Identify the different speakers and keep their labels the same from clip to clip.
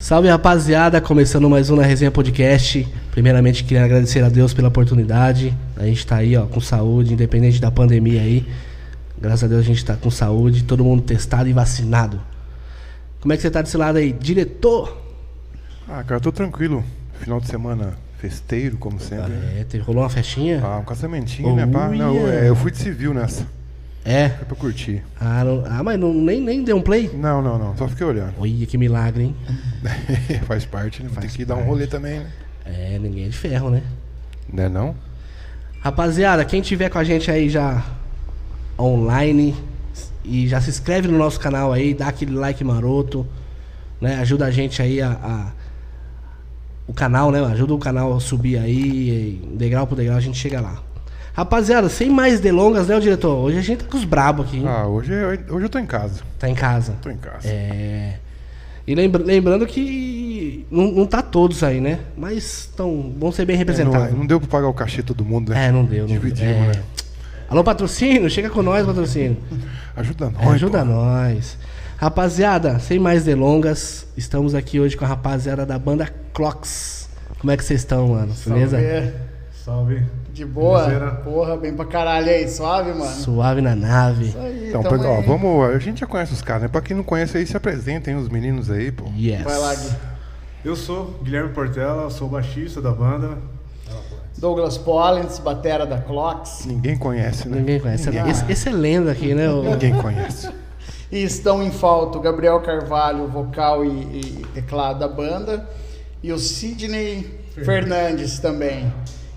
Speaker 1: Salve rapaziada, começando mais um na Resenha Podcast. Primeiramente, queria agradecer a Deus pela oportunidade. A gente tá aí, ó, com saúde, independente da pandemia aí. Graças a Deus a gente tá com saúde, todo mundo testado e vacinado. Como é que você tá desse lado aí, diretor?
Speaker 2: Ah, cara, eu tô tranquilo. Final de semana festeiro, como sempre.
Speaker 1: É, teve- rolou uma festinha?
Speaker 2: Ah, um casamentinho, né, pá? Não,
Speaker 1: Uia.
Speaker 2: é, eu fui de civil nessa.
Speaker 1: É.
Speaker 2: Foi pra curtir.
Speaker 1: Ah, não- ah, mas não, nem, nem deu um play?
Speaker 2: Não, não, não. Só fiquei olhando.
Speaker 1: Olha que milagre, hein?
Speaker 2: Faz parte, né? Tem que dar um rolê também, né?
Speaker 1: É, ninguém é de ferro, né?
Speaker 2: Não é não?
Speaker 1: Rapaziada, quem tiver com a gente aí já online e já se inscreve no nosso canal aí, dá aquele like maroto, né? Ajuda a gente aí a, a- o canal, né? Ajuda o canal a subir aí, e degrau por degrau a gente chega lá. Rapaziada, sem mais delongas, né, ô diretor? Hoje a gente tá com os brabo aqui, hein?
Speaker 2: Ah, hoje, eu- hoje eu tô em casa.
Speaker 1: tá em casa.
Speaker 2: Tô em casa.
Speaker 1: É. E lembra- lembrando que não, não tá todos aí, né? Mas tão bom ser bem
Speaker 2: É, não,
Speaker 1: representado.
Speaker 2: não deu pra pagar o cachê todo mundo, né?
Speaker 1: É, não deu. Não
Speaker 2: Dividimos,
Speaker 1: deu. É.
Speaker 2: né?
Speaker 1: Alô, patrocínio, chega com nós, patrocínio.
Speaker 2: Ajuda
Speaker 1: É,
Speaker 2: nós.
Speaker 1: ajuda
Speaker 2: pô.
Speaker 1: nós. Rapaziada, sem mais delongas, estamos aqui hoje com a rapaziada da banda Clocks. Como é que vocês estão, mano? Beleza?
Speaker 3: Salve.
Speaker 4: De boa?
Speaker 3: Beleza.
Speaker 4: Porra, bem pra caralho aí, suave, mano.
Speaker 1: Suave na nave.
Speaker 4: Aí,
Speaker 2: Então,
Speaker 4: tamo
Speaker 2: pega- ó,
Speaker 4: aí.
Speaker 2: vamos. A gente já conhece os caras, né? Pra quem não conhece aí, se apresentem os meninos aí, pô.
Speaker 1: Yes.
Speaker 4: Vai lá, Gui.
Speaker 3: Eu sou Guilherme Portela, sou baixista da banda.
Speaker 4: Douglas Pollens, batera da Clocks.
Speaker 2: Ninguém conhece, né?
Speaker 1: Ninguém conhece.
Speaker 2: Ninguém,
Speaker 1: Esse, esse é lenda aqui, né? ô?
Speaker 2: ninguém conhece.
Speaker 4: E estão em falta o Gabriel Carvalho, vocal e, e teclado da banda. E o Sidney Fernandes, também,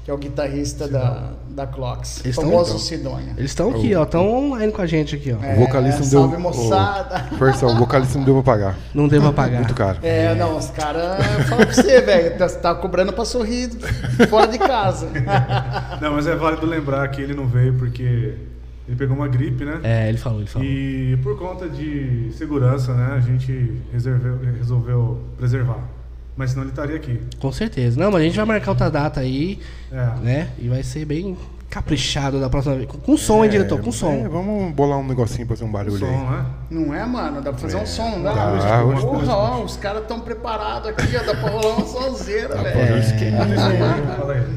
Speaker 4: que é o guitarrista da, da Clocks.
Speaker 1: Eles tão-
Speaker 2: então.
Speaker 4: famoso Sidônia.
Speaker 1: Eles estão aqui, ó. Estão online com a gente aqui, ó.
Speaker 2: O vocalista não deu.
Speaker 4: É, salve, moçada.
Speaker 2: o- Força, o vocalista não deu pra pagar.
Speaker 1: Não devo apagar.
Speaker 2: Muito caro.
Speaker 4: É, não, os caras falam pra você, velho. Tá, tá cobrando pra sorrir fora de casa.
Speaker 3: Não, mas é válido lembrar que ele não veio porque ele pegou uma gripe, né?
Speaker 1: É, ele falou, ele falou.
Speaker 3: E por conta de segurança, né, a gente reserveu- resolveu preservar. Mas senão ele estaria aqui.
Speaker 1: Com certeza. Não, mas a gente vai marcar outra data aí,
Speaker 3: É.
Speaker 1: né? E vai ser bem caprichado da próxima vez. Com, com som, hein, diretor? Com som.
Speaker 2: É, vamos bolar um negocinho pra fazer um barulho
Speaker 3: Som,
Speaker 2: aí.
Speaker 3: né?
Speaker 4: Não é, mano? Dá pra fazer um som, não
Speaker 2: dá,
Speaker 4: dá?
Speaker 2: hoje dá.
Speaker 4: Porra, ó, os caras tão preparados aqui, ó. Dá pra rolar uma sonzeira,
Speaker 2: Dá pra
Speaker 4: velho.
Speaker 2: fazer um esquema.
Speaker 3: Fala aí.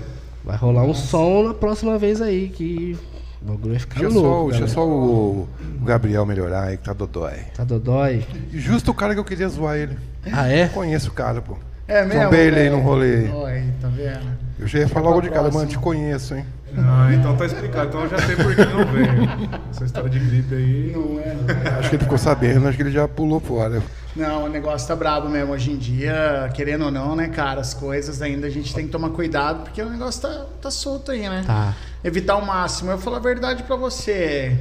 Speaker 1: Vai rolar um som na próxima vez aí, que o bagulho vai ficar
Speaker 2: Deixa é só,
Speaker 1: louco.
Speaker 2: deixa
Speaker 1: galera.
Speaker 2: só o, o Gabriel melhorar aí, que tá dodói.
Speaker 1: Tá dodói?
Speaker 2: Justo o cara que eu queria zoar ele.
Speaker 1: Ah, é?
Speaker 2: Conheço o cara, pô.
Speaker 4: É mesmo?
Speaker 2: Trombei ele aí
Speaker 4: velho?
Speaker 2: num rolê.
Speaker 4: Ó, aí, tá vendo?
Speaker 2: Eu já ia falar logo de cara,
Speaker 4: próxima.
Speaker 2: mano, te conheço, hein?
Speaker 3: Ah, então tá explicado. Então eu já sei por que não veio. Essa história de gripe aí.
Speaker 4: Não é?
Speaker 2: Acho que ele ficou sabendo, acho que ele já pulou fora.
Speaker 4: Não, o negócio tá brabo mesmo. Hoje em dia, querendo ou não, né, cara, as coisas ainda a gente tem que tomar cuidado, porque o negócio tá, tá solto aí, né?
Speaker 1: Tá.
Speaker 4: Evitar o máximo. Eu falo a verdade pra você.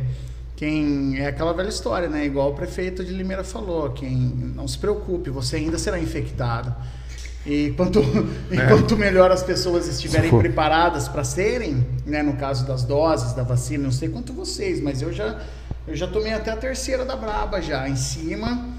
Speaker 4: Quem é aquela velha história, né? Igual o prefeito de Limeira falou, quem não se preocupe, você ainda será infectado. E quanto, e
Speaker 2: É.
Speaker 4: quanto melhor as pessoas estiverem
Speaker 2: Se for.
Speaker 4: preparadas para serem, né, no caso das doses da vacina, não sei quanto vocês, mas eu já eu já tomei até a terceira da Braba já em cima.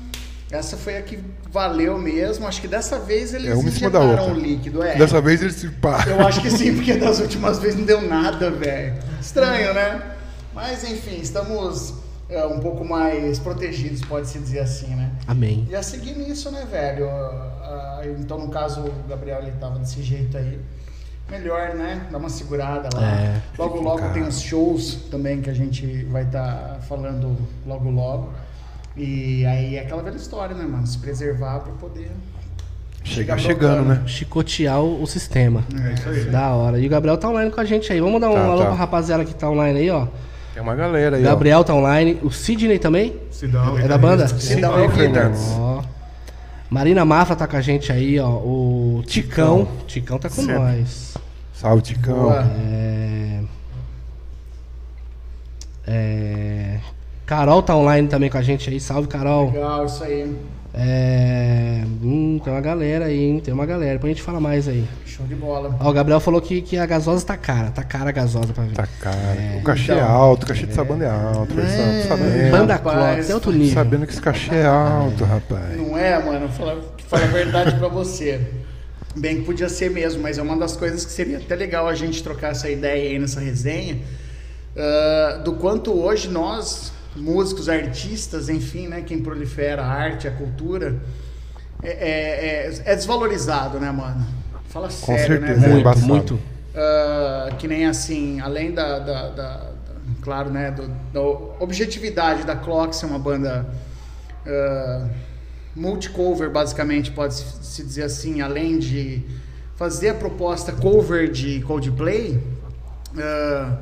Speaker 4: Essa foi a que valeu mesmo. Acho que dessa vez eles
Speaker 2: É uma em cima da
Speaker 4: injetaram
Speaker 2: outra.
Speaker 4: o líquido, é.
Speaker 2: Dessa vez ele se pá.
Speaker 4: Eu acho que sim, porque das últimas vezes não deu nada, velho. Estranho, né? Mas enfim, estamos é, um pouco mais protegidos, pode-se dizer assim, né?
Speaker 1: Amém.
Speaker 4: E a seguir nisso, né, velho? Ah, ah, Então, no caso, o Gabriel ele tava desse jeito aí. Melhor, né? Dá uma segurada lá.
Speaker 1: É,
Speaker 4: logo,
Speaker 2: fica em
Speaker 4: logo
Speaker 2: casa.
Speaker 4: tem os shows também que a gente vai estar falando logo, logo. E aí é aquela velha história, né, mano? Se preservar pra poder.
Speaker 2: Chega
Speaker 4: Chega
Speaker 2: chegando, né?
Speaker 4: brotando.
Speaker 1: Chicotear o, o sistema.
Speaker 4: né,
Speaker 3: É isso aí.
Speaker 1: Da hora. E o Gabriel tá online com a gente aí. Vamos dar um
Speaker 2: Tá,
Speaker 1: alô
Speaker 2: tá.
Speaker 1: pra rapaziada que tá online aí, ó.
Speaker 2: Tem uma galera aí, ó.
Speaker 1: Gabriel tá online. O Sidney também?
Speaker 3: Sidão.
Speaker 1: É da banda?
Speaker 2: Sidão e Fernandes.
Speaker 1: Ó. Marina Mafra tá com a gente aí, ó. O Ticão. Ticão tá com
Speaker 2: Sempre.
Speaker 1: nós.
Speaker 2: Salve, Ticão.
Speaker 4: Boa.
Speaker 1: É... É... Carol tá online também com a gente aí. Salve, Carol.
Speaker 4: Legal, isso aí.
Speaker 1: É... hum, tem uma galera aí, hein? Tem uma galera. Depois a gente fala mais aí.
Speaker 4: Show de bola.
Speaker 1: Ó, o Gabriel falou que, que a gasosa tá cara. Tá cara a gasosa pra ver.
Speaker 2: Tá cara. o cachê
Speaker 4: então.
Speaker 2: é alto, o cachê dessa banda é alto. É, sabendo,
Speaker 1: Banda
Speaker 4: rapaz,
Speaker 1: Clocks, é outro nível.
Speaker 2: sabendo que esse cachê é alto, rapaz.
Speaker 4: Não é, mano? Fala, fala a verdade pra você. Bem que podia ser mesmo, mas é uma das coisas que seria até legal a gente trocar essa ideia aí nessa resenha. ah, do quanto hoje nós, músicos, artistas, enfim, né, quem prolifera a arte, a cultura, é, é- é- é desvalorizado, né, mano? Fala
Speaker 2: Com
Speaker 4: sério, né,
Speaker 2: certeza,
Speaker 4: velho?
Speaker 2: é
Speaker 1: Muito,
Speaker 2: embaçado.
Speaker 1: muito.
Speaker 4: Ah, que nem assim, além da, da- da- da- claro, né, do- da objetividade da Clock ser uma banda ah, multi-cover, basicamente, pode-se dizer assim, além de fazer a proposta cover de Coldplay, ah,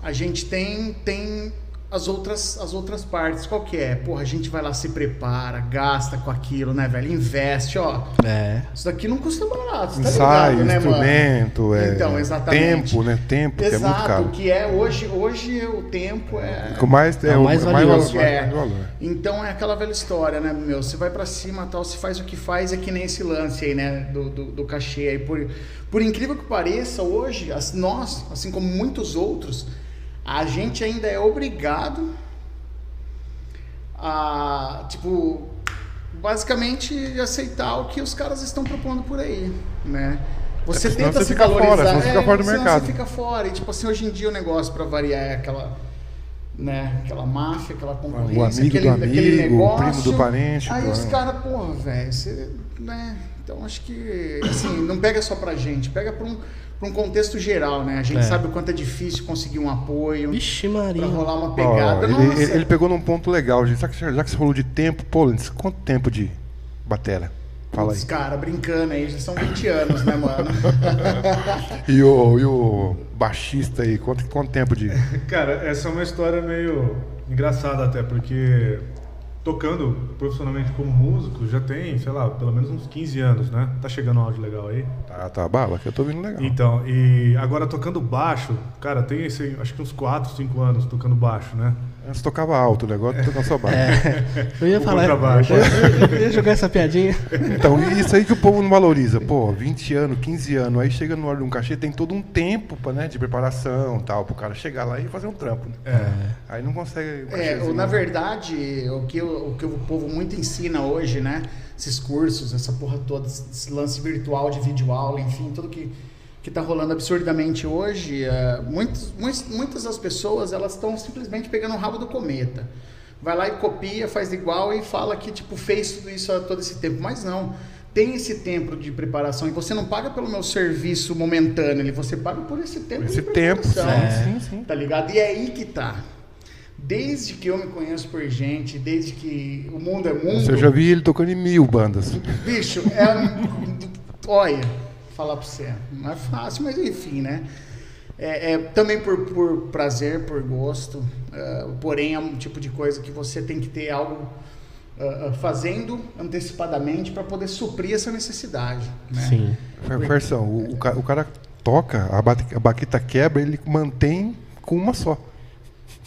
Speaker 4: a gente tem, tem as outras, as outras partes. Qual que é? Porra, a gente vai lá, se prepara, gasta com aquilo, né, velho? Investe, ó.
Speaker 1: É.
Speaker 4: Isso daqui não custa barato, você tá
Speaker 2: Ensaio,
Speaker 4: ligado, né, mano?
Speaker 2: instrumento, é,
Speaker 4: Então, exatamente.
Speaker 2: tempo, né? Tempo, que é muito caro.
Speaker 4: Exato, que é hoje, hoje o tempo é.
Speaker 2: O mais, é,
Speaker 1: É o
Speaker 2: o
Speaker 1: mais
Speaker 2: mais,
Speaker 1: valioso.
Speaker 2: valor-
Speaker 4: É.
Speaker 2: mais valor.
Speaker 4: Então é aquela velha história, né, meu? Você vai pra cima tal, você faz o que faz, é que nem esse lance aí, né? Do, do, do cachê aí. Por, por incrível que pareça, hoje, as- nós, assim como muitos outros, a gente ainda é obrigado a, tipo, basicamente aceitar o que os caras estão propondo por aí, né? Você
Speaker 2: É, senão
Speaker 4: tenta
Speaker 2: você
Speaker 4: se
Speaker 2: fica fora,
Speaker 4: valorizar,
Speaker 2: senão você fica
Speaker 4: é,
Speaker 2: fora do
Speaker 4: senão
Speaker 2: mercado.
Speaker 4: Você fica fora e tipo assim hoje em dia o negócio pra variar é aquela, né? Aquela máfia, aquela concorrência,
Speaker 2: O amigo do
Speaker 4: aquele, aquele
Speaker 2: amigo, o
Speaker 4: negócio.
Speaker 2: primo do parente,
Speaker 4: Aí
Speaker 2: pô,
Speaker 4: os
Speaker 2: é.
Speaker 4: caras, porra, velho, você, né? Então acho que assim não pega só pra gente, pega pra um pra um contexto geral, né? A gente
Speaker 1: É.
Speaker 4: sabe o quanto é difícil conseguir um apoio,
Speaker 1: Vixe,
Speaker 4: pra
Speaker 1: Maria.
Speaker 4: rolar uma
Speaker 2: Ó,
Speaker 4: pegada.
Speaker 2: ele-
Speaker 4: Nossa,
Speaker 2: ele, ele pegou num ponto legal, gente. Sabe que- Já que você falou de tempo, pô, Lentz, quanto tempo de batera? Fala aí.
Speaker 4: Os cara brincando aí, já são 20 anos, né, mano?
Speaker 2: E o, e o baixista aí, quanto, quanto tempo de.
Speaker 3: Cara, essa é uma história meio engraçada até, porque tocando profissionalmente como músico já tem, sei lá, pelo menos uns 15 anos, né? Tá chegando um áudio legal aí.
Speaker 2: Tá, tá bala, que eu tô vindo legal.
Speaker 3: Então, e agora tocando baixo, cara, tem esse, acho que uns 4, 5 anos tocando baixo, né?
Speaker 2: Antes tocava alto, o negócio tocava só
Speaker 4: É.
Speaker 2: baixo.
Speaker 1: Eu ia
Speaker 3: O
Speaker 1: falar.
Speaker 3: contrabaixo.
Speaker 1: Eu, eu- eu ia jogar essa piadinha.
Speaker 2: Então, isso aí que o povo não valoriza. Pô, 20 anos, 15 anos, aí chega no hora de um cachê, tem todo um tempo pra, né, de preparação e tal, pro cara chegar lá e fazer um trampo. né? Aí não consegue. um
Speaker 4: É,
Speaker 2: cachezinho.
Speaker 4: o- na verdade, o que o, o que o povo muito ensina hoje, né? Esses cursos, essa porra toda, esse esse lance virtual de videoaula, enfim, tudo que, que tá rolando absurdamente hoje, é, muitos, muitos- muitas das pessoas, elas estão simplesmente pegando o rabo do cometa. Vai lá e copia, faz igual e fala que, tipo, fez tudo isso há todo esse tempo. Mas não, tem esse tempo de preparação e você não paga pelo meu serviço momentâneo, ele- você paga por esse tempo
Speaker 2: Esse
Speaker 4: de
Speaker 2: tempo, sim, É.
Speaker 4: preparação.
Speaker 2: sim, sim.
Speaker 4: Tá ligado? E é aí que tá. Desde que eu me conheço por gente, desde que o mundo é mundo,
Speaker 2: Eu já vi ele tocando em mil bandas.
Speaker 4: bicho, é um. Olha, falar pra você, não é fácil, mas enfim, né? É, é também por, por prazer, por gosto, ah, porém é um tipo de coisa que você tem que ter algo ah, ah, fazendo antecipadamente para poder suprir essa necessidade. Né?
Speaker 1: Sim.
Speaker 2: Fer- Fersão, o, o ca- o cara toca, a, bate- a baqueta quebra, ele mantém com uma só.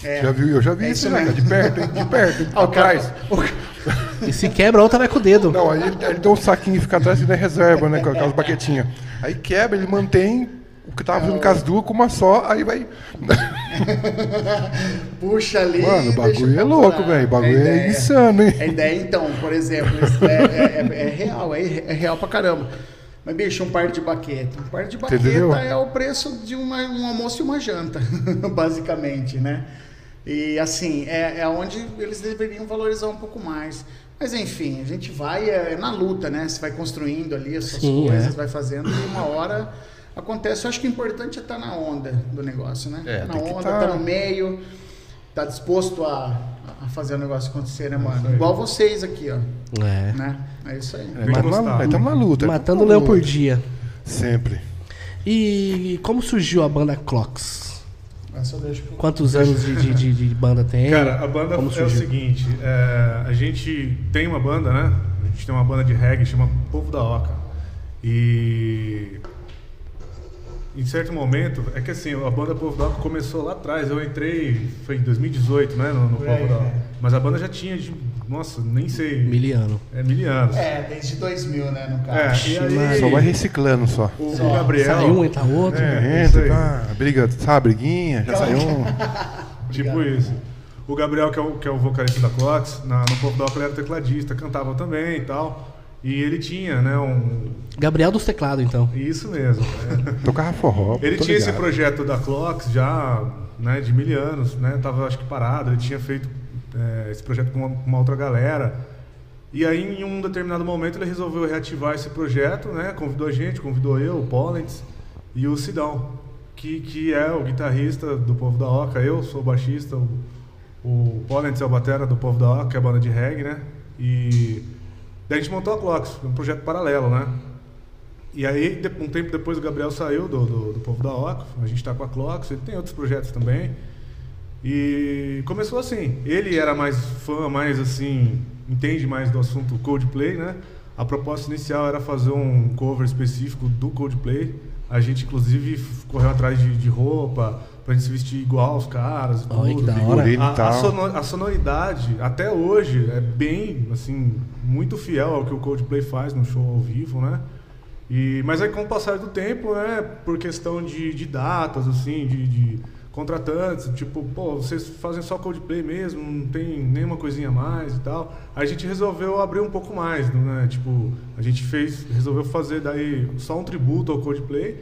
Speaker 4: É.
Speaker 2: Já viu? Eu já vi
Speaker 4: É
Speaker 2: isso,
Speaker 4: isso
Speaker 2: né, cara?
Speaker 4: mesmo.
Speaker 2: De perto, hein? de perto,
Speaker 4: Ah, o cara-
Speaker 2: atrás.
Speaker 1: E se quebra, a outra vai com o dedo.
Speaker 2: Não, aí ele, ele deu um saquinho e fica atrás e dá reserva, né? Com aquelas baquetinhas. Aí quebra, ele mantém o que tava fazendo com as duas com uma só, aí vai.
Speaker 4: Puxa ali.
Speaker 2: Mano, o
Speaker 4: deixa
Speaker 2: bagulho é
Speaker 4: pra
Speaker 2: louco,
Speaker 4: lá.
Speaker 2: velho. O
Speaker 4: A
Speaker 2: bagulho
Speaker 4: ideia-
Speaker 2: é insano, hein?
Speaker 4: A ideia, então, por exemplo, isso é, é- é- é real, é, é real pra caramba. Mas, bicho, um par de baqueta. Um par de baqueta
Speaker 2: Entendeu?
Speaker 4: é o preço de uma- um almoço e uma janta, basicamente, né? E, assim, é, é onde eles deveriam valorizar um pouco mais. Mas, enfim, a gente vai é, na luta, né? Você vai construindo ali as suas
Speaker 1: Sim,
Speaker 4: coisas,
Speaker 1: é.
Speaker 4: vai fazendo e uma hora acontece. Eu acho que o importante é estar na onda do negócio, né?
Speaker 2: É,
Speaker 4: na
Speaker 2: tem que
Speaker 4: onda,
Speaker 2: tá-
Speaker 4: tá no meio, tá disposto a, a fazer o negócio acontecer,
Speaker 2: É
Speaker 4: né,
Speaker 3: isso
Speaker 4: mano?
Speaker 3: aí.
Speaker 4: Igual vocês aqui, ó.
Speaker 1: É.
Speaker 4: Né? É isso aí.
Speaker 2: É, mas
Speaker 3: gostar.
Speaker 2: nós estamos na luta.
Speaker 1: Matando
Speaker 2: tamo
Speaker 1: um
Speaker 2: na
Speaker 1: leão por
Speaker 2: luta.
Speaker 1: dia.
Speaker 2: Sempre.
Speaker 1: E como surgiu a banda Clocks?
Speaker 4: Essa eu deixo pro...
Speaker 1: Quantos anos de, de- de- de banda tem?
Speaker 3: Cara, a banda
Speaker 1: Como
Speaker 3: é o
Speaker 1: surgiu?
Speaker 3: seguinte, é, a gente tem uma banda, né? A gente tem uma banda de reggae, chama Povo da Oca. E em certo momento, é que assim, a banda Povo da Oca começou lá atrás, eu entrei, foi em 2018, né, no, no
Speaker 4: Por
Speaker 3: Povo
Speaker 4: aí,
Speaker 3: da Oca.
Speaker 4: é.
Speaker 3: Mas a banda já tinha, de, nossa, nem sei,
Speaker 1: Miliano.
Speaker 3: é mil anos.
Speaker 4: É, desde 2000, né, no
Speaker 3: É,
Speaker 4: caso.
Speaker 3: e aí,
Speaker 2: Só vai reciclando só.
Speaker 3: o, o
Speaker 4: Só,
Speaker 3: Gabriel,
Speaker 1: Sai um, entra outro.
Speaker 3: É, isso
Speaker 2: Entra,
Speaker 3: aí.
Speaker 2: tá, briga, sabe, a briguinha, já saiu um.
Speaker 3: Tipo isso. O Gabriel, que é o, que é o vocalista da Clocks, na, no Pop Doc ele era tecladista, cantava também e tal. E ele tinha, né, um...
Speaker 1: Gabriel dos teclados, então.
Speaker 3: Isso mesmo. né?
Speaker 2: Tocava forró.
Speaker 3: Ele
Speaker 2: tô
Speaker 3: tinha esse
Speaker 2: ligado.
Speaker 3: projeto da Clocks já, né, de mil eh, anos, né? Tava, acho que, parado. Ele tinha feito é, esse projeto com uma, com uma outra galera. E aí, em um determinado momento, ele resolveu reativar esse projeto, né? Convidou a gente, convidou eu, o Pollens e o Sidão, que, que é o guitarrista do Povo da Oca. Eu sou o baixista, o, o Pollens é o batera do Povo da Oca, que é a banda de reggae, né? E daí a gente montou a Clocks, um projeto paralelo, né? E aí, de- um tempo depois, o Gabriel saiu do, do, do Povo da Oca, a gente tá com a Clocks, ele tem outros projetos também. E começou assim. Ele era mais fã, mais assim, entende mais do assunto Coldplay, né? A proposta inicial era fazer um cover específico do Coldplay. A gente, inclusive, f- correu atrás de, de roupa, pra gente se vestir igual aos caras.
Speaker 1: Olha que da
Speaker 3: tudo.
Speaker 1: hora.
Speaker 2: Figurino e
Speaker 3: A, a,
Speaker 2: tal.
Speaker 3: sono- a sonoridade, até hoje, é bem, assim, muito fiel ao que o Coldplay faz no show ao vivo, né? E, mas aí, com o passar do tempo, né, por questão de, de datas, assim, de, de contratantes, tipo, pô, vocês fazem só Coldplay mesmo, não tem nenhuma coisinha a mais e tal. A gente resolveu abrir um pouco mais, né? Tipo, a gente fez, resolveu fazer daí só um tributo ao Coldplay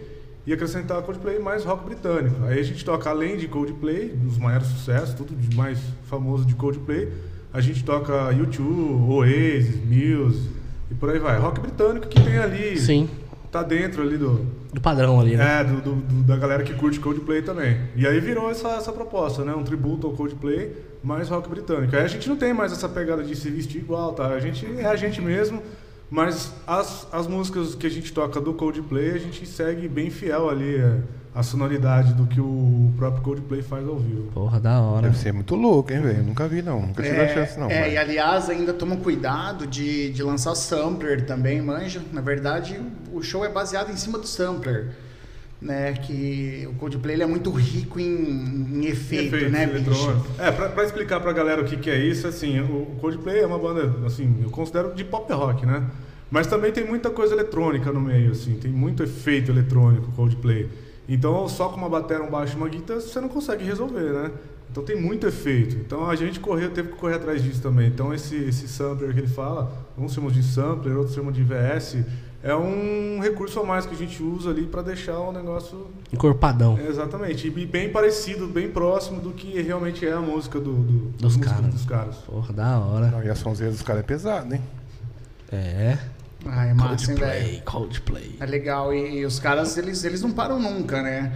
Speaker 3: e acrescentar Coldplay mais rock britânico. Aí a gente toca além de Coldplay, os maiores sucessos, tudo de mais famoso de Coldplay, a gente toca U2, Oasis, Muse e por aí vai. Rock britânico que tem ali,
Speaker 1: Sim.
Speaker 3: tá dentro ali do,
Speaker 1: Do padrão ali, né?
Speaker 3: é, do, do- do- da galera que curte Coldplay também. E aí virou essa, essa proposta, né? Um tributo ao Coldplay, mais rock britânico. Aí a gente não tem mais essa pegada de se vestir igual, tá? A gente é a gente mesmo, mas as, as músicas que a gente toca do Coldplay, a gente segue bem fiel ali é, a sonoridade do que o próprio Coldplay faz ao vivo.
Speaker 1: Porra, da hora.
Speaker 2: Deve ser muito louco, hein, velho? Nunca vi, não. Nunca tive a chance, não.
Speaker 4: é,
Speaker 2: mas-
Speaker 4: e aliás, ainda toma cuidado de, de lançar sampler também, manja. Na verdade, o show é baseado em cima do sampler. Né, que o Coldplay ele é muito rico em, em efeito, né, bicho?
Speaker 3: eletrônicos. É, pra, pra explicar pra galera o que, que é isso, assim, o Coldplay é uma banda, assim, eu considero de pop rock, né? Mas também tem muita coisa eletrônica no meio, assim, tem muito efeito eletrônico Coldplay. Então, só com uma bateria, um baixo e uma guitarra, você não consegue resolver, né? Então tem muito efeito. Então a gente correu, teve que correr atrás disso também. Então esse, esse sampler que ele fala, uns chamam de sampler, outros chamam de VS, é um recurso a mais que a gente usa ali pra deixar o negócio
Speaker 1: Encorpadão.
Speaker 3: Exatamente, e bem parecido, bem próximo do que realmente é a música do, do-
Speaker 1: Dos
Speaker 3: música
Speaker 1: caras.
Speaker 3: dos caras.
Speaker 1: Porra, da hora.
Speaker 2: Não, e a sonzeira dos caras é pesada, hein?
Speaker 1: É.
Speaker 4: Ah, é massa, hein, velho?
Speaker 1: Coldplay, Coldplay.
Speaker 4: É legal. E, e os caras, eles, eles não param nunca, né?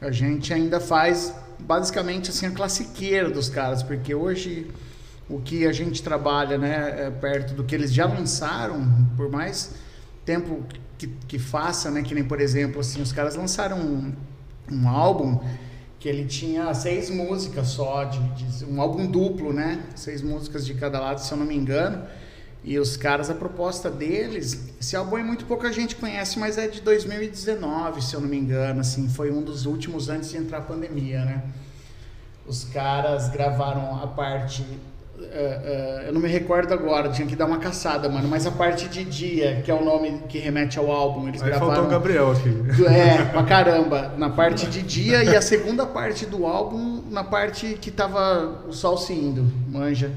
Speaker 4: A gente ainda faz basicamente assim a classiqueira dos caras, porque hoje o que a gente trabalha, né, é perto do que eles já lançaram, por mais tempo que, que faça, né, que nem por exemplo, assim, os caras lançaram um, um álbum que ele tinha seis músicas só, de, de- um álbum duplo, né? Seis músicas de cada lado, se eu não me engano. E os caras, a proposta deles, esse álbum é muito pouca gente conhece, mas é de 2019, se eu não me engano, assim, foi um dos últimos antes de entrar a pandemia, né? Os caras gravaram a parte. eh, eh, eu não me recordo agora, tinha que dar uma caçada, mano. Mas a parte de dia, que é o nome que remete ao álbum, eles
Speaker 3: Aí
Speaker 4: gravaram.
Speaker 3: faltou o Gabriel aqui.
Speaker 4: É, pra caramba. Na parte de dia e a segunda parte do álbum, na parte que tava o sol se indo, manja.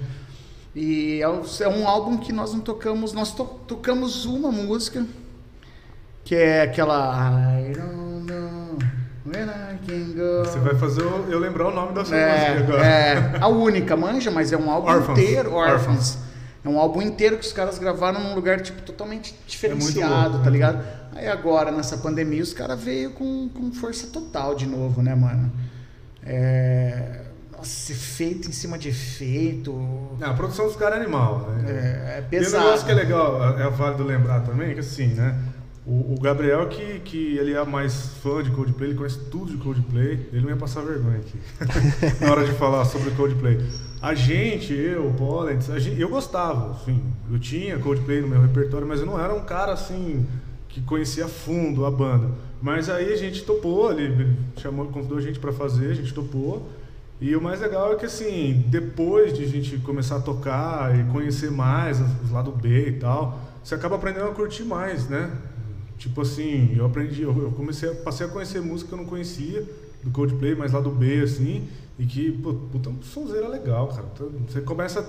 Speaker 4: E é um- é um álbum que nós não tocamos, nós to- tocamos uma música, que é aquela. I don't know when I can go.
Speaker 3: Você vai fazer eu, eu lembrar o nome da sua música
Speaker 4: É,
Speaker 3: agora.
Speaker 4: é, a única, manja, mas é um álbum
Speaker 3: Orphans.
Speaker 4: inteiro, Orphans.
Speaker 3: Orphans.
Speaker 4: É um álbum inteiro que os caras gravaram num lugar, tipo, totalmente
Speaker 3: É
Speaker 4: diferenciado,
Speaker 3: muito louco,
Speaker 4: tá
Speaker 3: né?
Speaker 4: ligado? Aí agora, nessa pandemia, os caras veio com, com força total de novo, né, mano? É... Nossa, efeito em cima de efeito.
Speaker 3: Não, a produção dos caras é animal.
Speaker 4: É, é
Speaker 3: E o
Speaker 4: pesado.
Speaker 3: negócio que é legal, é válido lembrar também, que assim, né? O, o Gabriel, que, que ele é mais fã de Coldplay, ele conhece tudo de Coldplay, ele não ia passar vergonha aqui na hora de falar sobre Coldplay. A gente, eu, o Pollens, a gente- eu gostava, enfim, eu tinha Coldplay no meu repertório, mas eu não era um cara assim que conhecia a fundo a banda. Mas aí a gente topou, ele chamou, convidou a gente pra fazer, a gente topou. E o mais legal é que, assim, depois de a gente começar a tocar e conhecer mais os lado B e tal, você acaba aprendendo a curtir mais, né? Tipo assim, eu aprendi, eu eu comecei, a- passei a conhecer música que eu não conhecia, do Coldplay, mas lado B, assim, e que, pô, puta, um sonzeira legal, cara. Então, Você começa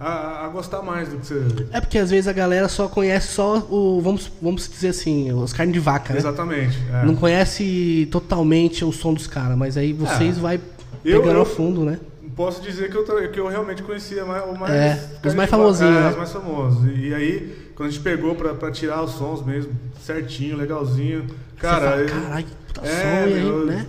Speaker 3: a, a gostar mais do que você...
Speaker 1: É porque às vezes a galera só conhece só o. Vamos, vamos dizer assim, os carnes de vaca, né?
Speaker 3: Exatamente. é.
Speaker 1: Não conhece totalmente o som dos caras, mas aí vocês
Speaker 3: É.
Speaker 1: vai
Speaker 3: Eu-
Speaker 1: pegando
Speaker 3: eu-
Speaker 1: ao fundo, né?
Speaker 3: posso dizer que eu, tra- que eu realmente conhecia mais, o mais,
Speaker 1: É,
Speaker 3: que a
Speaker 1: os mais
Speaker 3: gente-
Speaker 1: famosinhos,
Speaker 3: é,
Speaker 1: né?
Speaker 3: os mais famosos. E, e aí, quando a gente pegou pra, pra tirar os sons mesmo, certinho, legalzinho. Cara,
Speaker 1: fala,
Speaker 3: eu-
Speaker 1: "Caralho, que puta
Speaker 3: é,
Speaker 1: som, e aí,
Speaker 3: meu,
Speaker 1: né?"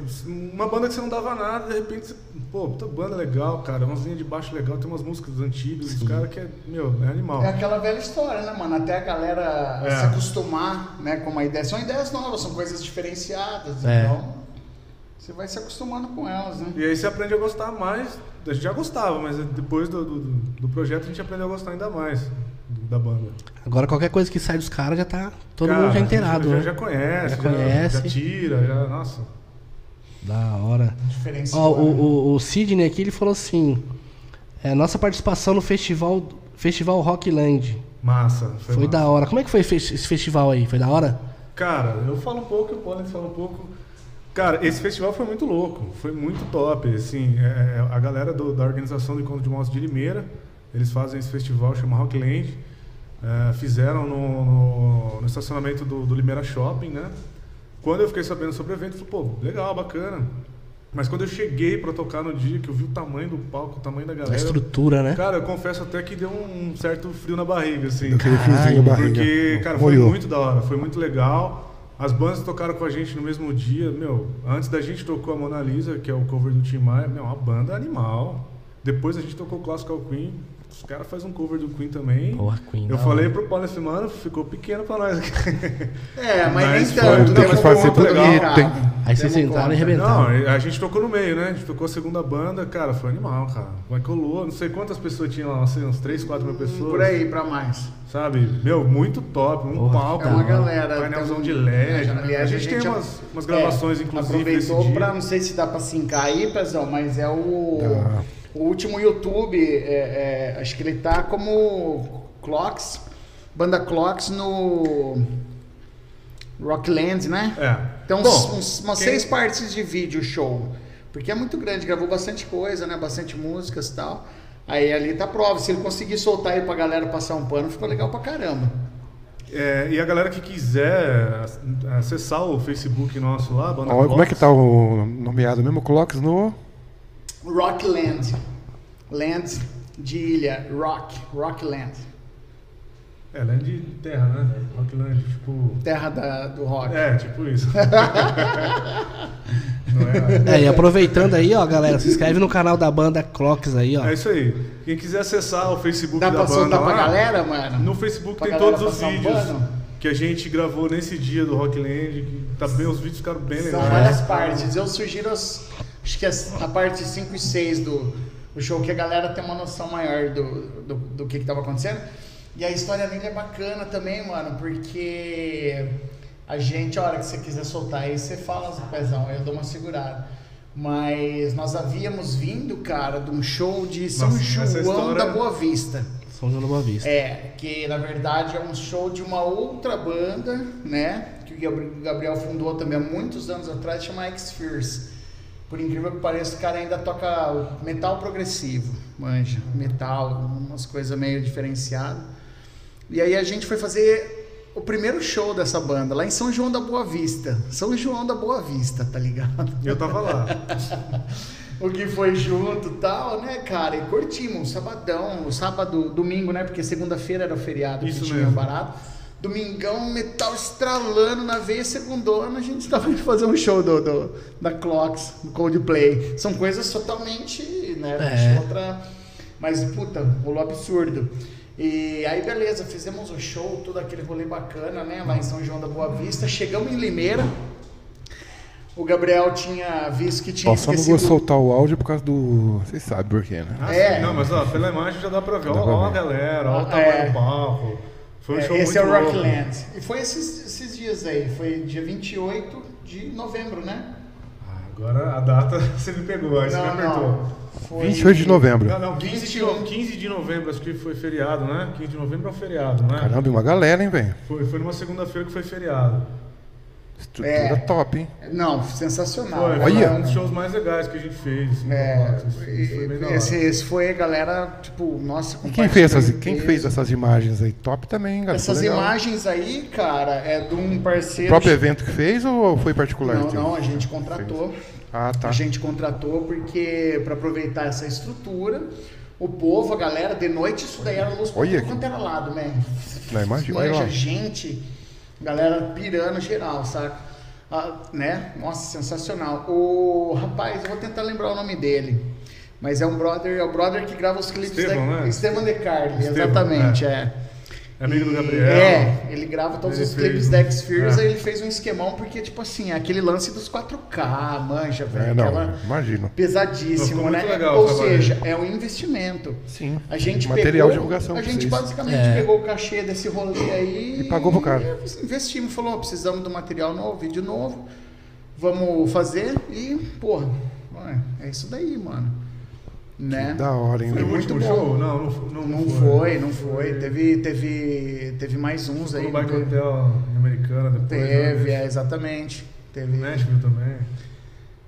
Speaker 3: Uma banda que você não dava nada, de repente você. Pô, puta banda legal, cara. Umas linhas de baixo legal, tem umas músicas antigas, os caras que é. Meu, é animal.
Speaker 4: É aquela velha história, né, mano? Até a galera
Speaker 3: É.
Speaker 4: se acostumar né, com uma ideia. São ideias novas, são coisas diferenciadas.
Speaker 1: É.
Speaker 4: Então, você vai se acostumando com elas, né?
Speaker 3: E aí você aprende a gostar mais. A gente já gostava, mas depois do, do, do projeto a gente aprendeu a gostar ainda mais do- da banda.
Speaker 1: Agora qualquer coisa que sai dos caras já tá. Todo
Speaker 3: Cara,
Speaker 1: mundo já inteirado,
Speaker 3: Já,
Speaker 1: né?
Speaker 3: já conhece,
Speaker 1: Já
Speaker 3: já,
Speaker 1: conhece.
Speaker 3: já tira, já. Nossa.
Speaker 1: Da hora.
Speaker 4: Diferenciado.
Speaker 1: Ó, o, o, o Sidney aqui ele falou assim: é, nossa participação no festival, festival Rockland.
Speaker 3: Massa.
Speaker 1: Foi,
Speaker 3: massa.
Speaker 1: da hora. Como é que foi fe- esse festival aí? Foi da hora?
Speaker 3: Cara, eu falo um pouco, o Pollen fala um pouco. Cara, esse festival foi muito louco, foi muito top. Assim, é, é, a galera do- da organização do Encontro de Motos de Limeira, eles fazem esse festival, chama Rockland. É, fizeram no, no- no estacionamento do, do Limeira Shopping, né? Quando eu fiquei sabendo sobre o evento, eu falei, pô, legal, bacana. Mas quando eu cheguei pra tocar no dia, que eu vi o tamanho do palco, o tamanho da
Speaker 1: A
Speaker 3: galera.
Speaker 1: estrutura, né?
Speaker 3: Cara, eu confesso até que deu um certo frio na barriga, assim.
Speaker 2: Aquele friozinho na barriga.
Speaker 3: Porque, cara, foi
Speaker 2: Molhou.
Speaker 3: muito da hora, foi muito legal. As bandas tocaram com a gente no mesmo dia, meu. Antes da gente tocou a Mona Lisa, que é o cover do Tim Maia, meu, uma banda animal. Depois a gente tocou Classical Queen. Os caras fazem um cover do Queen também.
Speaker 1: Porra, Queen,
Speaker 3: Eu
Speaker 1: da
Speaker 3: falei pro Paulo esse mano, ficou pequeno pra nós.
Speaker 4: É, mas,
Speaker 3: Mas
Speaker 4: nem
Speaker 3: foi-
Speaker 4: tanto.
Speaker 3: não,
Speaker 4: né?
Speaker 3: mas
Speaker 4: Foi
Speaker 3: foi
Speaker 4: muito
Speaker 3: sempre
Speaker 4: legal,
Speaker 2: bonito, hein?
Speaker 4: cara.
Speaker 1: Aí vocês
Speaker 4: Demos
Speaker 1: entraram e
Speaker 4: conta.
Speaker 1: arrebentaram.
Speaker 3: Não, a gente tocou no meio, né? A gente tocou a segunda banda, cara, foi animal, cara. Mas colou, não sei quantas pessoas tinham lá, não sei, uns 3, 4
Speaker 2: Hum,
Speaker 3: mil pessoas.
Speaker 4: Por aí, pra mais.
Speaker 3: Sabe? Meu, muito top. Um
Speaker 1: Porra,
Speaker 3: palco.
Speaker 1: é
Speaker 4: uma
Speaker 1: Tá.
Speaker 4: galera. tem-
Speaker 3: Painelzão
Speaker 4: um
Speaker 3: de LED.
Speaker 4: Aliás,
Speaker 3: né? A, gente tem umas, umas gravações,
Speaker 4: é,
Speaker 3: inclusive.
Speaker 4: Aproveitou
Speaker 3: desse dia.
Speaker 4: pra. Não sei se dá pra sincar aí, Pezão, mas é o.
Speaker 2: Dá.
Speaker 4: O último YouTube, é, é, acho que ele tá como Clocks, banda Clocks no Rockland, né?
Speaker 3: É.
Speaker 4: Então, uns-
Speaker 3: Bom,
Speaker 4: uns- umas
Speaker 3: quem-
Speaker 4: seis partes de vídeo show. Porque é muito grande, gravou bastante coisa, né? Bastante músicas e tal. Aí ali tá a prova. Se ele conseguir soltar aí pra galera passar um pano, ficou legal pra caramba.
Speaker 3: é, e a galera que quiser ac- acessar o Facebook nosso lá, Banda
Speaker 2: Ó, como é que
Speaker 3: Clocks,
Speaker 2: tá o nomeado mesmo? Clocks no.
Speaker 4: Rockland. Land de ilha. Rock. Rockland.
Speaker 3: É, land de terra, né? Rockland, tipo.
Speaker 4: Terra da- do rock.
Speaker 3: É, tipo isso. Não é?
Speaker 1: É, e aproveitando aí, ó, galera, se inscreve no canal da banda Clocks aí, ó.
Speaker 3: É isso aí. Quem quiser acessar o Facebook
Speaker 4: Dá
Speaker 3: da
Speaker 4: pra
Speaker 3: banda.
Speaker 4: soltar pra
Speaker 3: lá,
Speaker 4: galera, mano?
Speaker 3: No Facebook
Speaker 4: Pra
Speaker 3: tem
Speaker 4: galera
Speaker 3: todos os
Speaker 4: passar um
Speaker 3: vídeos
Speaker 4: pano?
Speaker 3: que a gente gravou nesse dia do Rockland. que Tá bem, os vídeos ficaram bem
Speaker 4: São
Speaker 3: legais.
Speaker 4: várias partes. Eu sugiro, as, acho que as, a parte 5 e 6 do, do show, que a galera tem uma noção maior do, do, do que, que tava acontecendo. E a história dele é bacana também, mano, porque a gente, a hora que você quiser soltar aí, você fala, pezão, eu dou uma segurada. Mas nós havíamos vindo, cara, de um show de São
Speaker 3: Nossa,
Speaker 4: João
Speaker 3: essa história-
Speaker 4: da Boa Vista.
Speaker 1: São João da Boa Vista.
Speaker 4: É, que na verdade é um show de uma outra banda, né? Que o Gabri- o Gabriel fundou também há muitos anos atrás, chama X-Fears. Por incrível que pareça, o cara ainda toca metal progressivo, manja, metal, umas coisas meio diferenciadas. E aí a gente foi fazer o primeiro show dessa banda, lá em São João da Boa Vista. São João da Boa Vista, tá ligado?
Speaker 3: Eu tava lá.
Speaker 4: O que foi junto e tal, né, cara? E curtimos, um sabadão, um sábado, domingo, né? Porque segunda-feira era o feriado
Speaker 3: Isso
Speaker 4: que tinha
Speaker 3: mesmo.
Speaker 4: barato. Domingão, metal estralando na veia, segundona, a gente tava indo fazer um show do, do- da Clocks, do Coldplay. São coisas totalmente, né?
Speaker 1: É.
Speaker 4: Outra... Mas, puta, rolou absurdo. E aí, beleza, fizemos o show, todo aquele rolê bacana, né? Lá em São João da Boa Vista. Chegamos em Limeira. O Gabriel tinha visto que tinha
Speaker 2: Ó, só não vou soltar o áudio por causa do. Vocês sabem por quê, né?
Speaker 3: Ah,
Speaker 4: É.
Speaker 3: sim. Não, mas ó, pela imagem já dá pra ver.
Speaker 2: Dá
Speaker 3: Ó,
Speaker 2: pra
Speaker 3: ó a
Speaker 2: ver.
Speaker 3: galera, ó o
Speaker 4: Ah,
Speaker 3: tamanho
Speaker 4: é.
Speaker 3: do palco. Foi um
Speaker 4: É,
Speaker 3: show
Speaker 4: esse
Speaker 3: muito
Speaker 4: é o
Speaker 3: louco.
Speaker 4: Rockland. E foi esses, esses dias aí, foi dia 28 de novembro, né?
Speaker 3: Ah, agora a data você me pegou, aí você me apertou. Ah,
Speaker 4: Foi
Speaker 2: 28 de novembro.
Speaker 3: Não, não, 15 de, no- 15 de novembro, acho que foi feriado, né? 15 de novembro é um feriado, né?
Speaker 2: Caramba, uma galera, hein, velho?
Speaker 3: Foi, foi numa segunda-feira que foi feriado.
Speaker 2: Estrutura
Speaker 4: É.
Speaker 2: top, hein?
Speaker 4: Não, sensacional.
Speaker 3: Foi,
Speaker 4: Foi
Speaker 3: foi
Speaker 2: Olha.
Speaker 3: um dos shows mais legais que a gente fez. assim,
Speaker 4: Tá. É,
Speaker 3: Isso foi bem da hora.
Speaker 4: esse, esse foi a galera, tipo, nossa,
Speaker 2: E quem fez, essas,
Speaker 4: compartilhou
Speaker 2: quem fez essas imagens aí? Top também, hein, galera?
Speaker 4: Essas
Speaker 2: Legal.
Speaker 4: imagens aí, cara, é de um
Speaker 2: O
Speaker 4: parceiro.
Speaker 2: próprio evento que fez ou foi particular?
Speaker 4: Não,
Speaker 2: teu?
Speaker 4: não, a gente contratou.
Speaker 2: Ah, tá.
Speaker 4: A gente contratou porque para aproveitar essa estrutura, o povo, a galera, de noite isso daí era luz pra
Speaker 2: Olha
Speaker 4: tudo
Speaker 2: que-
Speaker 4: quanto era lado, né?
Speaker 2: Não, imagina, olha lá.
Speaker 4: Manja, gente, galera pirando geral, saca? Ah, né? Nossa, sensacional. O rapaz, eu vou tentar lembrar o nome dele. Mas é um brother, é o brother que grava os clipes
Speaker 3: Estevão,
Speaker 4: da
Speaker 3: né?
Speaker 4: Esteban De Carli,
Speaker 3: Estevão,
Speaker 4: exatamente,
Speaker 3: é.
Speaker 4: é.
Speaker 3: É amigo do
Speaker 4: E-
Speaker 3: Gabriel.
Speaker 4: É, ele grava todos
Speaker 3: Ele
Speaker 4: os
Speaker 3: fez
Speaker 4: clipes
Speaker 3: um-
Speaker 4: da X-Fears,
Speaker 3: é.
Speaker 4: aí ele fez um esquemão, porque, tipo assim, é aquele lance dos 4K, manja, velho.
Speaker 2: É, não,
Speaker 4: aquela-
Speaker 2: imagino.
Speaker 4: pesadíssimo,
Speaker 3: Ficou
Speaker 4: né?
Speaker 3: muito legal o
Speaker 4: Ou
Speaker 3: trabalho.
Speaker 4: seja, é um investimento.
Speaker 2: Sim.
Speaker 4: A gente
Speaker 2: Material
Speaker 4: pegou,
Speaker 2: de divulgação
Speaker 4: A
Speaker 2: pra
Speaker 4: gente
Speaker 2: vocês.
Speaker 4: basicamente
Speaker 1: É.
Speaker 4: pegou o cachê desse rolê aí
Speaker 2: E pagou pro cara.
Speaker 4: e Investimos, falou, ó, precisamos do material novo, vídeo novo. Vamos fazer e, porra, ué, é isso daí, mano. Né?
Speaker 2: Da hora, hein?
Speaker 3: Foi o
Speaker 2: velho?
Speaker 3: último
Speaker 4: bom.
Speaker 3: show? Não, não, f- não,
Speaker 4: Não foi, não foi. Teve, teve, teve mais uns aí.
Speaker 3: No
Speaker 4: não
Speaker 3: Bike
Speaker 4: teve?
Speaker 3: Hotel em Americana depois.
Speaker 4: Teve,
Speaker 3: né?
Speaker 4: é, exatamente. Teve.
Speaker 3: No
Speaker 2: Né?
Speaker 3: Nashville também.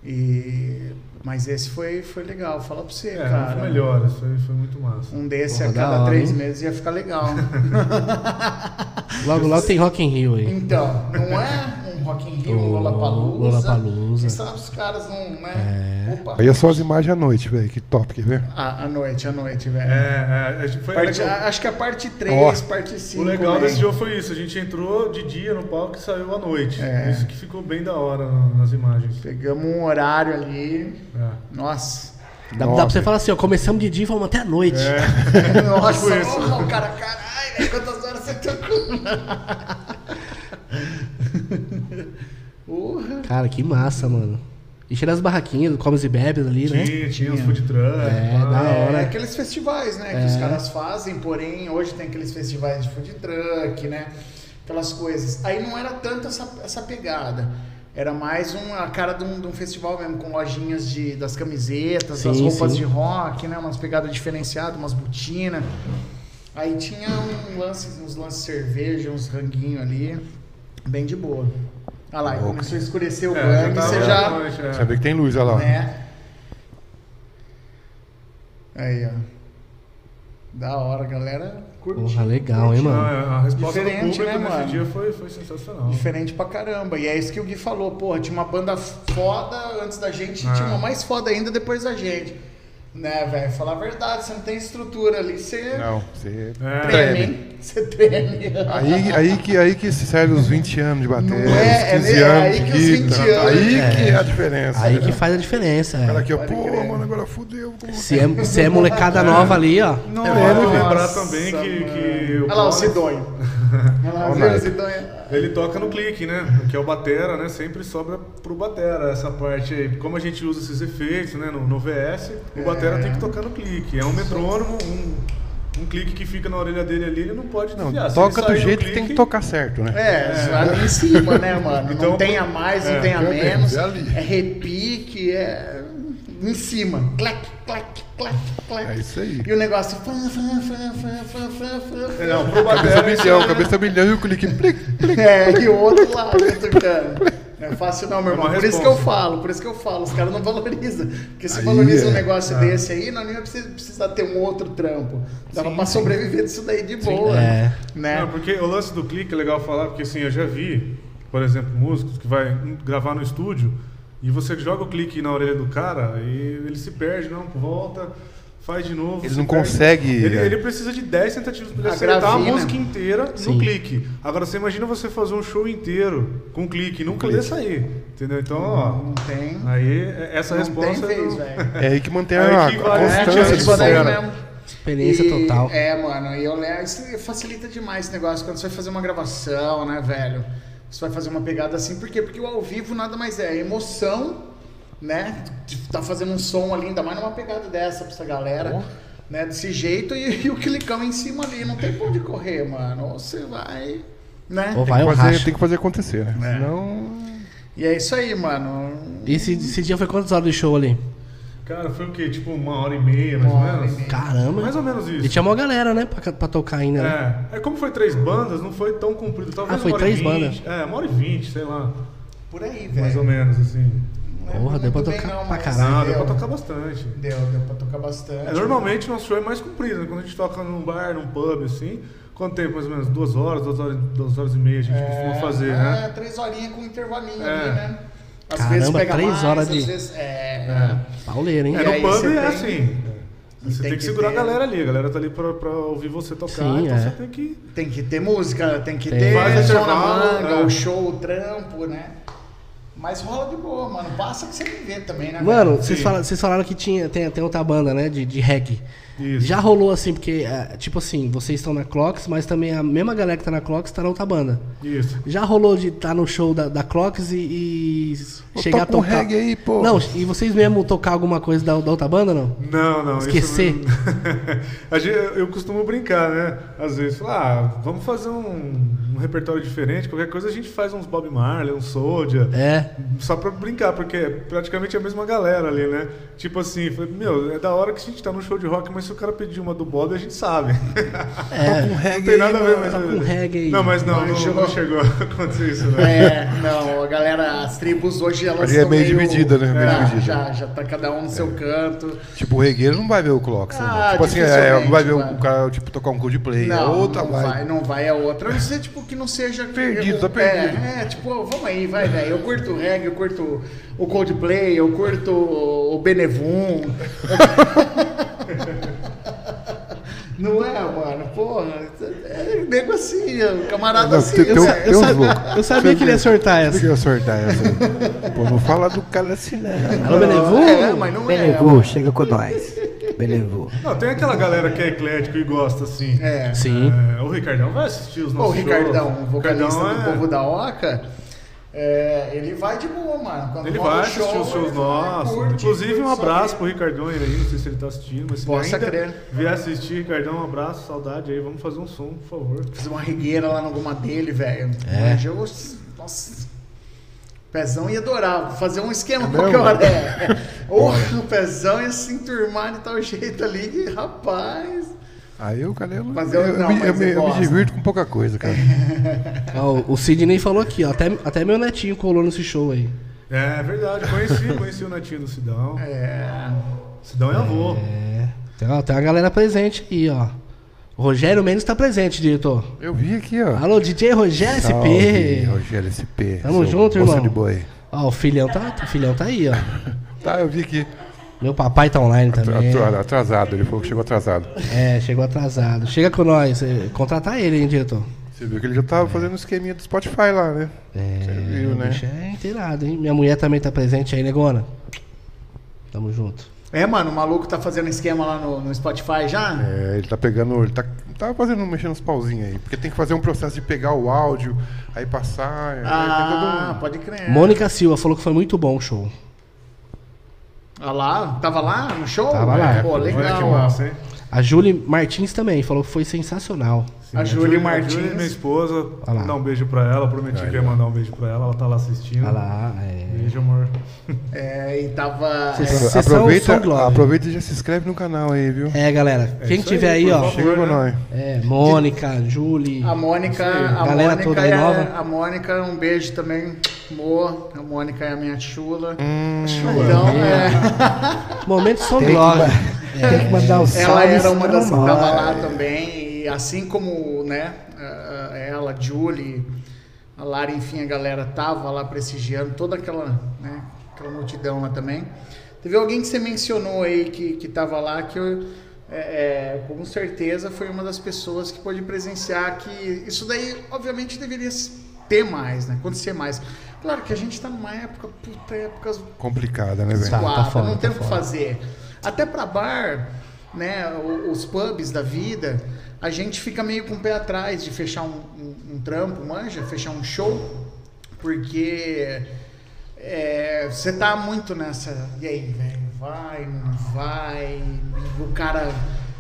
Speaker 4: E, mas esse foi, foi legal, fala pra você,
Speaker 3: É,
Speaker 4: cara.
Speaker 3: não foi melhor, foi, foi muito massa.
Speaker 4: Um desse
Speaker 1: Porra,
Speaker 4: a cada
Speaker 1: da hora,
Speaker 4: três
Speaker 1: hein?
Speaker 4: meses ia ficar legal.
Speaker 1: Logo, logo tem Rock in Rio aí.
Speaker 4: então, não é um Rock in Rio, um
Speaker 1: Oh,
Speaker 4: Lollapalooza.
Speaker 1: Lollapalooza.
Speaker 4: Quem sabe os caras não, né? Opa.
Speaker 2: Aí é só as imagens à noite, velho. Que top, quer ver?
Speaker 4: A, a noite, a noite, velho.
Speaker 3: É, é, a gente foi
Speaker 4: Parte-
Speaker 3: legal.
Speaker 4: a- acho que a parte 3,
Speaker 2: Ó,
Speaker 4: parte né? 5.
Speaker 3: O legal desse jogo foi isso, a gente entrou de dia no palco e saiu à noite.
Speaker 4: É.
Speaker 3: Isso que ficou bem da hora na- nas imagens.
Speaker 4: Pegamos um horário ali.
Speaker 3: É.
Speaker 4: Nossa.
Speaker 1: Dá, dá pra você falar assim, ó, começamos de dia e vamos até a noite.
Speaker 3: É.
Speaker 4: Nossa,
Speaker 3: Tipo isso.
Speaker 4: porra, o cara, caralho, velho, quantas horas você tá tocou? Porra.
Speaker 1: Cara, que massa, mano. E cheira as barraquinhas, comes e bebes ali, né?
Speaker 3: Tinha, tinha uns
Speaker 4: Tinha.
Speaker 3: food truck.
Speaker 1: É,
Speaker 3: lá.
Speaker 1: da hora. É.
Speaker 4: É aqueles festivais, né? Que os caras fazem, porém, hoje tem aqueles festivais de food truck, né? Aquelas coisas. Aí não era tanto essa, essa pegada. Era mais um, a cara de um, de um festival mesmo, com lojinhas de, das camisetas, das
Speaker 1: Sim,
Speaker 4: roupas
Speaker 1: sim.
Speaker 4: de rock, né? Umas pegadas diferenciadas, umas botinas. Aí tinha um lance, uns lances de cerveja, uns ranguinhos ali. Bem de boa. Olha lá, e
Speaker 2: Louco.
Speaker 4: começou a escurecer o
Speaker 3: É,
Speaker 4: bang,
Speaker 3: tava
Speaker 4: você
Speaker 3: à
Speaker 4: já.
Speaker 3: noite, é.
Speaker 2: Sabe que tem luz, olha lá.
Speaker 4: Né? Aí, ó. Da hora, galera. Curte.
Speaker 1: Porra, legal, hein,
Speaker 4: curte.
Speaker 3: Não, é,
Speaker 1: mano.
Speaker 3: a resposta do
Speaker 4: Diferente,
Speaker 3: público
Speaker 4: né,
Speaker 3: nesse
Speaker 4: mano?
Speaker 3: dia foi, foi sensacional.
Speaker 4: Diferente pra caramba. E é isso que o Gui falou, porra, tinha uma banda foda antes da gente,
Speaker 3: Ah.
Speaker 4: tinha uma mais foda ainda depois da gente. Né, velho? Falar a verdade, você não tem estrutura ali, você
Speaker 2: Não, você
Speaker 3: É.
Speaker 4: treme.
Speaker 2: treme.
Speaker 4: hein? Você treme. É
Speaker 2: Aí, aí, que, aí que se serve os 20 anos de bater,
Speaker 4: Não é,
Speaker 2: os 15
Speaker 4: é, é
Speaker 2: anos
Speaker 4: aí
Speaker 2: de
Speaker 4: que os 20
Speaker 2: guitarra.
Speaker 4: anos.
Speaker 2: Aí que
Speaker 1: É.
Speaker 2: é a diferença.
Speaker 1: Aí
Speaker 2: né?
Speaker 1: que faz a diferença.
Speaker 2: O cara
Speaker 1: É.
Speaker 2: aqui, ó,
Speaker 4: Pode
Speaker 2: pô,
Speaker 4: crer.
Speaker 2: mano, agora fudeu. pô.
Speaker 1: Se, é, se é molecada nova ali, ó.
Speaker 3: Eu
Speaker 4: é,
Speaker 3: quero É, né, lembrar também que, que
Speaker 4: né? Olha lá o
Speaker 3: Boris,
Speaker 4: Sidonho. Olha lá,
Speaker 2: Olha
Speaker 4: viu
Speaker 2: lá.
Speaker 4: o Sidonho.
Speaker 3: ele toca no clique, né? Que é o batera, né? Sempre sobra pro batera essa parte aí. Como a gente usa esses efeitos, né? No, no VS, o batera tem que tocar no clique. É um metrônomo, um, um clique que fica na orelha dele ali, ele não pode
Speaker 2: Não,
Speaker 3: desviar. Se ele
Speaker 2: toca do
Speaker 3: sair
Speaker 2: jeito que
Speaker 3: clique,
Speaker 2: tem que tocar certo, né?
Speaker 4: É, ali em cima, né, mano? não
Speaker 3: Então,
Speaker 4: tem a mais, não tem a
Speaker 2: pelo menos,
Speaker 4: menos.
Speaker 2: é ali.
Speaker 4: É repique, é em cima. Clac, clac, clac, clac.
Speaker 2: É isso aí.
Speaker 4: E o negócio. Fã, fã, fã, fã, fã, fã, fã,
Speaker 3: É,
Speaker 4: fã.
Speaker 3: Não, pro
Speaker 2: Cabeça
Speaker 3: batera. isso
Speaker 4: um
Speaker 2: milhão,
Speaker 3: é-
Speaker 2: um cabeça milhão e o clique. plic, plic.
Speaker 4: É, e o outro lá, tocando. Não é fácil não, meu
Speaker 3: É uma
Speaker 4: irmão. Por isso
Speaker 3: responsa.
Speaker 4: que eu falo, por isso que eu falo. Os caras não valorizam. Porque se
Speaker 2: Aí,
Speaker 4: valoriza um
Speaker 2: é.
Speaker 4: negócio desse aí, não ia precisar precisar ter um outro trampo. Dava pra sobreviver disso daí de boa.
Speaker 1: É.
Speaker 4: Né?
Speaker 3: Não, porque o lance do clique é legal falar, porque assim, eu já vi, por exemplo, músicos que vai gravar no estúdio e você joga o clique na orelha do cara e ele se perde, não, volta, faz de novo.
Speaker 2: Ele
Speaker 3: se
Speaker 2: não
Speaker 3: perde.
Speaker 2: consegue,
Speaker 3: Ele,
Speaker 2: é.
Speaker 3: ele precisa de 10 tentativas para ele
Speaker 4: A
Speaker 3: acertar
Speaker 4: gravina.
Speaker 3: a música inteira
Speaker 1: Sim.
Speaker 3: no clique. Agora você imagina você fazer um show inteiro com um clique, nunca ia sair. Entendeu? Então,
Speaker 4: Não
Speaker 3: ó.
Speaker 4: tem.
Speaker 3: Aí é- essa
Speaker 4: Não tem
Speaker 3: resposta. é
Speaker 4: vez,
Speaker 3: do-
Speaker 4: velho.
Speaker 2: É aí que mantém
Speaker 3: Aí
Speaker 2: a,
Speaker 3: que
Speaker 2: a
Speaker 3: vai, né?
Speaker 2: constância
Speaker 3: Tinha
Speaker 2: do
Speaker 3: isso daí
Speaker 2: som.
Speaker 3: mesmo.
Speaker 1: Experiência
Speaker 4: E-
Speaker 1: total.
Speaker 4: É, mano, e eu le- isso facilita demais esse negócio quando você vai fazer uma gravação, né, velho? Você vai fazer uma pegada assim, por quê? Porque o ao vivo nada mais é, é emoção, né? De Tá fazendo um som ali, ainda mais numa pegada dessa pra essa galera, né? Desse jeito, e, e o clicão em cima ali, não tem pra onde correr, mano. Ou você vai, né?
Speaker 1: Ou
Speaker 2: Tem
Speaker 1: vai
Speaker 2: que
Speaker 1: ou
Speaker 2: fazer-
Speaker 1: racha.
Speaker 2: Tem que fazer acontecer, né?
Speaker 4: É.
Speaker 2: Senão.
Speaker 4: E é isso aí, mano.
Speaker 1: E esse, esse dia foi quantas horas de show ali?
Speaker 3: Cara, foi o quê? Tipo uma hora e meia, mais
Speaker 4: Uma
Speaker 3: ou
Speaker 4: hora e
Speaker 3: menos?
Speaker 4: meia.
Speaker 1: Caramba.
Speaker 3: Mais ou menos isso.
Speaker 1: E tinha mó galera, né? Pra, ca- pra tocar ainda, né?
Speaker 3: É, é como foi três bandas, não foi tão comprido. Talvez
Speaker 1: Ah, foi
Speaker 3: uma hora e
Speaker 1: três
Speaker 3: vinte. É, uma hora e vinte, sei lá.
Speaker 4: Por aí,
Speaker 3: Mais ou
Speaker 4: velho.
Speaker 3: menos, assim.
Speaker 4: Não lembro
Speaker 1: Porra, deu pra
Speaker 4: muito bem,
Speaker 1: tocar
Speaker 4: não,
Speaker 1: pra
Speaker 4: mas
Speaker 1: caralho.
Speaker 3: Ah,
Speaker 4: Deu,
Speaker 3: deu pra tocar bastante.
Speaker 4: Deu, deu pra tocar bastante.
Speaker 3: É, normalmente nosso show é mais comprido, né? Quando a gente toca num bar, num pub, assim. Quanto tempo, mais ou menos? Duas horas, duas horas, duas horas e meia a gente costuma Tipo, fazer,
Speaker 4: é,
Speaker 3: né?
Speaker 4: três horinhas com intervalinho
Speaker 3: É.
Speaker 4: ali, né? Às
Speaker 1: Caramba,
Speaker 4: vezes pega
Speaker 1: três
Speaker 4: mais,
Speaker 1: horas
Speaker 4: às
Speaker 1: de-
Speaker 4: vezes. É,
Speaker 1: Pauleiro, hein?
Speaker 3: É,
Speaker 4: E aí
Speaker 3: no pub
Speaker 4: você
Speaker 3: é
Speaker 4: tem-
Speaker 3: assim. Você tem,
Speaker 4: tem
Speaker 3: que
Speaker 4: que
Speaker 3: segurar
Speaker 4: ter-
Speaker 3: a galera ali. A galera tá ali pra, pra ouvir você tocar.
Speaker 1: Sim,
Speaker 3: então
Speaker 1: é.
Speaker 3: você tem que.
Speaker 4: Tem que ter música, tem que
Speaker 1: Tem.
Speaker 4: ter
Speaker 3: Faz
Speaker 4: som na
Speaker 3: intervalo,
Speaker 4: manga,
Speaker 3: é.
Speaker 4: o show, o trampo, né? Mas rola de boa, mano. Passa que você me vê também, né?
Speaker 1: Mano,
Speaker 4: velho?
Speaker 1: vocês
Speaker 3: um- Sim.
Speaker 1: fala- vocês falaram, que tinha, tem, tem outra banda, né? De, de reggae.
Speaker 3: Isso.
Speaker 1: Já rolou assim, porque, é, tipo assim, vocês estão na Clocks, mas também a mesma galera que tá na Clocks tá na outra banda.
Speaker 3: Isso.
Speaker 1: Já rolou de estar no show da, da Clocks e, e
Speaker 2: Ô,
Speaker 1: chegar a
Speaker 2: toca um
Speaker 1: tocar.
Speaker 2: reggae aí, pô.
Speaker 1: Não, e vocês mesmo tocar alguma coisa da, da outra banda, não?
Speaker 3: Não, não. isso
Speaker 1: Esquecer.
Speaker 3: não- A gente- eu costumo brincar, né? Às vezes, falar, ah, vamos fazer um, um repertório diferente. Qualquer coisa a gente faz uns Bob Marley, um Soldier.
Speaker 1: É.
Speaker 3: Só pra brincar, porque é praticamente a mesma galera ali, né? Tipo assim, falei, meu, é da hora que a gente tá num show de rock, mas se o cara pedir uma do Bob, a gente sabe.
Speaker 1: é.
Speaker 2: Toca um
Speaker 3: Não
Speaker 2: reggae
Speaker 3: tem
Speaker 2: aí,
Speaker 3: nada a ver, mas. é
Speaker 1: Tá com reggae aí.
Speaker 3: Não, mas não,
Speaker 4: Mas
Speaker 3: não,
Speaker 4: chegou.
Speaker 3: não chegou a acontecer isso, né?
Speaker 4: É, não, a galera, as tribos hoje elas
Speaker 2: Ali é
Speaker 4: são
Speaker 2: meio dividida, né? Meio
Speaker 4: já,
Speaker 2: dividida.
Speaker 4: Já, já tá cada um no seu canto.
Speaker 2: Tipo, o regueiro não vai ver o Clocks. né?
Speaker 4: Ah,
Speaker 2: tipo assim, é, não vai ver
Speaker 4: dificilmente,
Speaker 2: o cara tipo, tocar um Coldplay. É outra
Speaker 4: não
Speaker 2: vibe.
Speaker 4: vai, não vai a outra. A não ser, tipo, que não seja...
Speaker 2: Perdido, tá
Speaker 4: é,
Speaker 2: perdido.
Speaker 4: É, tipo, ó, vamos aí, vai, velho. Eu curto o reggae, eu curto o Coldplay, eu curto o Benevum. não é, mano? Porra, é nego assim, é um camarada
Speaker 2: Não,
Speaker 4: assim.
Speaker 2: tem- tem
Speaker 4: eu
Speaker 2: um-
Speaker 4: sei-
Speaker 2: tem uns loucos.
Speaker 1: eu sabia que ele ia sortar essa.
Speaker 2: Eu ia sortar essa. aí. Pô, não fala do cara assim, não.
Speaker 1: Alô, Benevu?
Speaker 4: É, mas não é.
Speaker 5: Belevu, chega com nós. Belevu.
Speaker 3: Não, tem aquela galera que é eclético e gosta, assim.
Speaker 4: É.
Speaker 1: Sim.
Speaker 3: É, o Ricardão vai assistir os
Speaker 4: Pô,
Speaker 3: nossos
Speaker 4: o Ricardão, o
Speaker 3: shows.
Speaker 4: vocalista
Speaker 3: Ricardão
Speaker 4: do
Speaker 3: é-
Speaker 4: povo da Oca, é, ele vai de boa, mano. Quando
Speaker 3: Ele
Speaker 4: rola
Speaker 3: vai
Speaker 4: o
Speaker 3: assistir os
Speaker 4: ele
Speaker 3: shows
Speaker 4: vai,
Speaker 3: nossos.
Speaker 4: curte,
Speaker 3: Inclusive, um
Speaker 4: curte,
Speaker 3: abraço
Speaker 4: só
Speaker 3: pro Ricardão ele aí, não sei se ele tá assistindo, mas se ele
Speaker 4: Possa
Speaker 3: ainda
Speaker 4: crer.
Speaker 3: vier assistir, Ricardão, um abraço, saudade aí, vamos fazer um som, por favor.
Speaker 4: que- Fiz uma rigueira lá no goma dele, velho.
Speaker 1: É.
Speaker 4: Mas eu- Nossa. Pezão ia adorar, fazer um esquema
Speaker 2: mesmo?
Speaker 4: qualquer hora. É. Ou o Pezão ia se enturmar de tal jeito ali, que, rapaz.
Speaker 2: Aí o cara. Eu,
Speaker 4: Mas eu-
Speaker 2: eu
Speaker 4: não,
Speaker 2: me,
Speaker 4: mas
Speaker 2: eu me-
Speaker 4: eu
Speaker 2: eu me
Speaker 4: gosto.
Speaker 2: divirto com pouca coisa, cara.
Speaker 1: Ó, o- o Sidney falou aqui, ó. Até, até meu netinho colou nesse show aí.
Speaker 3: É, é verdade, conheci, conheci o Natinho do Sidão.
Speaker 4: É.
Speaker 3: Sidão é avô.
Speaker 1: É. Tem, ó, tem uma galera presente aí, ó. O Rogério Mendes tá presente, diretor.
Speaker 2: Eu vi aqui, ó.
Speaker 1: Alô, DJ Rogério
Speaker 2: Salve,
Speaker 1: SP.
Speaker 2: Rogério SP.
Speaker 1: Tamo
Speaker 2: seu
Speaker 1: junto,
Speaker 2: moça
Speaker 1: irmão.
Speaker 2: de boi.
Speaker 1: Ó, o filhão tá, o filhão tá aí, ó.
Speaker 2: Tá, eu vi aqui.
Speaker 1: Meu papai tá online também.
Speaker 2: Atra- Atrasado, ele falou que chegou atrasado.
Speaker 1: É, chegou atrasado. Chega com nós. é, Contratar ele, hein, diretor?
Speaker 2: Você viu que ele já tava fazendo o esqueminha do Spotify lá, né?
Speaker 1: É,
Speaker 2: Você viu,
Speaker 1: o
Speaker 2: né?
Speaker 1: bicho é inteirado, hein? Minha mulher também tá presente aí, Negona. Tamo junto.
Speaker 4: É, mano, o maluco tá fazendo esquema lá no, no Spotify já?
Speaker 2: É, ele tá pegando, ele tá, tá fazendo, mexendo os pauzinhos aí. Porque tem que fazer um processo de pegar o áudio, aí passar. aí tem todo um-
Speaker 4: Ah, pode crer.
Speaker 1: Mônica Silva falou que foi muito bom o show.
Speaker 4: Ah lá, tava lá no show?
Speaker 1: Tava lá. é,
Speaker 4: Pô, legal.
Speaker 3: Olha que massa, hein?
Speaker 1: A Julie Martins também falou que foi sensacional.
Speaker 3: Sim,
Speaker 4: A Júlia Martins.
Speaker 3: A Júlia, minha esposa,
Speaker 1: Olha lá.
Speaker 3: dá um beijo pra ela, prometi que ia mandar um beijo pra ela, ela tá lá assistindo.
Speaker 1: Olha lá, é.
Speaker 3: Beijo, amor.
Speaker 4: É, e tava.
Speaker 1: Vocês-
Speaker 4: é,
Speaker 1: Sessão São Glória.
Speaker 2: Aproveita, aproveita e já se inscreve no canal aí, viu?
Speaker 1: É, galera, quem
Speaker 3: isso
Speaker 1: tiver
Speaker 3: aí,
Speaker 1: aí,
Speaker 3: por
Speaker 1: ó.
Speaker 3: favor.
Speaker 2: Chega pra nós.
Speaker 1: É, Mônica, Julie.
Speaker 4: a Mônica. A
Speaker 1: Galera
Speaker 4: Mônica
Speaker 1: toda aí
Speaker 4: é,
Speaker 1: nova.
Speaker 4: A Mônica, um beijo também. Mo, a Mônica é a minha chula.
Speaker 2: Hum,
Speaker 4: Então, é,
Speaker 1: Momento São
Speaker 5: Tem que,
Speaker 1: Glória. É.
Speaker 5: ma- tem que mandar o salve.
Speaker 4: ela era uma das que
Speaker 5: pra
Speaker 4: tava
Speaker 5: nós.
Speaker 4: lá também. E assim como, né, a- a- ela, a Julie, a Lara, enfim, a galera tava lá prestigiando, toda aquela, né, aquela multidão lá também. Teve alguém que você mencionou aí que, que tava lá que eu. é, é, com certeza foi uma das pessoas que pôde presenciar que isso daí, obviamente, deveria ter mais, né? Acontecer mais. Claro que a gente tá numa época, puta, época
Speaker 2: complicada, né, velho?
Speaker 1: Tá,
Speaker 4: Suada,
Speaker 1: foda,
Speaker 4: não tem
Speaker 1: tá
Speaker 4: o que
Speaker 1: foda.
Speaker 4: fazer. Até pra bar, né, o- os pubs da vida, a gente fica meio com o pé atrás de fechar um, um- um trampo, manja, fechar um show, porque é, você tá muito nessa. E aí, velho, vai, não vai? O cara,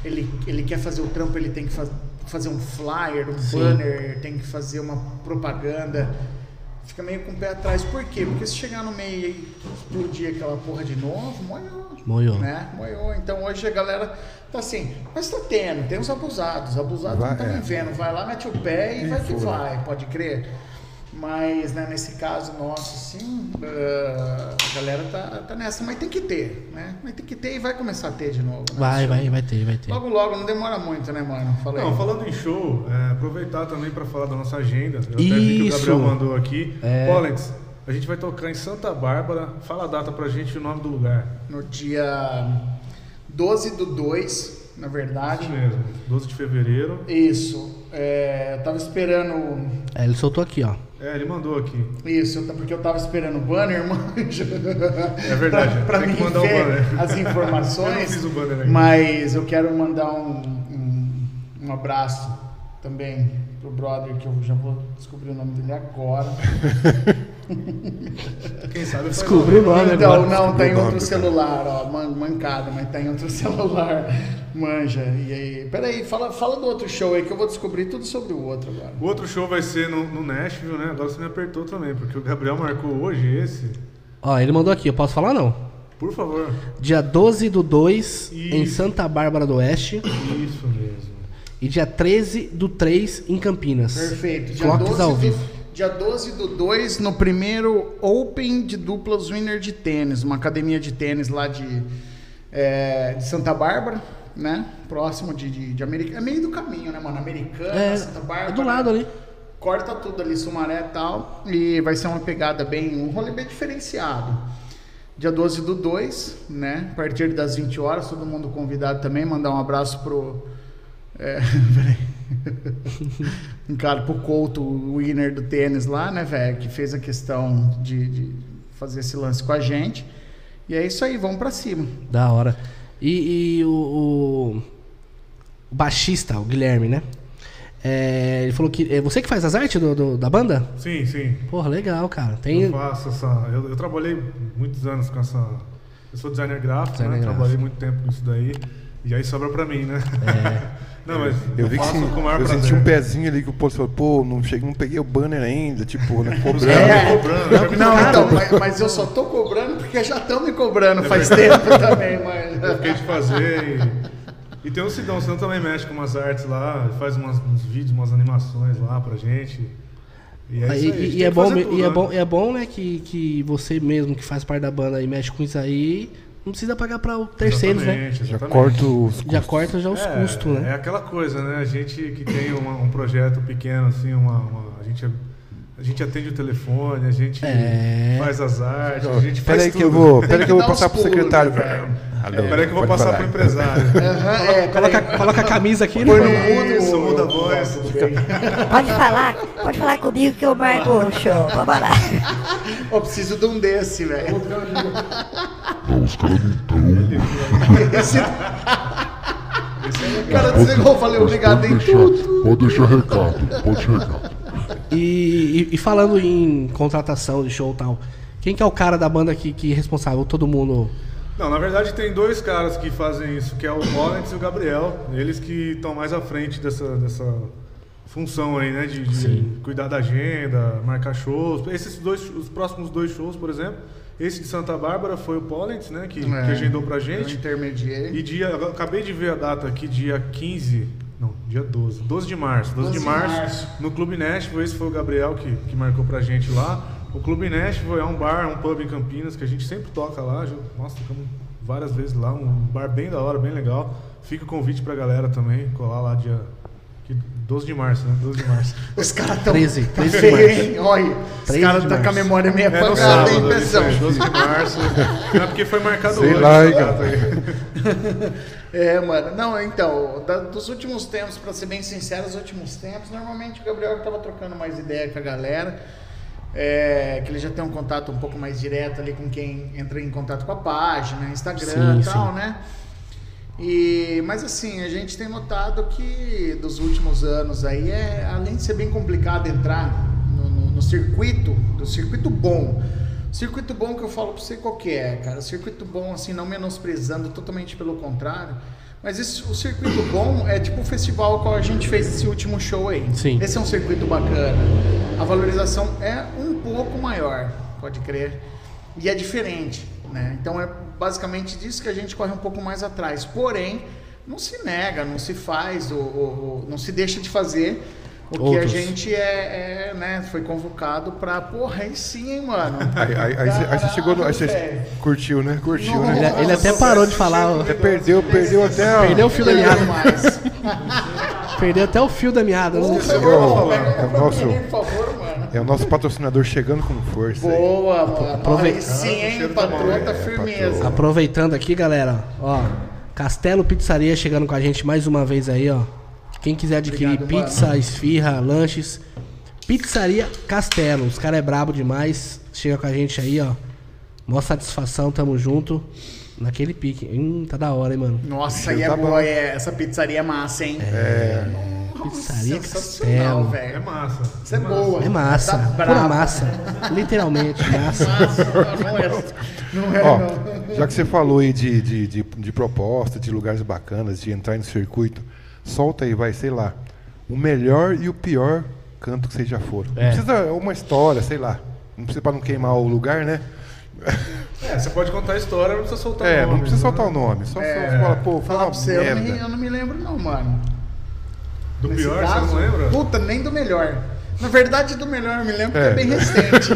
Speaker 4: ele, ele quer fazer o trampo, ele tem que fa- fazer um flyer, um
Speaker 1: Sim.
Speaker 4: banner, tem que fazer uma propaganda fica meio com o pé atrás. Por quê? Porque se chegar no meio e explodir aquela porra de novo, moiou.
Speaker 1: Moiou.
Speaker 4: Né? Moiou. Então hoje a galera tá assim, mas tá tendo, tem os abusados. Abusados
Speaker 2: Vai,
Speaker 4: não tá
Speaker 2: é.
Speaker 4: nem vendo. Vai lá, mete o pé e,
Speaker 2: E
Speaker 4: vai que
Speaker 2: fura.
Speaker 4: vai, pode crer. Mas né, nesse caso nosso, sim, ah, a galera tá, tá nessa, mas tem que ter, né? Mas tem que ter e vai começar a ter de novo. né?
Speaker 1: Vai,
Speaker 4: Isso.
Speaker 1: vai, vai ter, vai ter.
Speaker 4: Logo, logo, não demora muito, né, mano? Falei.
Speaker 3: Não, falando em show, é, aproveitar também para falar da nossa agenda. Eu até vi que o
Speaker 1: Isso.
Speaker 3: Gabriel mandou aqui.
Speaker 1: É.
Speaker 3: Pollens, A gente vai tocar em Santa Bárbara. Fala a data pra gente e o nome do lugar.
Speaker 4: No dia 12 do 2, na verdade.
Speaker 3: Isso mesmo, 12 de fevereiro.
Speaker 4: Isso. É, eu tava esperando.
Speaker 1: É, ele soltou aqui, ó.
Speaker 3: É, ele mandou aqui.
Speaker 4: Isso, eu ta- porque eu tava esperando o banner, manjo. É
Speaker 3: verdade,
Speaker 4: pra
Speaker 3: tem
Speaker 4: mim
Speaker 3: que mandar o
Speaker 4: ver
Speaker 3: banner.
Speaker 4: as informações.
Speaker 3: Eu não fiz o banner ainda.
Speaker 4: Mas eu quero mandar um, um, um abraço também pro brother, que eu já vou descobrir o nome dele agora.
Speaker 3: Quem sabe faz um-
Speaker 1: Descobriu o nome
Speaker 4: Então,
Speaker 1: agora.
Speaker 4: não, tá em
Speaker 2: Descobriu o nome,
Speaker 4: outro
Speaker 2: cara.
Speaker 4: celular, ó, man- mancada, mas tá em outro celular, manja. E aí, peraí, fala, fala do outro show aí que eu vou descobrir tudo sobre o outro agora.
Speaker 3: O outro show vai ser no, no Nashville, né? Agora você me apertou também, porque o Gabriel marcou hoje esse.
Speaker 1: Ó, ele mandou aqui, eu posso falar não?
Speaker 3: Por favor.
Speaker 1: Dia 12 do 2, em
Speaker 3: Isso.
Speaker 1: Santa Bárbara do Oeste.
Speaker 3: Isso mesmo.
Speaker 1: E dia 13 do 3, em Campinas.
Speaker 4: Perfeito. Dia
Speaker 1: Clocks
Speaker 4: 12
Speaker 1: ao
Speaker 4: do-
Speaker 1: vivo.
Speaker 4: Dia 12 do 2, no primeiro Open de duplas Winner de tênis, uma academia de tênis lá de, é, de Santa Bárbara, né? Próximo de, de, de Americana. É meio do caminho, né, mano? Americana,
Speaker 1: É,
Speaker 4: Santa Bárbara.
Speaker 1: é do lado ali.
Speaker 4: Corta tudo ali, Sumaré e tal. E vai ser uma pegada bem. um rolê bem diferenciado. Dia 12 do 2, né? A partir das 20 horas, todo mundo convidado também. Mandar um abraço pro. É, peraí. Um Cara, pro Couto, o winner do tênis lá, né, velho? Que fez a questão de, de fazer esse lance com a gente. E é isso aí, vamos pra cima.
Speaker 1: Da hora. E, e o, o, o baixista, o Guilherme, né? É, ele falou que. É você que faz as artes do- do- da banda?
Speaker 3: Sim, sim.
Speaker 1: Porra, legal, cara.
Speaker 3: Eu
Speaker 1: Tem.
Speaker 3: faço essa. Eu, eu trabalhei muitos anos com essa. Eu sou designer gráfico,
Speaker 1: Designer
Speaker 3: né?
Speaker 1: gráfico.
Speaker 3: Trabalhei muito tempo com isso daí. E aí sobra pra mim, né?
Speaker 1: É.
Speaker 3: Não, mas
Speaker 2: Eu vi que
Speaker 3: faço
Speaker 2: sim,
Speaker 3: com o maior
Speaker 2: eu
Speaker 3: prazer.
Speaker 2: senti um pezinho ali que o posto falou, pô, não, cheguei, não peguei o banner ainda, tipo, né, cobrando.
Speaker 3: É. cobrando, já me
Speaker 4: não,
Speaker 3: cobraram.
Speaker 4: então, mas, mas eu só tô cobrando porque já estão me cobrando faz tempo também,
Speaker 3: Eu fiquei
Speaker 4: mano.
Speaker 3: de fazer e. E tem o Sidão, o Sidão também mexe com umas artes lá, faz umas- uns vídeos, umas animações lá pra gente. E
Speaker 1: e,
Speaker 3: é, isso aí, a gente
Speaker 1: e- e
Speaker 3: tem
Speaker 1: é
Speaker 3: que
Speaker 1: bom,
Speaker 3: fazer
Speaker 1: me-
Speaker 3: tudo,
Speaker 1: e é
Speaker 3: né?
Speaker 1: bom, e é bom, né, que, que você mesmo que faz parte da banda e mexe com isso aí, não precisa pagar pra o terceiros, né?
Speaker 3: Exatamente,
Speaker 2: Já
Speaker 3: exatamente.
Speaker 2: corto os
Speaker 1: Já corta já os
Speaker 3: É,
Speaker 1: custos,
Speaker 3: É
Speaker 1: né?
Speaker 3: aquela coisa, né? A gente que tem uma- um projeto pequeno, assim, uma, uma- a, gente, a gente atende o telefone, a gente
Speaker 1: É.
Speaker 3: faz as artes, a gente faz
Speaker 2: Peraí que
Speaker 3: tudo.
Speaker 2: eu vou, peraí que eu
Speaker 4: Tem
Speaker 2: vou
Speaker 4: que dar
Speaker 2: passar
Speaker 4: uns
Speaker 2: pro secretário.
Speaker 4: pulos, né, velho?
Speaker 2: Alô,
Speaker 3: É, peraí que eu
Speaker 2: pode
Speaker 3: vou passar
Speaker 2: parar.
Speaker 3: pro empresário.
Speaker 4: Aham, é,
Speaker 1: Coloca, coloca a camisa aqui, né?
Speaker 4: Põe no
Speaker 1: mano?
Speaker 4: mudo.
Speaker 3: Isso, muda a
Speaker 4: o-
Speaker 3: voz.
Speaker 6: Pode falar, pode falar comigo que eu marco o show. Vamos lá.
Speaker 4: Eu preciso de um desse, velho. Esse... O cara desligou, eu falei, obrigado em tudo.
Speaker 7: Pode deixar recado, pode recado.
Speaker 1: E, e- e falando em contratação de show e tal, quem que é o cara da banda que, que é responsável? Todo mundo.
Speaker 3: Não, na verdade tem dois caras que fazem isso, que é o Rollins e o Gabriel. Eles que estão mais à frente dessa, dessa função aí, né? De, de cuidar da agenda, marcar shows. Esses dois, os próximos dois shows, por exemplo. Esse de Santa Bárbara foi o Pollens, né? Que, que agendou pra
Speaker 4: Eu
Speaker 3: gente. E
Speaker 4: intermediei.
Speaker 3: dia, eu acabei de ver a data aqui, dia 15. Não, dia 12. 12 de março. 12, de,
Speaker 4: 12 de
Speaker 3: março,
Speaker 4: março.
Speaker 3: No Clube Nashville, esse foi o Gabriel que, que marcou pra gente lá. O Clube Nashville é um bar, um pub em Campinas que a gente sempre toca lá. Já- Nossa, tocamos várias vezes lá. Um bar bem da hora, bem legal. Fica o convite pra galera também, colar lá dia. que- 12 de março, né? 12 de março.
Speaker 4: Os caras tão.
Speaker 1: 13,
Speaker 4: tá
Speaker 1: 13 de
Speaker 4: feio,
Speaker 1: março.
Speaker 4: hein? Olha, os
Speaker 1: 13
Speaker 4: caras
Speaker 1: de
Speaker 4: tá com a
Speaker 1: março.
Speaker 4: memória meio
Speaker 3: É no
Speaker 4: apagada, hein,
Speaker 3: sábado, isso
Speaker 4: pessoal?
Speaker 3: aí, 12 de março. Não é porque foi marcado
Speaker 2: Sei
Speaker 3: hoje.
Speaker 2: lá, hein,
Speaker 3: essa
Speaker 2: cara.
Speaker 3: data aí.
Speaker 4: É, mano. Não, então, da- dos últimos tempos, pra ser bem sincero, os últimos tempos, normalmente o Gabriel tava trocando mais ideia com a galera. é, que ele já tem um contato um pouco mais direto ali com quem entra em contato com a página, Instagram
Speaker 1: Sim,
Speaker 4: e tal,
Speaker 1: sim.
Speaker 4: né? E, mas assim, a gente tem notado que dos últimos anos aí, é, além de ser bem complicado entrar no, no- no circuito, do circuito bom. Circuito bom que eu falo pra você qual que é, cara. Circuito bom, assim, não menosprezando, totalmente pelo contrário. Mas esse, o circuito bom é tipo o festival qual a gente fez esse último show aí.
Speaker 1: Sim.
Speaker 4: Esse é um circuito bacana. A valorização é um pouco maior, pode crer e é diferente, né? Então é basicamente disso que a gente corre um pouco mais atrás. Porém, não se nega, não se faz, ou, ou- ou não se deixa de fazer o que a
Speaker 1: Outros.
Speaker 4: gente é, é, né? Foi convocado pra porra aí sim, hein, mano.
Speaker 2: Aí, aí, aí, você- aí você chegou no. Aí você
Speaker 4: Caralho, velho.
Speaker 2: curtiu, né? Curtiu,
Speaker 4: Nossa.
Speaker 2: né?
Speaker 1: Ele, ele até parou de falar, ó,
Speaker 2: Até perdeu, perdeu até. ó.
Speaker 1: Perdeu o fio da
Speaker 4: Não
Speaker 1: meada.
Speaker 4: mais.
Speaker 1: Perdeu até o fio da meada. né?
Speaker 4: Porra,
Speaker 2: Ô,
Speaker 4: pega
Speaker 2: é
Speaker 4: pra
Speaker 2: nosso.
Speaker 4: mim, Por favor, mano.
Speaker 2: É o nosso patrocinador chegando com força. aí.
Speaker 4: Boa, pô.
Speaker 1: Aproveita-
Speaker 4: Aí Sim, hein,
Speaker 3: cheiro tá bom,
Speaker 4: patroa
Speaker 3: né?
Speaker 4: tá
Speaker 2: É,
Speaker 4: firmeza.
Speaker 2: patroa.
Speaker 1: Aproveitando aqui, galera, ó. Castelo Pizzaria chegando com a gente mais uma vez aí, ó. Quem quiser adquirir
Speaker 4: Obrigado,
Speaker 1: pizza, esfirra, lanches, Pizzaria Castelo. Os caras é brabo demais. Chega com a gente aí, ó. Mó satisfação, tamo junto. Naquele pique. Hum, tá da hora, hein, mano.
Speaker 4: Nossa, e é
Speaker 2: tá bom.
Speaker 4: boa, é, essa pizzaria é massa, hein? é
Speaker 1: Pizzaria
Speaker 4: Sensacional,
Speaker 1: Castelo.
Speaker 3: É
Speaker 4: velho.
Speaker 3: massa.
Speaker 4: Essa é boa.
Speaker 1: É massa.
Speaker 4: Tá
Speaker 1: pura
Speaker 4: brava.
Speaker 1: massa. Literalmente, massa.
Speaker 4: Massa, não é, não é, não.
Speaker 2: Ó, já que você falou aí de, de, de, de proposta, de lugares bacanas, de entrar no circuito, solta aí, vai, sei lá, o melhor e o pior canto que vocês já foram.
Speaker 3: É.
Speaker 2: Não precisa é uma história, sei lá. Não precisa para não queimar o lugar, né?
Speaker 3: É, você pode contar a história, não precisa soltar
Speaker 2: É,
Speaker 3: o nome.
Speaker 2: não precisa
Speaker 3: né?
Speaker 2: soltar o nome. Só só fala, pô,
Speaker 4: É. Falar
Speaker 2: fala
Speaker 4: pra você, eu não, me, eu
Speaker 2: merda.
Speaker 4: não me lembro não, mano.
Speaker 3: Do
Speaker 4: Nesse
Speaker 3: pior,
Speaker 4: caso,
Speaker 3: você não lembra?
Speaker 4: Puta, nem do melhor. Na verdade, do melhor eu me lembro
Speaker 2: É.
Speaker 4: que é bem recente.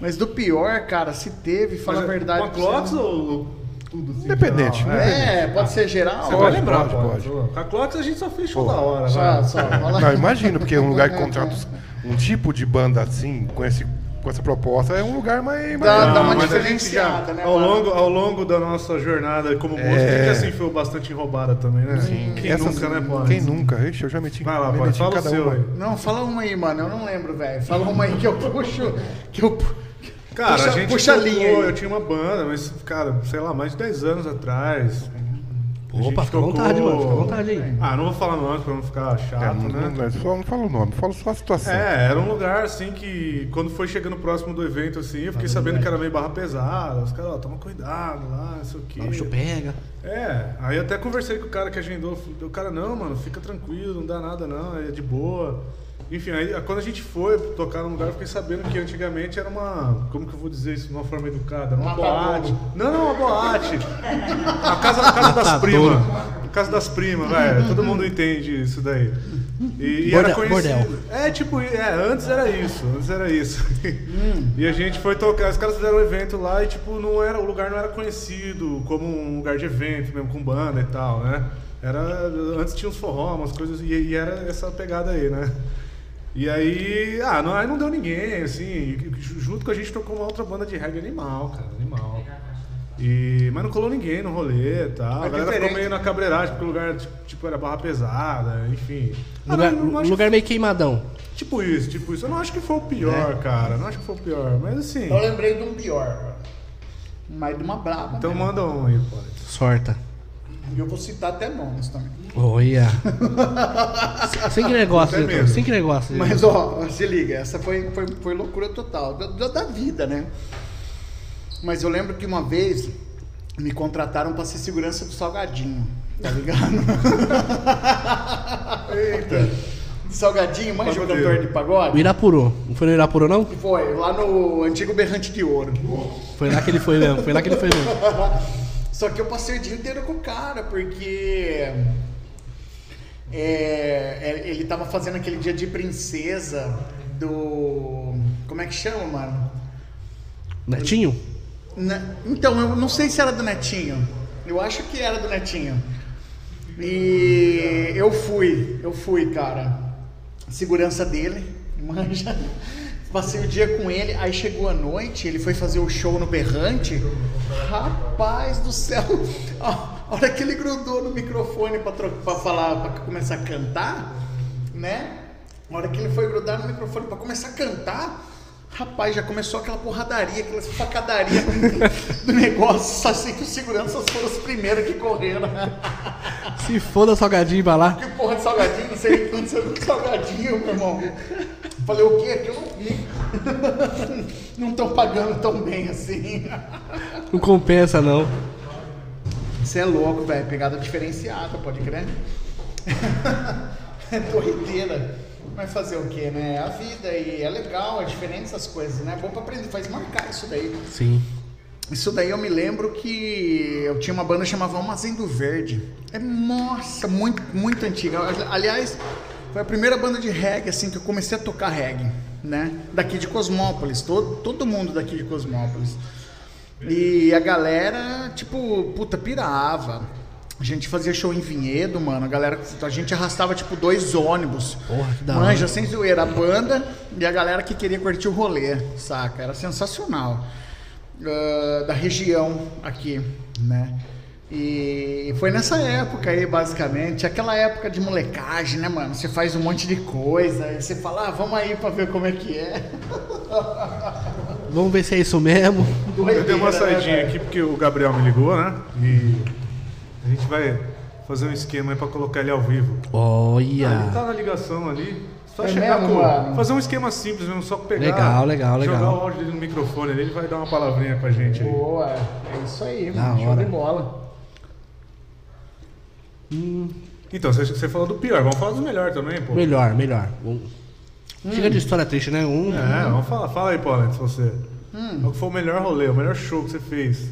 Speaker 4: Mas do pior, cara, se teve, fala a
Speaker 3: Mas é
Speaker 4: verdade.
Speaker 3: Com a
Speaker 4: pra você,
Speaker 3: Clóvis ou ou tudo assim?
Speaker 2: Independente,
Speaker 3: geral?
Speaker 2: né?
Speaker 4: É, pode ser geral.
Speaker 3: Você
Speaker 2: Pode,
Speaker 3: vai lembrar,
Speaker 2: pode,
Speaker 3: pode. Com a Clóvis a gente só fez show
Speaker 2: Pô.
Speaker 3: da hora, né?
Speaker 4: Só,
Speaker 3: vai.
Speaker 4: só, fala.
Speaker 2: Não, imagino, porque um lugar que contrata os- um tipo de banda assim, com, esse, com essa proposta, é um lugar mais. mais-
Speaker 4: Dá- dá uma
Speaker 3: mas a gente
Speaker 4: diferenciada,
Speaker 3: já,
Speaker 4: né,
Speaker 3: Ao
Speaker 4: mano?
Speaker 3: longo, ao longo da nossa jornada como músico, que assim foi bastante roubada também, né? Quem
Speaker 2: essas-
Speaker 3: nunca, né, Boris?
Speaker 2: Quem nunca? Ixi, eu já meti,
Speaker 3: Vai lá,
Speaker 2: me meti em
Speaker 3: Boris, fala o
Speaker 2: cada
Speaker 3: seu
Speaker 2: uma.
Speaker 3: aí.
Speaker 4: Não, fala uma aí, mano. Eu não lembro, velho. Fala uma aí que eu puxo. Que eu pu-
Speaker 3: Cara,
Speaker 4: puxa,
Speaker 3: a gente
Speaker 4: puxa a
Speaker 3: tocou,
Speaker 4: linha. aí.
Speaker 3: Eu tinha uma banda, mas, cara, sei lá, mais de 10 anos atrás. a gente
Speaker 1: Opa, fica à vontade, mano. Fica à vontade aí.
Speaker 3: Ah, não vou falar nome pra não ficar chato,
Speaker 2: É, não,
Speaker 3: né?
Speaker 2: não- só não fala o nome, fala só a situação.
Speaker 3: É, era um lugar assim que quando foi chegando próximo do evento, assim, eu fiquei sabendo que era meio barra pesada. Os caras, ó, toma cuidado lá, isso aqui.
Speaker 1: O bicho pega.
Speaker 3: É, aí eu até conversei com o cara que agendou. O cara, não, mano, fica tranquilo, não dá nada não, é de boa. Enfim, aí quando a gente foi tocar num lugar, eu fiquei sabendo que antigamente era uma. Como que eu vou dizer isso de uma forma educada? Era uma
Speaker 4: Matadouro.
Speaker 3: boate. Não, não, uma boate. A casa, a casa das primas. A casa das primas, velho. Todo mundo entende isso daí. E, e era
Speaker 1: Bordel,
Speaker 3: conhecido.
Speaker 1: bordel.
Speaker 3: É, tipo, é, antes era isso, antes era isso. e a gente foi tocar, os caras fizeram um evento lá e, tipo, não era, o lugar não era conhecido como um lugar de evento mesmo, com banda e tal, né? Era, antes tinha uns forró, umas coisas, e, e era essa pegada aí, né? E aí, ah, não, aí não deu ninguém, assim, e ju- junto com a gente tocou uma outra banda de reggae animal, cara, animal. E, mas não colou ninguém no rolê e tal.
Speaker 4: É
Speaker 3: a galera ficou
Speaker 4: diferente.
Speaker 3: meio na cabreiragem, porque o lugar, tipo, era barra pesada, enfim. Ah,
Speaker 1: Lugar,
Speaker 3: não- não acho que
Speaker 1: lugar meio queimadão.
Speaker 3: Tipo isso, tipo isso. Eu não acho que foi o
Speaker 1: É.
Speaker 3: pior, cara. Não acho que foi o pior, mas assim.
Speaker 4: Eu lembrei de um pior, mano. Mas de uma braba. né?
Speaker 3: Então
Speaker 4: mesmo.
Speaker 3: manda um aí, pode.
Speaker 1: Sorta.
Speaker 4: E eu vou citar até nomes também.
Speaker 1: Olha. Sem que negócio,
Speaker 3: Até
Speaker 1: doutor.
Speaker 3: mesmo.
Speaker 1: Sem que negócio.
Speaker 4: Mas ó, se liga, essa foi, foi, foi loucura total da, da- da vida, né? Mas eu lembro que uma vez me contrataram pra ser segurança do salgadinho, tá ligado? Eita! Salgadinho, manja o
Speaker 3: Pagodeiro.
Speaker 4: cantor de
Speaker 1: O
Speaker 4: pagode?
Speaker 1: Irapuru. Não foi no Irapuru, não?
Speaker 4: Foi, lá no antigo berrante de ouro.
Speaker 1: Foi lá que ele foi mesmo. Foi lá que ele foi mesmo.
Speaker 4: Só que eu passei o dia inteiro com o cara, porque. é, é, ele tava fazendo aquele dia de princesa do. Como é que chama, mano?
Speaker 1: Netinho?
Speaker 4: Na- Então, eu não sei se era do Netinho. Eu acho que era do Netinho. E eu fui, eu fui, cara. Segurança dele, manja. Passei o dia com ele, aí chegou a noite, ele foi fazer o show no Berrante. Rapaz do céu! A hora que ele grudou no microfone pra, tro- pra falar, pra começar a cantar, né? A hora que ele foi grudar no microfone pra começar a cantar, Rapaz, já começou aquela porradaria, aquela facadaria do negócio. Só sei que os seguranças foram os primeiros que correram.
Speaker 1: Se foda salgadinho, vai lá.
Speaker 4: Que porra de salgadinho, não sei o que aconteceu com o salgadinho, meu irmão. Falei, o quê? Que eu não vi. Não estão pagando tão bem assim.
Speaker 1: Não compensa, não.
Speaker 4: Você é louco, velho. Pegada diferenciada, pode crer. É Doideira. Mas fazer o quê, né? É a vida e é legal, é diferente essas coisas, né? É bom pra aprender, faz marcar isso daí.
Speaker 1: Sim.
Speaker 4: Isso daí eu me lembro que eu tinha uma banda que chamava Armazém do Verde. É, nossa, muito, muito antiga. Aliás, foi a primeira banda de reggae assim que eu comecei a tocar reggae, né? Daqui de Cosmópolis, todo, todo mundo daqui de Cosmópolis. E a galera, tipo, puta, pirava. A gente fazia show em Vinhedo, mano. A galera, a gente arrastava tipo dois ônibus.
Speaker 1: Porra, que da hora.
Speaker 4: Manja, sem zoeira, a banda e a galera que queria curtir o rolê, saca? Era sensacional. Ah, da região aqui, né? E foi nessa época aí, basicamente, aquela época de molecagem, né, mano? Você faz um monte de coisa, aí você fala, ah, vamos aí pra ver como é que é.
Speaker 1: Vamos ver se é isso mesmo.
Speaker 3: Eu dei
Speaker 4: Doideira, né,
Speaker 3: uma saidinha
Speaker 4: velho?
Speaker 3: aqui porque o Gabriel me ligou, né? E a gente vai fazer um esquema aí pra colocar ele ao vivo. Ele tá
Speaker 1: Olha.
Speaker 3: na ligação ali. Só
Speaker 4: É
Speaker 3: chegar
Speaker 4: mesmo,
Speaker 3: com.
Speaker 4: mano?
Speaker 3: Fazer um esquema simples mesmo, só pegar.
Speaker 1: Legal, legal,
Speaker 3: jogar
Speaker 1: legal.
Speaker 3: o áudio dele no microfone ali, ele vai dar uma palavrinha com a gente aí.
Speaker 4: Boa, é isso aí,
Speaker 1: Da
Speaker 4: mano. Show
Speaker 1: hora.
Speaker 4: de bola.
Speaker 3: Então, você, você falou do pior, vamos falar do melhor também, pô.
Speaker 1: Melhor, melhor. Um- Chega de história triste, né? Um.
Speaker 3: Hum. É, vamos falar. Fala aí, Paulo, se você.
Speaker 1: Hum.
Speaker 3: Qual que foi o melhor rolê, o melhor show que você fez?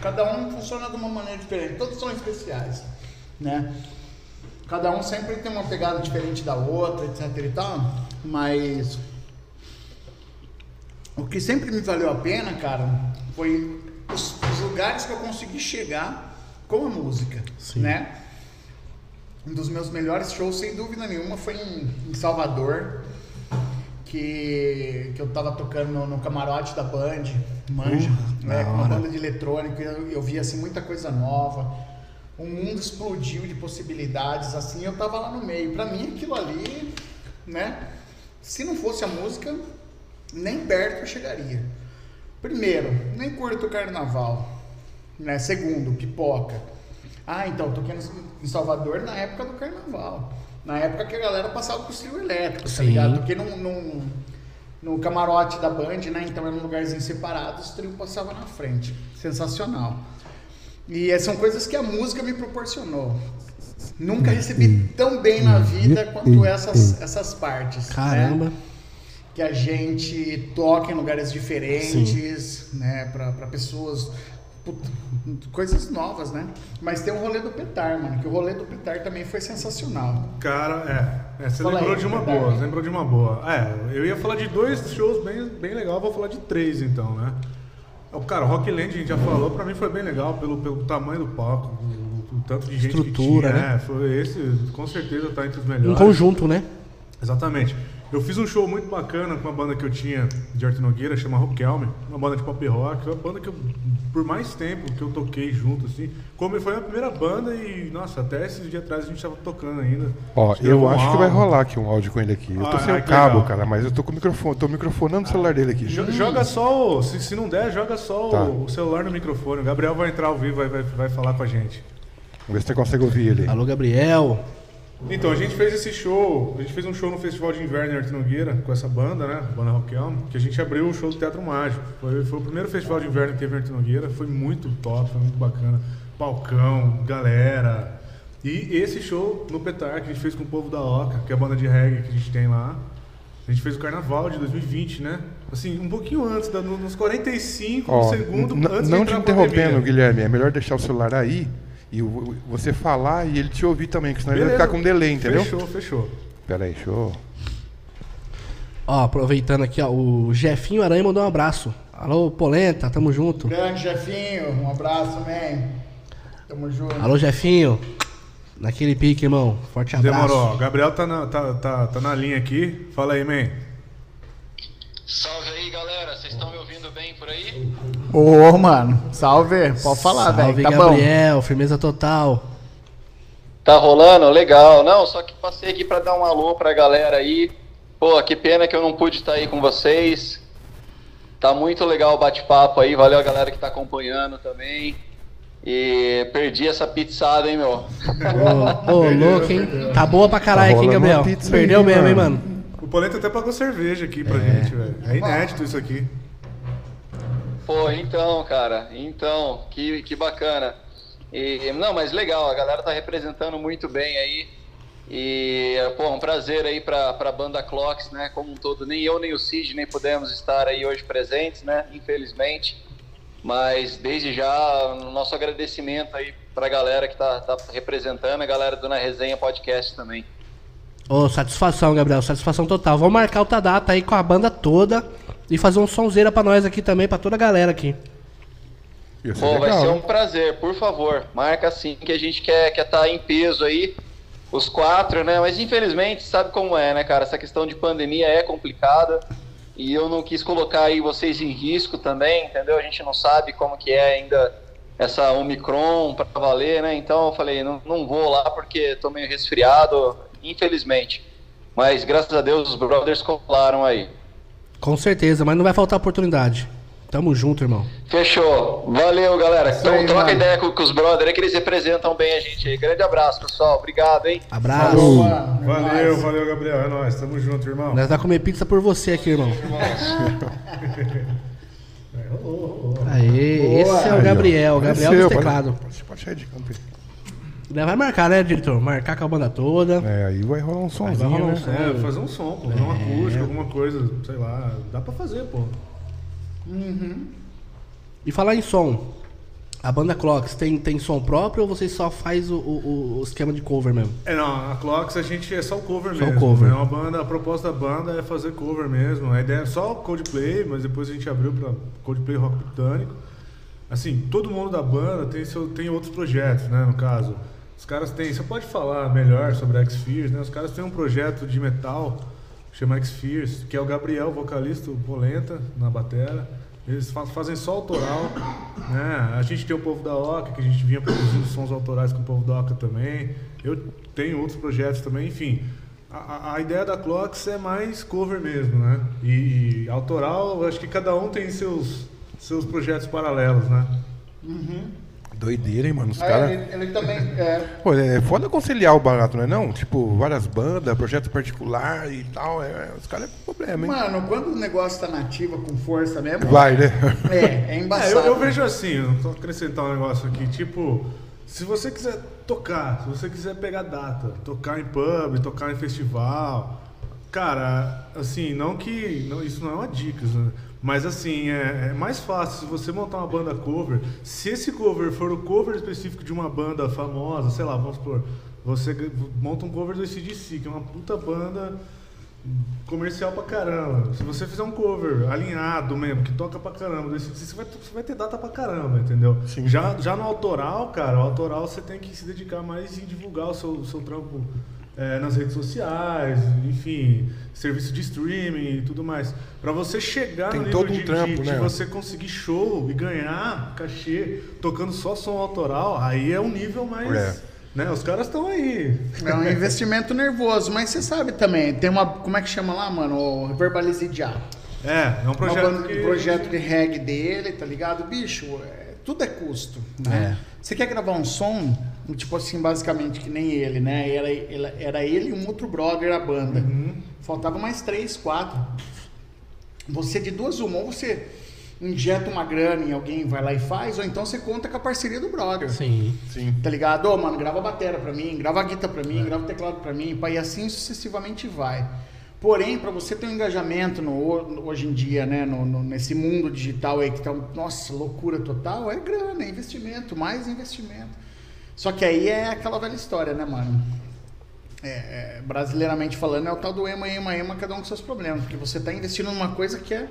Speaker 4: Cada um funciona de uma maneira diferente, todos são especiais, né? Cada um sempre tem uma pegada diferente da outra, etc e tal, mas o que sempre me valeu a pena, cara, foi os, os lugares que eu consegui chegar com a música, né? Um dos meus melhores shows, sem dúvida nenhuma, foi em, em Salvador, que, que eu tava tocando no, no camarote da Band, Manja, né, com uma banda de eletrônico, e eu, eu vi assim, muita coisa nova, o mundo explodiu de possibilidades, assim, eu tava lá no meio. Pra mim, aquilo ali, né, se não fosse a música, nem perto eu chegaria. Primeiro, nem curto o carnaval. Né? Segundo, pipoca. Ah, então, eu toquei no- em Salvador na época do carnaval. Na época que a galera passava pro trio elétrico, tá
Speaker 1: Sim.
Speaker 4: ligado? Toquei num, num, num camarote da Band, né? Então era um lugarzinho separado, os trio passavam na frente. Sensacional. E eh, são coisas que a música me proporcionou. Nunca recebi tão bem na vida quanto essas, essas partes.
Speaker 1: Uhum.
Speaker 4: né?
Speaker 1: Caramba.
Speaker 4: que a gente toca em lugares diferentes, né, pra, pra pessoas, puta, coisas novas, né? Mas tem o rolê do Petar, mano, que o rolê do Petar também foi sensacional.
Speaker 3: Cara, é. é, você
Speaker 4: Fala
Speaker 3: lembrou
Speaker 4: aí,
Speaker 3: de uma
Speaker 4: Ricardo.
Speaker 3: boa, você lembrou de uma boa. É, eu ia falar de dois shows bem, bem legal, vou falar de três então, né? O cara, o Rockland, a gente já falou, pra mim foi bem legal pelo, pelo tamanho do palco, o, o- o tanto de gente
Speaker 1: Estrutura,
Speaker 3: que tinha,
Speaker 1: né?
Speaker 3: É, foi esse, com certeza tá entre os
Speaker 1: Um
Speaker 3: melhores.
Speaker 1: conjunto, né?
Speaker 3: Exatamente. Eu fiz um show muito bacana com uma banda que eu tinha de Arte Nogueira, chama Roquelme, uma banda de pop rock, uma banda que eu, por mais tempo que eu toquei junto, assim, como foi a primeira banda e, nossa, até esses dias atrás a gente tava tocando ainda.
Speaker 2: Ó,
Speaker 3: Acho que
Speaker 2: eu
Speaker 3: gravou um
Speaker 2: acho que vai
Speaker 3: álbum.
Speaker 2: rolar aqui um áudio com ele aqui. Eu tô
Speaker 3: Ah,
Speaker 2: sem
Speaker 3: ah,
Speaker 2: o
Speaker 3: que
Speaker 2: cabo,
Speaker 3: legal.
Speaker 2: cara, mas eu tô com o microfone, tô microfonando o celular dele aqui.
Speaker 3: Jo- Joga só o. Se, se não der, joga só o-
Speaker 2: Tá.
Speaker 3: o, celular no microfone. O Gabriel vai entrar ao vivo, vai, vai, vai falar com a gente.
Speaker 2: Vamos ver se você consegue ouvir ele.
Speaker 1: Alô, Gabriel.
Speaker 3: Então, a gente fez esse show, a gente fez um show no Festival de Inverno em Arte Nogueira, com essa banda, né, Banda Roquelme, que a gente abriu o show do Teatro Mágico. Foi, foi o primeiro festival de inverno que teve em Arte Nogueira, foi muito top, foi muito bacana. Palcão, galera. E esse show no Petar, que a gente fez com o povo da Oca, que é a banda de reggae que a gente tem lá. A gente fez o Carnaval de 2020, né? Assim, um pouquinho antes, da- nos 45
Speaker 2: Ó,
Speaker 3: segundos,
Speaker 2: n-
Speaker 3: um antes de
Speaker 2: não te
Speaker 3: entrar a
Speaker 2: interrompendo,
Speaker 3: pandemia.
Speaker 2: Guilherme, é melhor deixar o celular aí e o- o- você falar e ele te ouvir também, que senão ele
Speaker 3: Beleza.
Speaker 2: vai ficar com um delay, entendeu?
Speaker 3: Fechou, fechou.
Speaker 2: Pera aí, show.
Speaker 1: Ó, aproveitando aqui, ó, o Jefinho Aranha mandou um abraço. Alô, Polenta, tamo junto.
Speaker 4: Grande Jefinho, um abraço, man. Tamo junto.
Speaker 1: Alô, Jefinho. Naquele pique, irmão. Forte abraço.
Speaker 3: Demorou. O Gabriel tá na, tá, tá, tá na linha aqui. Fala aí, man.
Speaker 8: Salve aí, galera. Vocês estão me ouvindo bem por aí?
Speaker 4: Ô, mano, salve, pode falar,
Speaker 1: Salve,
Speaker 4: velho, tá bom.
Speaker 1: Gabriel. Firmeza total.
Speaker 8: Tá rolando? Legal. Não, só que passei aqui pra dar um alô pra galera aí. Pô, que pena que eu não pude estar aí com vocês. Tá muito legal o bate-papo aí. Valeu a galera que tá acompanhando também. E perdi essa pizzada, hein, meu?
Speaker 1: Ô, ô, louco, hein? Tá boa pra caralho
Speaker 2: Tá
Speaker 1: aqui, hein,
Speaker 2: rolando
Speaker 1: Gabriel.
Speaker 2: uma pizza
Speaker 1: Perdeu
Speaker 2: aí,
Speaker 1: mesmo, hein,
Speaker 2: mano.
Speaker 1: mano?
Speaker 3: O Polenta até pagou cerveja aqui pra gente, velho. É inédito isso aqui.
Speaker 8: Pô, então, cara, então, que, que bacana. E, não, mas legal, a galera tá representando muito bem aí. E, pô, um prazer aí pra, pra banda Clocks, né, como um todo. Nem eu, nem o Cid, nem pudemos estar aí hoje presentes, né, infelizmente. Mas desde já, o nosso agradecimento aí pra galera que tá, tá representando, a galera do Na Resenha Podcast também.
Speaker 1: Ô, satisfação, Gabriel. Satisfação total. Vamos marcar outra data aí com a banda toda e fazer um sonzeira pra nós aqui também, pra toda a galera aqui.
Speaker 2: Ia ser
Speaker 8: Pô, vai
Speaker 2: é legal,
Speaker 8: ser um
Speaker 2: hein?
Speaker 8: prazer, por favor. Marca assim que a gente quer estar tá em peso aí, os quatro, né? Mas infelizmente, sabe como é, né, cara? Essa questão de pandemia é complicada e eu não quis colocar aí vocês em risco também, entendeu? A gente não sabe como que é ainda essa Omicron pra valer, né? Então eu falei, não, não vou lá porque tô meio resfriado, infelizmente. Mas graças a Deus os brothers colaram aí.
Speaker 1: Com certeza, mas não vai faltar oportunidade. Tamo junto, irmão.
Speaker 8: Fechou. Valeu, galera. Então
Speaker 4: aí,
Speaker 8: troca
Speaker 4: mano.
Speaker 8: ideia com, com os brothers, é que eles representam bem a gente aí. Grande abraço, pessoal. Obrigado, hein?
Speaker 1: Abraço.
Speaker 4: Boa, é
Speaker 3: Valeu,
Speaker 4: nóis.
Speaker 3: valeu, Gabriel. É nóis. Tamo junto, irmão.
Speaker 1: Nós vamos comer pizza por você aqui, irmão. Aê, Ah. esse é
Speaker 2: Aí,
Speaker 1: o
Speaker 2: ó.
Speaker 1: Gabriel, o Gabriel
Speaker 2: Apareceu,
Speaker 1: do
Speaker 2: pode-
Speaker 1: teclado.
Speaker 2: Pode, pode sair de canto aí.
Speaker 1: Ainda Vai marcar, né, diretor? Marcar com a banda toda.
Speaker 2: É, aí vai rolar um somzinho,
Speaker 1: rolar um
Speaker 2: né?
Speaker 1: som.
Speaker 3: É, fazer um som, pô. Fazer uma acústica, alguma coisa, sei lá. Dá pra fazer, pô.
Speaker 1: E falar em som. A banda Clocks tem, tem som próprio ou vocês só faz o, o- o esquema de cover mesmo?
Speaker 3: É, não, a Clocks a gente é só o cover
Speaker 1: Só o
Speaker 3: mesmo.
Speaker 1: cover.
Speaker 3: É uma banda, a proposta da banda é fazer cover mesmo. A ideia é só o Coldplay, mas depois a gente abriu pra Coldplay Rock Britânico. Assim, todo mundo da banda tem, seu, tem outros projetos, né, no caso. Os caras têm, você pode falar melhor sobre a X-Fears, né? Os caras têm um projeto de metal, chama X-Fears, que é o Gabriel, vocalista, o Polenta, na batera. Eles fa- fazem só autoral, né? A gente tem o Povo da Oca, que a gente vinha produzindo sons autorais com o Povo da Oca também. Eu tenho outros projetos também, enfim. A, a- a ideia da Clocks é mais cover mesmo, né? E, e autoral, eu acho que cada um tem seus, seus projetos paralelos, né?
Speaker 2: Doideira, hein, mano? Os
Speaker 4: Ah,
Speaker 2: caras.
Speaker 4: ele, ele também. É,
Speaker 2: Pô, é foda conciliar o barato, não é não? Tipo, várias bandas, projeto particular e tal. é- é, os caras é problema, hein?
Speaker 4: mano, quando o negócio tá nativa com força mesmo,
Speaker 2: Vai, né?
Speaker 4: é, é
Speaker 3: É,
Speaker 4: embaçado.
Speaker 3: eu, eu vejo assim, eu vou acrescentar um negócio aqui, tipo, se você quiser tocar, se você quiser pegar data, tocar em pub, tocar em festival, cara, assim, não que. não- isso não é uma dica, né? mas assim, é, é mais fácil se você montar uma banda cover, se esse cover for o cover específico de uma banda famosa, sei lá, vamos supor, você g- monta um cover do ACDC, que é uma puta banda comercial pra caramba. Se você fizer um cover alinhado mesmo, que toca pra caramba, desse- você vai, você vai ter data pra caramba, entendeu? Já, já no autoral, cara, o autoral você tem que se dedicar mais em divulgar o seu, o seu trampo é, nas redes sociais, enfim, serviço de streaming e tudo mais. Pra você chegar
Speaker 2: Tem
Speaker 3: no nível
Speaker 2: todo um
Speaker 3: de, de-
Speaker 2: trampo,
Speaker 3: de
Speaker 2: né?
Speaker 3: você conseguir show e ganhar cachê tocando só som autoral, aí é um nível mais...
Speaker 2: É.
Speaker 3: Né? Os caras estão aí.
Speaker 4: É um investimento nervoso, mas você sabe também, tem uma. Como é que chama lá, mano? O Verbalize Diabo.
Speaker 3: É, é um
Speaker 4: Uma
Speaker 3: projeto
Speaker 4: banda- Um
Speaker 3: que...
Speaker 4: projeto de reggae dele, tá ligado? Bicho, é- tudo é custo, né? Você quer gravar um som, tipo assim, basicamente que nem ele, né? Era ele, era ele e um outro brother a banda.
Speaker 3: Uhum.
Speaker 4: Faltava mais três, quatro. Você de duas uma, ou você injeta uma grana em alguém, vai lá e faz, ou então você conta com a parceria do brother.
Speaker 1: Sim.
Speaker 4: Tá ligado? Ô, mano, grava a batera pra mim, grava a guitarra pra mim, grava o teclado pra mim, pá, e assim sucessivamente vai. Porém, pra você ter um engajamento no, ho- hoje em dia, né, no, no- nesse mundo digital aí que tá, um- nossa, loucura total, é grana, é investimento, mais investimento. Só que aí é aquela velha história, né, mano? É, é, brasileiramente falando, é o tal do ema, ema, ema, cada um com seus problemas, porque você tá investindo numa coisa que é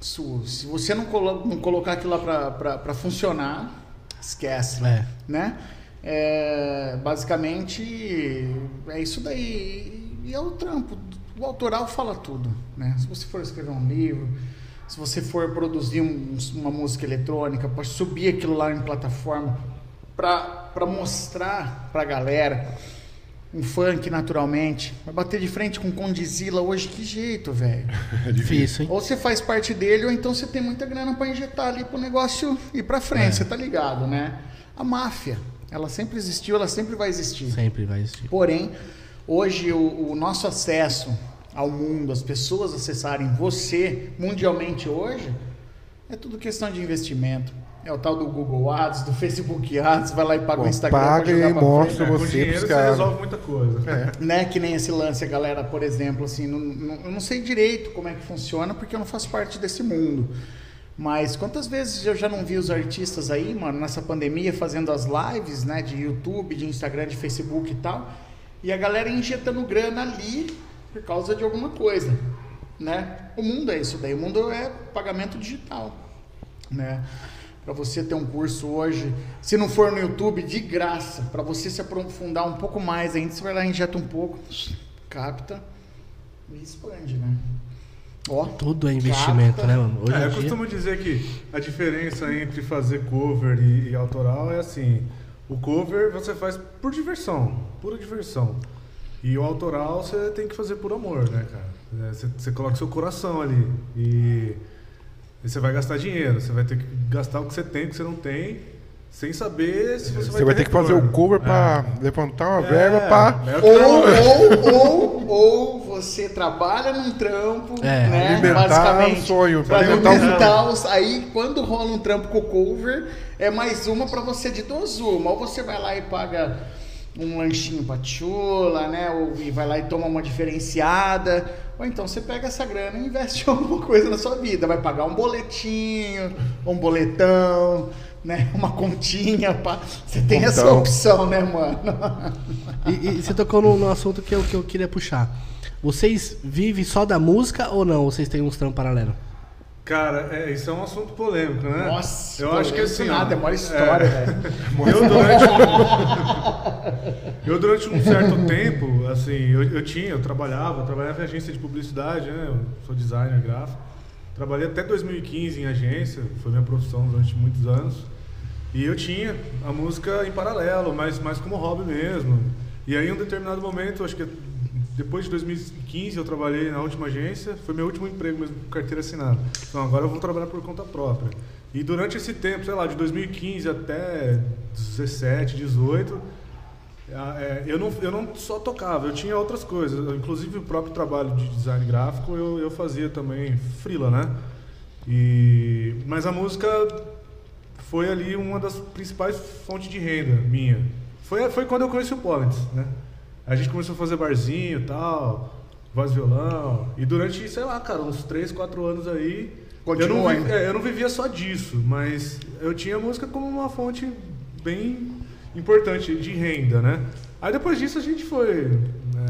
Speaker 4: sua. Se você não, colo- não colocar aquilo lá pra, pra, pra funcionar, esquece
Speaker 1: É.
Speaker 4: né? É, basicamente é isso daí e é o trampo. O autoral fala tudo, né? Se você for escrever um livro, se você for produzir um- uma música eletrônica, pode subir aquilo lá em plataforma para mostrar para a galera um funk naturalmente. Vai bater de frente com Condizila hoje, que jeito, velho.
Speaker 1: É Difícil, hein?
Speaker 4: Ou você faz parte dele, ou então você tem muita grana pra injetar ali pro negócio ir pra
Speaker 2: É.
Speaker 4: frente, você tá ligado, né? A máfia, ela sempre existiu, ela sempre vai existir.
Speaker 1: Sempre vai existir.
Speaker 4: Porém, hoje o, o nosso acesso ao mundo, as pessoas acessarem você mundialmente hoje, é tudo questão de investimento. É o tal do Google Ads, do Facebook Ads, vai lá e paga
Speaker 2: Pô,
Speaker 4: o Instagram. pra
Speaker 2: paga
Speaker 4: jogar
Speaker 2: e
Speaker 4: pra frente
Speaker 2: mostra
Speaker 3: com
Speaker 2: você
Speaker 3: dinheiro
Speaker 2: pros
Speaker 3: você
Speaker 2: caras. É.
Speaker 3: resolve muita coisa.
Speaker 4: né? Que nem esse lance, a galera, por exemplo, assim, não- não- eu não sei direito como é que funciona, porque eu não faço parte desse mundo. Mas quantas vezes eu já não vi os artistas aí, mano, nessa pandemia, fazendo as lives, né, de YouTube, de Instagram, de Facebook e tal, e a galera injetando grana ali por causa de alguma coisa, né? O mundo é isso daí, o mundo é pagamento digital né? para você ter um curso hoje, se não for no YouTube, de graça, para você se aprofundar um pouco mais ainda, você vai lá, injeta um pouco, capta e expande, né? Ó,
Speaker 1: Tudo é investimento,
Speaker 4: capta.
Speaker 1: né, mano? Hoje
Speaker 3: É,
Speaker 1: em
Speaker 3: eu
Speaker 1: dia-
Speaker 3: costumo dizer que a diferença entre fazer cover e, e autoral é assim: o cover você faz por diversão, pura diversão. E o autoral você tem que fazer por amor, né, cara? É, Você, você coloca seu coração ali. E, e você vai gastar dinheiro, você vai ter que gastar o que você tem, o que você não tem, sem saber se você vai
Speaker 2: Você vai ter que fazer o
Speaker 3: retorno.
Speaker 2: cover pra levantar uma
Speaker 3: É,
Speaker 2: verba pra.
Speaker 3: é o que eu-
Speaker 4: Ou, ou, ou, ou você trabalha num trampo,
Speaker 1: É,
Speaker 4: né?
Speaker 2: alimentar
Speaker 4: basicamente.
Speaker 2: o um sonho, um
Speaker 4: pra
Speaker 2: alimentar o sonho.
Speaker 4: alimentar os- Aí quando rola um trampo com cover, é mais uma pra você de duas uma. Ou você vai lá e paga um lanchinho pra tchula, né? Ou e vai lá e toma uma diferenciada. Ou então você pega essa grana e investe em alguma coisa na sua vida. Vai pagar um boletinho, um boletão, né? Uma continha. pá. Você tem essa
Speaker 2: Contão.
Speaker 4: opção, né, mano?
Speaker 1: E, e você tocou no, no assunto que eu, que eu queria puxar. Vocês vivem só da música ou não? Vocês têm uns trampos paralelos?
Speaker 3: Cara, é, isso é um assunto polêmico, né?
Speaker 4: Nossa,
Speaker 3: eu acho que
Speaker 4: polêmico
Speaker 3: assim.
Speaker 4: nada,
Speaker 3: ó,
Speaker 4: é maior história, velho.
Speaker 3: Eu durante, eu durante um certo tempo, assim, eu, eu tinha, eu trabalhava, eu trabalhava em agência de publicidade, né? Eu sou designer gráfico. Trabalhei até 2015 em agência, foi minha profissão durante muitos anos. E eu tinha a música em paralelo, mas mais como hobby mesmo. E aí, em um determinado momento, acho que depois de 2015, eu trabalhei na última agência, foi meu último emprego mesmo com carteira assinada. Então, agora eu vou trabalhar por conta própria. E durante esse tempo, sei lá, de 2015 até 17, 18, ah, é, eu, não, eu não só tocava, eu tinha outras coisas. Eu, Inclusive o próprio trabalho de design gráfico eu, eu fazia também frila, né? E, mas a música foi ali uma das principais fontes de renda minha. Foi, foi quando eu conheci o Pollens, né? A gente começou a fazer barzinho e tal, voz e violão. E durante, sei lá, cara, uns 3, 4 anos aí. eu, não
Speaker 4: Continua
Speaker 3: vi-
Speaker 4: ainda.
Speaker 3: é, eu não vivia só disso, mas eu tinha a música como uma fonte bem importante de renda, né? Aí depois disso a gente foi. né,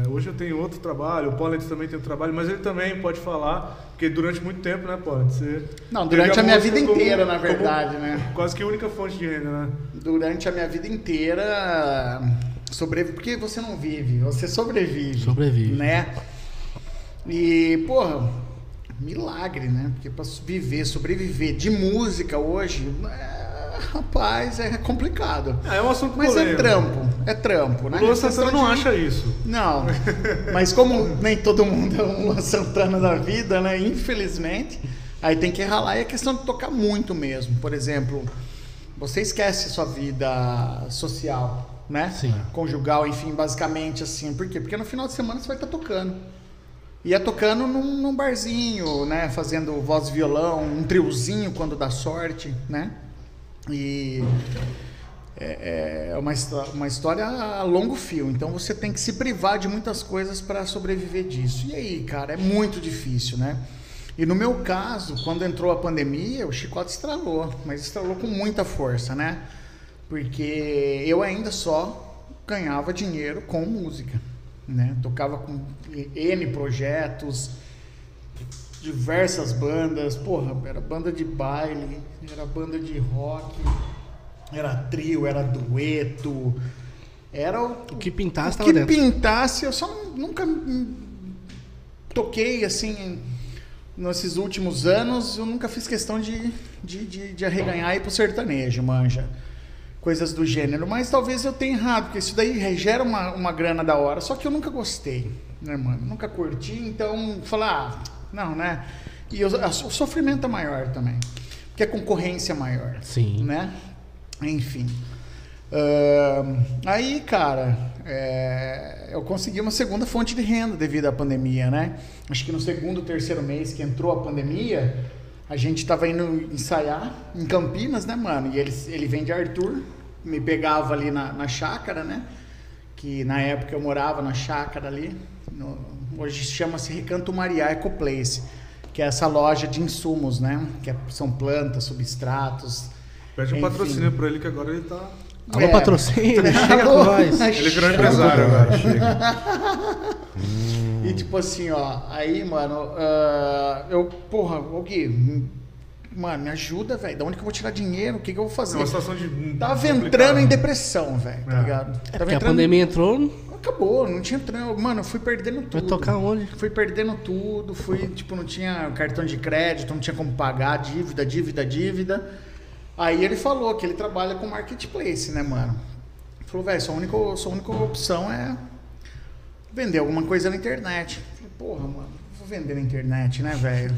Speaker 3: Hoje eu tenho outro trabalho, o Pollens também tem outro trabalho, mas ele também pode falar, porque durante muito tempo, né, Pollens? Você
Speaker 4: Não, durante
Speaker 3: teve
Speaker 4: a minha
Speaker 3: música
Speaker 4: vida
Speaker 3: como-
Speaker 4: inteira, na
Speaker 3: como
Speaker 4: verdade, né?
Speaker 3: Quase que a única fonte de renda, né?
Speaker 4: Durante a minha vida inteira, sobrevive porque você não vive, você sobrevive.
Speaker 1: Sobrevive.
Speaker 4: Né? E, porra, milagre, né? Porque pra viver, sobreviver de música hoje, é, rapaz, é complicado.
Speaker 3: Ah, é um assunto
Speaker 4: Mas é
Speaker 3: polêmico.
Speaker 4: trampo, é trampo, né?
Speaker 3: O Luan
Speaker 4: Questão
Speaker 3: Santana não
Speaker 4: de-
Speaker 3: acha isso.
Speaker 4: Não, mas como nem todo mundo é um Luan Santana da vida, né? Infelizmente, aí tem que ralar. E é questão de tocar muito mesmo. Por exemplo, você esquece a sua vida social, né?
Speaker 1: Sim.
Speaker 4: Conjugal, enfim, basicamente assim. Por quê? Porque no final de semana você vai estar tocando. E é tocando num, num barzinho, né? Fazendo voz e violão, um triozinho quando dá sorte, né? E é, é uma, histó- uma história a longo fio, então você tem que se privar de muitas coisas para sobreviver disso. E aí, cara, é muito difícil, né? E no meu caso, quando entrou a pandemia, o chicote estralou, mas estralou com muita força, né? Porque eu ainda só ganhava dinheiro com música, né? Tocava com N projetos, diversas bandas, porra, era banda de baile, era banda de rock, era trio, era dueto, era o
Speaker 1: O que pintasse
Speaker 4: o
Speaker 1: tava
Speaker 4: que
Speaker 1: dentro.
Speaker 4: pintasse, eu só nu- nunca hum, toquei assim nesses últimos anos, eu nunca fiz questão de, de, de, de arreganhar e ir pro sertanejo, manja. Coisas do gênero, mas talvez eu tenha errado, porque isso daí gera uma, uma grana da hora, só que eu nunca gostei, né, mano? Nunca curti, então falar, ah, não, né? E eu- a- o sofrimento é maior também, porque a concorrência é maior.
Speaker 1: Sim.
Speaker 4: Né? Enfim. Ahn, aí, cara, é, eu consegui uma segunda fonte de renda devido à pandemia, né? Acho que no segundo, terceiro mês que entrou a pandemia, a gente tava indo ensaiar em Campinas, né, mano? E ele, ele vem de Arthur, me pegava ali na, na chácara, né? Que na época eu morava na chácara ali. no- hoje chama-se Recanto Maria Eco Place, que é essa loja de insumos, né? Que é- são plantas, substratos.
Speaker 3: Pede um
Speaker 4: Enfim.
Speaker 3: patrocínio pra ele que agora ele tá.
Speaker 1: Alô,
Speaker 4: É.
Speaker 1: patrocínio, chega com
Speaker 4: Alô, Tá
Speaker 1: nós.
Speaker 3: Ele é virou
Speaker 2: Chega,
Speaker 3: empresário
Speaker 2: Dudão,
Speaker 3: agora.
Speaker 2: chega.
Speaker 4: E tipo assim, ó, aí, mano, ah, eu, porra, o Gui, m- mano, me ajuda, velho. Da onde que eu vou tirar dinheiro? O que, que eu vou
Speaker 3: É
Speaker 4: fazer?
Speaker 3: uma situação de.
Speaker 4: Tava
Speaker 3: complicada.
Speaker 4: entrando em depressão, velho, tá
Speaker 3: É.
Speaker 4: ligado? Tava
Speaker 1: Porque a pandemia entrou,
Speaker 4: Acabou, não tinha trampo. Mano, eu fui perdendo
Speaker 1: vai
Speaker 4: tudo.
Speaker 1: tocar onde?
Speaker 4: Fui perdendo tudo, fui, tipo, não tinha cartão de crédito, não tinha como pagar, dívida, dívida, dívida. Aí ele falou que ele trabalha com marketplace, né, mano? Ele Falou, velho, sua única, sua única opção é vender alguma coisa na internet. Eu Falei, porra, mano, vou vender na internet, né, velho?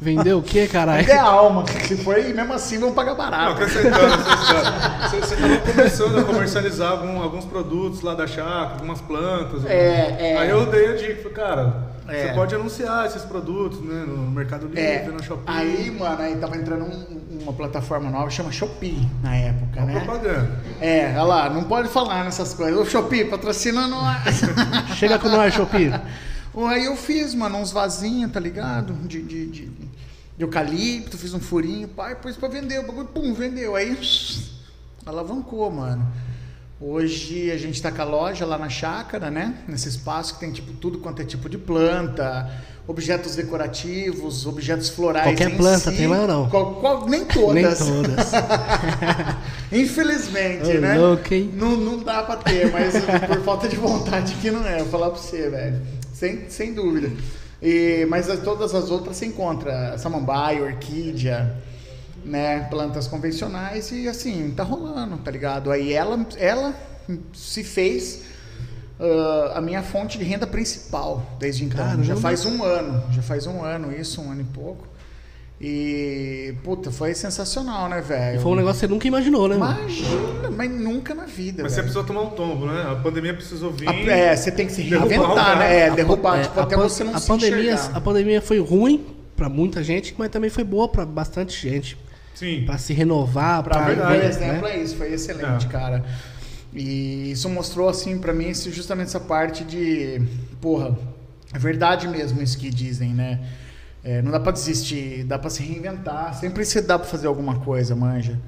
Speaker 1: Vendeu o quê, caralho?
Speaker 4: Vender é a alma, se for, e mesmo assim vão pagar
Speaker 3: Não,
Speaker 4: barato.
Speaker 3: acrescentando, acrescentando. Você- Você estava começando a comercializar algum- alguns produtos lá da chácara, algumas plantas.
Speaker 4: É, é.
Speaker 3: Aí eu dei a dica, falei, cara,
Speaker 4: É.
Speaker 3: você pode anunciar esses produtos né, no Mercado Livre,
Speaker 4: É,
Speaker 3: no Shopping.
Speaker 4: aí, mano, aí tava entrando um- uma plataforma nova, chama Shopee, na época, né?
Speaker 3: propaganda.
Speaker 4: É, olha lá, não pode falar nessas coisas. Ô, Shopee, patrocina nós.
Speaker 1: Chega com nós, Shopee.
Speaker 4: Ô, Aí eu fiz, mano, uns vasinhos, tá ligado? De, de, de, de eucalipto, fiz um furinho, pai, pôs pra vender. O bagulho, pum, vendeu. Aí alavancou, mano. Hoje a gente tá com a loja lá na chácara, né? Nesse espaço que tem, tipo, tudo quanto é tipo de planta, objetos decorativos, objetos florais.
Speaker 1: Qualquer
Speaker 4: em
Speaker 1: planta
Speaker 4: si.
Speaker 1: tem lá ou não?
Speaker 4: Qual- qual- nem todas.
Speaker 1: Nem todas.
Speaker 4: Infelizmente,
Speaker 1: Ô,
Speaker 4: né?
Speaker 1: louco, hein?
Speaker 4: Não, não dá pra ter, mas por falta de vontade que não é, vou falar pra você, velho. Sem, sem dúvida. E, mas as- todas as outras você encontra samambaia, orquídea, né? Plantas convencionais e assim, tá rolando, tá ligado? Aí ela, ela se fez ah, a minha fonte de renda principal desde então. Já
Speaker 1: Caramba.
Speaker 4: faz um ano, já faz um ano isso, um ano e pouco. E, puta, foi sensacional, né, velho?
Speaker 1: Foi um negócio que você nunca imaginou, né? mano?
Speaker 4: Imagina, mas nunca na vida.
Speaker 3: Mas você
Speaker 4: velho.
Speaker 3: precisou tomar um tombo, né? A pandemia precisou vir.
Speaker 4: A- é, você tem que se
Speaker 3: Derrubar o
Speaker 4: reinventar,
Speaker 3: cara.
Speaker 4: né? É,
Speaker 1: A
Speaker 4: derrubar,
Speaker 1: pan-
Speaker 4: tipo,
Speaker 1: é,
Speaker 4: até
Speaker 1: pan-
Speaker 4: você não
Speaker 1: a
Speaker 4: se
Speaker 1: pandemia,
Speaker 4: enxergar.
Speaker 1: A pandemia foi ruim pra muita gente, mas também foi boa pra bastante gente.
Speaker 3: Sim.
Speaker 1: Pra se renovar, pra... né?
Speaker 4: Pra mim, por
Speaker 3: verdade, né?
Speaker 4: exemplo, é isso. Foi excelente,
Speaker 3: É.
Speaker 4: cara. E isso mostrou, assim, pra mim, esse- justamente essa parte de... Porra, é verdade mesmo isso que dizem, né? É, não dá pra desistir, dá pra se reinventar. Sempre se dá pra fazer alguma coisa, manja.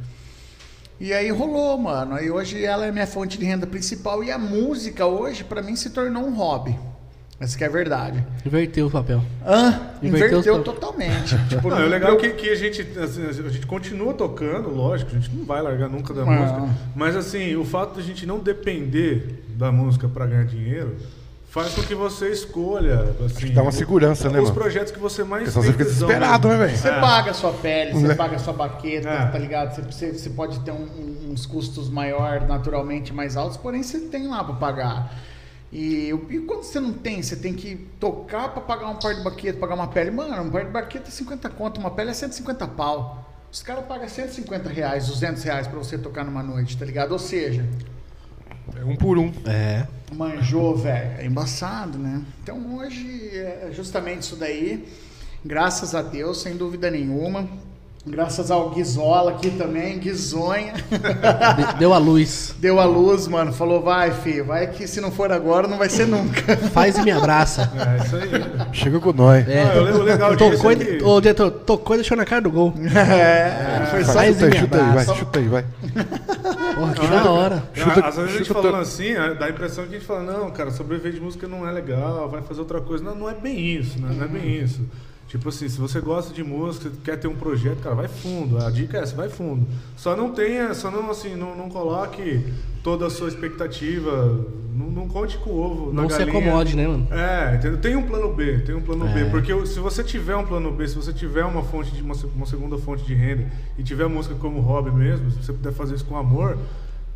Speaker 4: E aí rolou, mano. Aí hoje ela é minha fonte de renda principal. E a música hoje, pra mim, se tornou um hobby. Essa que é a verdade.
Speaker 1: Inverteu o papel.
Speaker 4: Hã?
Speaker 1: Inverteu
Speaker 4: Inverteu
Speaker 1: os-
Speaker 4: totalmente. tipo,
Speaker 3: Não, é legal
Speaker 4: eu-
Speaker 3: que, que a gente assim, a gente continua tocando, lógico, a gente não vai largar nunca da
Speaker 4: Ah.
Speaker 3: música. Mas assim, o fato de a gente não depender da música para ganhar dinheiro faz com que você escolha, assim,
Speaker 2: Dá uma segurança, né,
Speaker 3: os
Speaker 2: mano?
Speaker 3: projetos que você mais
Speaker 2: Porque senão você fica
Speaker 3: tesão,
Speaker 2: desesperado, né, velho?
Speaker 4: Você paga a sua pele, você paga a sua baqueta,
Speaker 3: É.
Speaker 4: tá ligado? Você, você, você pode ter um- um- uns custos maior, naturalmente mais altos, porém você tem lá pra pagar. E, o- e quando você não tem, você tem que tocar pra pagar um par de baqueta, pagar uma pele. Mano, um par de baqueta é 50 conto, uma pele é 150 pau. Os caras pagam 150 reais, 200 reais pra você tocar numa noite, tá ligado? Ou seja,
Speaker 2: É um por um.
Speaker 1: É.
Speaker 4: manjou, velho. É embaçado, né? Então hoje é justamente isso daí. Graças a Deus, sem dúvida nenhuma. Graças ao Guizola aqui também, Guizonha.
Speaker 1: De- deu a luz.
Speaker 4: Deu a luz, mano. Falou, vai, filho. Vai que se não for agora, não vai ser nunca.
Speaker 1: Faz e me abraça.
Speaker 3: É, isso aí.
Speaker 2: Chega com nós.
Speaker 1: É.
Speaker 3: Ah, eu lembro legal disso.
Speaker 1: Tocou,
Speaker 3: é
Speaker 1: e-
Speaker 3: que-
Speaker 1: ô, diretor, tocou e deixou na cara do gol.
Speaker 4: É, foi só
Speaker 2: Vai,
Speaker 1: Faz e
Speaker 2: chuta aí,
Speaker 1: me
Speaker 2: chuta aí, vai,
Speaker 1: abraça.
Speaker 2: chuta aí, vai.
Speaker 1: Porra, que
Speaker 4: Ah.
Speaker 1: da hora.
Speaker 2: Chuta-
Speaker 3: É, Às vezes a gente
Speaker 2: chuta-
Speaker 3: falando assim, é, dá a impressão que a gente fala, não, cara, sobreviver de música não é legal, vai fazer outra coisa. Não, não é bem isso, né? Não é
Speaker 1: Uhum.
Speaker 3: bem isso. Tipo assim, se você gosta de música, quer ter um projeto, cara, vai fundo. A dica é essa, vai fundo. Só não tenha, só não assim, não, não coloque toda a sua expectativa, não, não conte com o ovo. na
Speaker 1: Não se
Speaker 3: galinha.
Speaker 1: acomode, né, mano?
Speaker 3: É, entendeu? Tem um plano B, tem um plano
Speaker 1: É.
Speaker 3: B. Porque o- se você tiver um plano B, se você tiver uma fonte de uma, se- uma segunda fonte de renda e tiver a música como hobby mesmo, se você puder fazer isso com amor,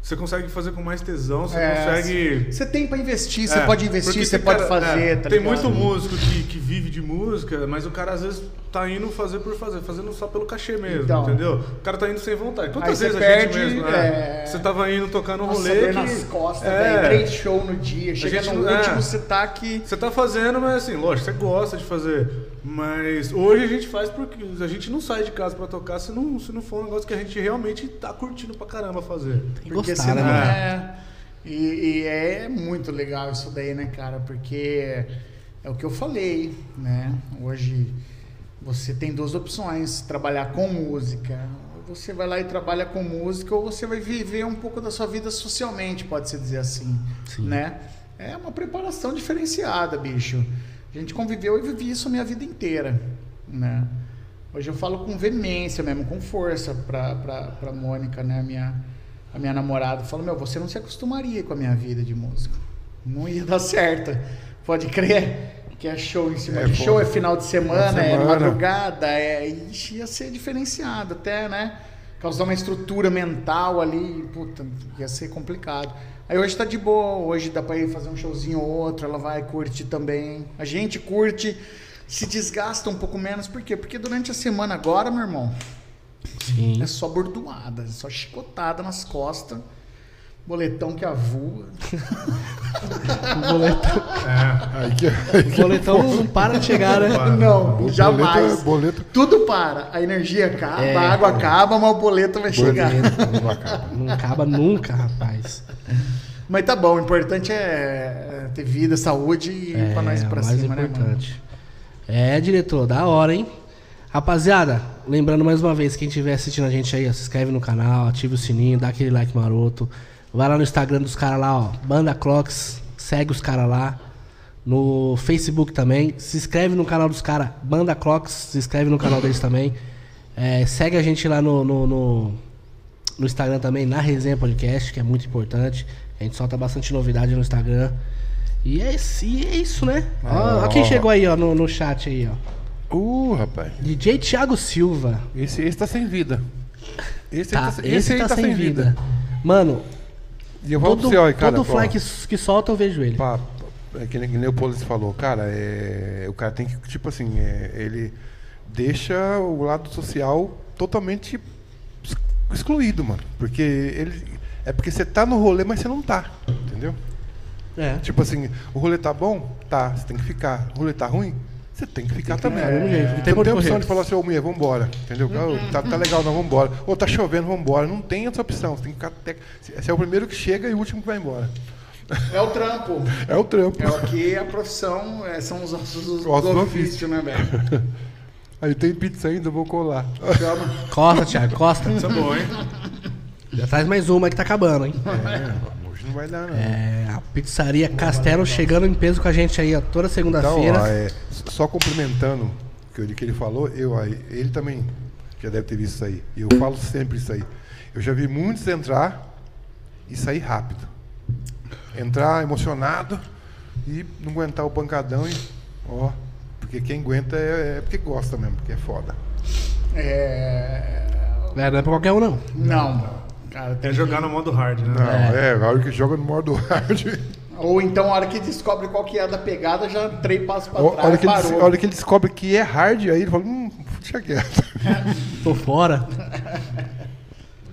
Speaker 3: você consegue fazer com mais tesão, você
Speaker 4: É,
Speaker 3: consegue.
Speaker 4: Você tem pra investir, você
Speaker 3: É,
Speaker 4: pode investir,
Speaker 3: porque
Speaker 4: você
Speaker 3: tem
Speaker 4: pode
Speaker 3: cara-
Speaker 4: fazer,
Speaker 3: é,
Speaker 4: tá
Speaker 3: Tem
Speaker 4: ligado?
Speaker 3: muito músico que, que vive de música, mas o cara às vezes tá indo fazer por fazer, fazendo só pelo cachê mesmo,
Speaker 4: Então.
Speaker 3: entendeu? O cara tá indo sem vontade. Quantas
Speaker 4: Aí
Speaker 3: vezes
Speaker 4: você
Speaker 3: a gente
Speaker 4: perde,
Speaker 3: mesmo, né?
Speaker 4: é.
Speaker 3: Você tava indo tocar no
Speaker 4: Nossa,
Speaker 3: rolê.
Speaker 4: dor
Speaker 3: que-
Speaker 4: nas costas,
Speaker 3: É.
Speaker 4: velho. Três shows no dia. Chega
Speaker 3: gente
Speaker 4: no
Speaker 3: não- é.
Speaker 4: último, você tá aqui.
Speaker 3: Você tá fazendo, mas assim, lógico, você gosta de fazer. Mas hoje a gente faz porque a gente não sai de casa pra tocar se não, se não for um negócio que a gente realmente tá curtindo pra caramba fazer.
Speaker 1: Tem que
Speaker 4: Porque
Speaker 1: gostar, né,
Speaker 4: senão
Speaker 1: mano?
Speaker 4: é. E, e é muito legal isso daí, né, cara? Porque é o que eu falei, né? Hoje você tem duas opções: trabalhar com música. Ou Você vai lá e trabalha com música, ou você vai viver um pouco da sua vida socialmente, pode-se dizer assim. né? É uma preparação diferenciada, bicho. A gente conviveu e vivi isso a minha vida inteira, né? Hoje eu falo com veemência mesmo, com força pra, pra, pra Mônica, né? A minha, a minha namorada. Eu falo, meu, você não se acostumaria com a minha vida de músico. Não ia dar certo. Pode crer que é show em cima
Speaker 2: É,
Speaker 4: de
Speaker 2: pô.
Speaker 4: show, é final de semana, é
Speaker 2: semana.
Speaker 4: madrugada, é. Ixi, ia ser diferenciado até, né? Causar uma estrutura mental ali, puta, ia ser complicado. Aí hoje tá de boa, hoje dá pra ir fazer um showzinho ou outro, ela vai curtir também. A gente curte, se desgasta um pouco menos, por quê? Porque durante a semana agora, meu irmão,
Speaker 1: Sim.
Speaker 4: é só bordoada, é só chicotada nas costas, boletão que avua. é.
Speaker 1: O boletão,
Speaker 2: Aí que, aí
Speaker 1: o
Speaker 2: que
Speaker 1: boletão não para de chegar, né?
Speaker 4: Não,
Speaker 2: Boleto
Speaker 4: jamais.
Speaker 2: é- boleto-
Speaker 4: Tudo para. A energia acaba, a água acaba, mas o boleto vai chegar.
Speaker 2: boleto não acaba.
Speaker 1: Não acaba nunca, rapaz.
Speaker 4: Mas tá bom, o importante é é ter vida, saúde e pra nós ir pra
Speaker 1: É, mais
Speaker 4: cima, né?
Speaker 1: importante. É, diretor, da hora, hein? Rapaziada, lembrando mais uma vez, quem estiver assistindo a gente aí, ó, se inscreve no canal, ativa o sininho, dá aquele like maroto. Vai lá no Instagram dos caras lá, ó, Banda Clocks, segue os caras lá. No Facebook também, se inscreve no canal dos caras, Banda Clocks, se inscreve no canal deles também. É, segue a gente lá no- no- no, no Instagram também, na Resenha Podcast, que é muito importante. A gente solta bastante novidade no Instagram. E é, isso- e é isso, né? Ó, ó quem chegou aí, ó, no, no chat aí, ó.
Speaker 2: Uh, rapaz.
Speaker 1: DJ Thiago Silva.
Speaker 2: Esse, esse tá sem vida. Esse,
Speaker 1: Tá,
Speaker 2: aí tá,
Speaker 1: esse, tá, sem vida. Mano,
Speaker 2: E eu falo
Speaker 1: todo,
Speaker 2: pra você, olha, cara.
Speaker 1: todo
Speaker 2: pô,
Speaker 1: fly que, s- que solta eu vejo ele.
Speaker 2: pá, pá, é que nem, que nem o Polis falou, cara, é, o cara tem que, tipo assim, é, ele deixa o lado social totalmente ex- excluído, mano. Porque ele. É porque você tá no rolê, mas você não tá. Entendeu?
Speaker 1: É.
Speaker 2: Tipo assim, o rolê tá bom? Tá, você tem que ficar. O rolê tá ruim? Você tem que ficar também.
Speaker 1: ficar, do mesmo jeito, não
Speaker 2: Não
Speaker 1: tem
Speaker 2: tem,
Speaker 1: pra onde
Speaker 2: opção
Speaker 1: correr.
Speaker 2: de falar assim, ô mulher, vambora. Entendeu? Ô, Tá, tá legal, não, vambora. Ou tá chovendo, vambora. Não tem essa opção. Você tem que ficar até. Você é o primeiro que chega e o último que vai embora.
Speaker 4: É o trampo.
Speaker 2: É o trampo.
Speaker 4: É o que a profissão, é, são os ossos do, do
Speaker 2: Ossos do
Speaker 4: ofício, né, velho?
Speaker 2: Aí tem pizza ainda, eu vou colar.
Speaker 4: Chama.
Speaker 1: Costa, Thiago, Costa.
Speaker 3: Isso é bom, hein?
Speaker 1: Já traz mais uma que tá acabando, hein?
Speaker 2: É, Hoje não vai dar, não.
Speaker 1: É, a pizzaria Castelo chegando em peso com a gente aí, ó, toda
Speaker 2: Então,
Speaker 1: segunda-feira.
Speaker 2: ó, é, só complementando o que, ele- que ele falou, eu, aí, ele também já deve ter visto isso aí. E eu falo sempre isso aí. Eu já vi muitos entrar e sair rápido. Entrar emocionado e não aguentar o pancadão e. Ó. Porque quem aguenta é, é porque gosta mesmo, porque é foda.
Speaker 4: É...
Speaker 1: É, não é pra qualquer um, não.
Speaker 4: Não, cara,
Speaker 3: É
Speaker 4: tem...
Speaker 3: jogar no modo hard, né?
Speaker 2: Não, é, a hora que joga no modo hard.
Speaker 4: Ou então a hora que descobre qual que é a da pegada, já três passos pra
Speaker 2: Ó,
Speaker 4: trás,
Speaker 2: olha, que ele,
Speaker 4: parou.
Speaker 2: des- olha que ele descobre que é hard, aí ele fala, hum, deixa quieto.
Speaker 1: Tô fora.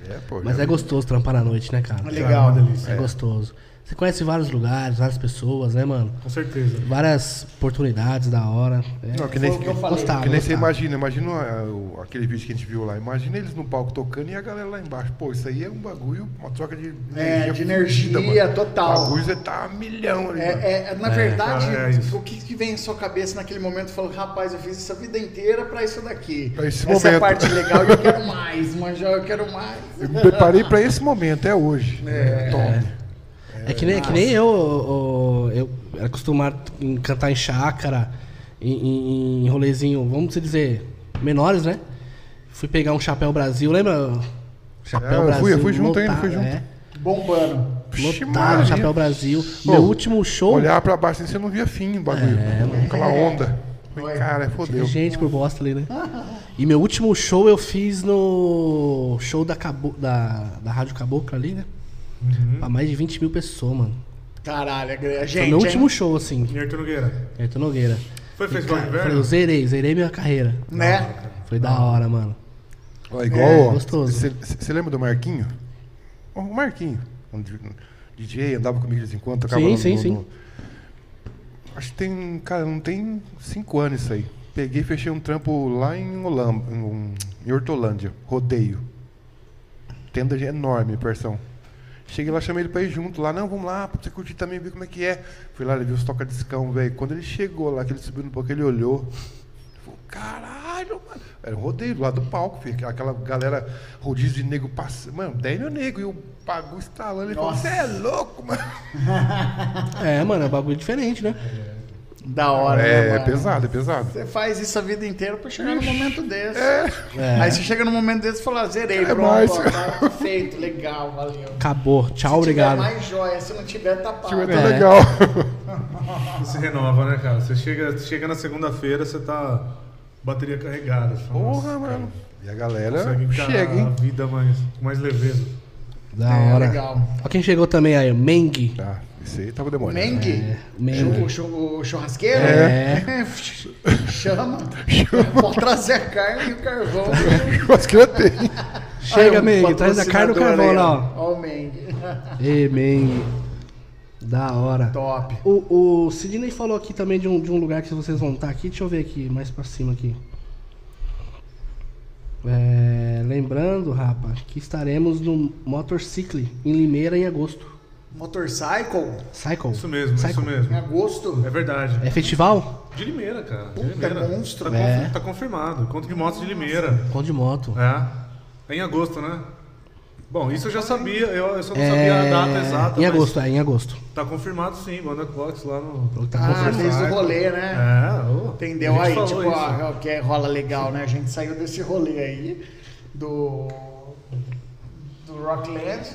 Speaker 2: É, pô,
Speaker 1: Mas
Speaker 2: já
Speaker 1: é
Speaker 2: vi.
Speaker 1: gostoso trampar na noite, né, cara?
Speaker 4: Legal.
Speaker 3: uma delícia.
Speaker 1: É gostoso. Você conhece vários lugares, várias pessoas, né, mano?
Speaker 3: Com certeza.
Speaker 1: Várias oportunidades da hora. É.
Speaker 2: Não, que
Speaker 4: Foi
Speaker 2: nem,
Speaker 4: o que eu falei.
Speaker 1: Gostava.
Speaker 2: Que nem
Speaker 4: Tá.
Speaker 2: você
Speaker 1: gostava.
Speaker 2: imagina, imagina ah, o- aquele vídeo que a gente viu lá. Imagina eles no palco tocando e a galera lá embaixo. Pô, isso aí é um bagulho, uma troca de
Speaker 4: É, de energia
Speaker 2: fudida, mano.
Speaker 4: total.
Speaker 2: O bagulho você tá a milhão ali. mano.
Speaker 4: É, é, na verdade,
Speaker 3: cara, é isso.
Speaker 4: o que, que vem em sua cabeça naquele momento falando, rapaz, eu fiz essa vida inteira pra isso daqui.
Speaker 2: Pra esse
Speaker 4: Essa é a
Speaker 2: momento."
Speaker 4: parte legal e eu quero mais, manjá, eu quero mais.
Speaker 2: Eu me preparei pra esse momento, é hoje. Tome.
Speaker 1: É que nem, é que nem eu, ô, ô, eu era acostumado em cantar em chácara, em, em, em rolezinho, vamos dizer, menores, né? Fui pegar um Chapéu Brasil, lembra?
Speaker 2: É, eu fui- eu fui junto ainda, fui junto.
Speaker 1: É,
Speaker 4: Bombando.
Speaker 2: Vixe,
Speaker 1: lotado,
Speaker 2: Maria.
Speaker 1: Chapéu Brasil.
Speaker 2: Pô,
Speaker 1: Meu último show, É,
Speaker 2: Olhar pra baixo assim, você não via fim do bagulho. Aquela onda.
Speaker 4: Foi.
Speaker 2: Cara,
Speaker 1: Tem
Speaker 2: fodeu.
Speaker 1: gente por bosta ali, né? E meu último show eu fiz no show da, Cabo, da, da Rádio Cabocla ali, né? Pra mais de 20 mil pessoas, mano.
Speaker 4: Caralho, é
Speaker 1: Foi
Speaker 4: gente.
Speaker 1: meu
Speaker 4: hein?
Speaker 1: último show, assim,
Speaker 3: E Arthur Nogueira?
Speaker 1: Ayrton Nogueira.
Speaker 3: Foi
Speaker 1: E,
Speaker 3: festival
Speaker 1: cara,
Speaker 3: de
Speaker 1: eu
Speaker 3: inverno?
Speaker 1: falei, eu zerei, zerei minha carreira.
Speaker 4: Né?
Speaker 1: Foi da hora, mano.
Speaker 2: Ó, igual,
Speaker 1: É, gostoso.
Speaker 2: Você lembra do Marquinho? O Marquinho. Um di- um DJ, andava comigo de vez em quando, tocava
Speaker 1: Sim,
Speaker 2: no-
Speaker 1: sim,
Speaker 2: no-
Speaker 1: sim.
Speaker 2: no- Acho que tem, cara, não tem cinco anos isso aí. Peguei e fechei um trampo lá em Holanda, em, um, em Hortolândia, rodeio. Tenda enorme, persão. Cheguei lá, chamei ele pra ir junto lá. Não, vamos lá, pra você curtir também, ver como é que é. Fui lá, ele viu os toca-discão, velho. Quando ele chegou lá, que ele subiu no palco, ele olhou. Falou, caralho, mano. Era um rodeio do lado do palco, filho. Aquela galera rodízio de nego passando. Mano, 10 mil nego. E o bagulho estralando. Ele falou,
Speaker 4: Nossa.
Speaker 2: você é louco, mano.
Speaker 1: É, mano, é um bagulho diferente, né?
Speaker 4: Da hora, né,
Speaker 2: É, é
Speaker 4: mano?
Speaker 2: pesado, é pesado.
Speaker 4: Você faz isso a vida inteira pra chegar num momento desse.
Speaker 1: É.
Speaker 4: Aí você chega num momento desse e fala, zerei,
Speaker 2: É
Speaker 4: pronto,
Speaker 2: nóis.
Speaker 4: ó, tá perfeito, legal, valeu.
Speaker 1: Acabou. Tchau,
Speaker 4: se tiver
Speaker 1: obrigado.
Speaker 4: mais joia, se não tiver, tá pago.
Speaker 2: Tá
Speaker 5: É.
Speaker 2: legal.
Speaker 3: Você renova, né, cara? Você chega, chega na segunda-feira, você tá bateria carregada. Você fala,
Speaker 2: Porra,
Speaker 3: "Nossa,
Speaker 2: mano. E a
Speaker 3: cara, Consegue
Speaker 2: galera
Speaker 3: encarar
Speaker 2: chega,
Speaker 3: a
Speaker 2: hein?
Speaker 3: vida mais, com mais leveza.
Speaker 1: Da
Speaker 4: É,
Speaker 1: hora.
Speaker 4: legal.
Speaker 1: Ó, quem chegou também aí, o Meng.
Speaker 2: Tá, isso aí tava
Speaker 1: É,
Speaker 2: demorando. né?
Speaker 4: Meng?
Speaker 1: Meng.
Speaker 4: Chu- chu- Churrasqueiro?
Speaker 1: É.
Speaker 4: Chama. Pode trazer a carne e o carvão.
Speaker 2: Mas que eu tenho.
Speaker 1: Chega,
Speaker 4: Aí,
Speaker 1: Meng,
Speaker 4: um
Speaker 1: traz a carne do
Speaker 4: patrocinador
Speaker 1: carvão
Speaker 4: aí,
Speaker 1: lá, ó.
Speaker 4: Ó o Meng.
Speaker 1: Ê, Meng. Da hora.
Speaker 4: Top.
Speaker 1: O, o Sidney falou aqui também de um, de um lugar que vocês vão estar aqui. Deixa eu ver aqui, mais pra cima aqui. É, lembrando, rapa, que estaremos no Motorcycle em Limeira em agosto.
Speaker 4: Motorcycle?
Speaker 1: Cycle.
Speaker 3: Isso mesmo,
Speaker 1: Cycle.
Speaker 3: isso
Speaker 4: Em
Speaker 3: mesmo.
Speaker 4: agosto?
Speaker 3: É verdade.
Speaker 1: É festival?
Speaker 3: De Limeira, cara. De
Speaker 4: Puta,
Speaker 3: Limeira.
Speaker 4: monstro.
Speaker 3: Tá,
Speaker 1: É.
Speaker 3: confi- tá confirmado. Encontro de motos de Limeira.
Speaker 1: Com de moto.
Speaker 3: É. É em agosto, né? Bom, isso eu já sabia, eu, eu só não
Speaker 1: É,
Speaker 3: sabia a data exata.
Speaker 1: Em
Speaker 3: mas
Speaker 1: agosto, é, em agosto.
Speaker 3: Tá confirmado sim, Banda Cox lá no.
Speaker 1: Tá
Speaker 4: Ah,
Speaker 1: confirmado.
Speaker 4: desde o rolê,
Speaker 3: É,
Speaker 4: né?
Speaker 3: ô,
Speaker 4: Entendeu?
Speaker 3: a
Speaker 4: Aí,
Speaker 3: gente
Speaker 4: tipo,
Speaker 3: falou isso.
Speaker 4: ó, que rola legal, né? A gente saiu desse rolê aí do, do Rockland,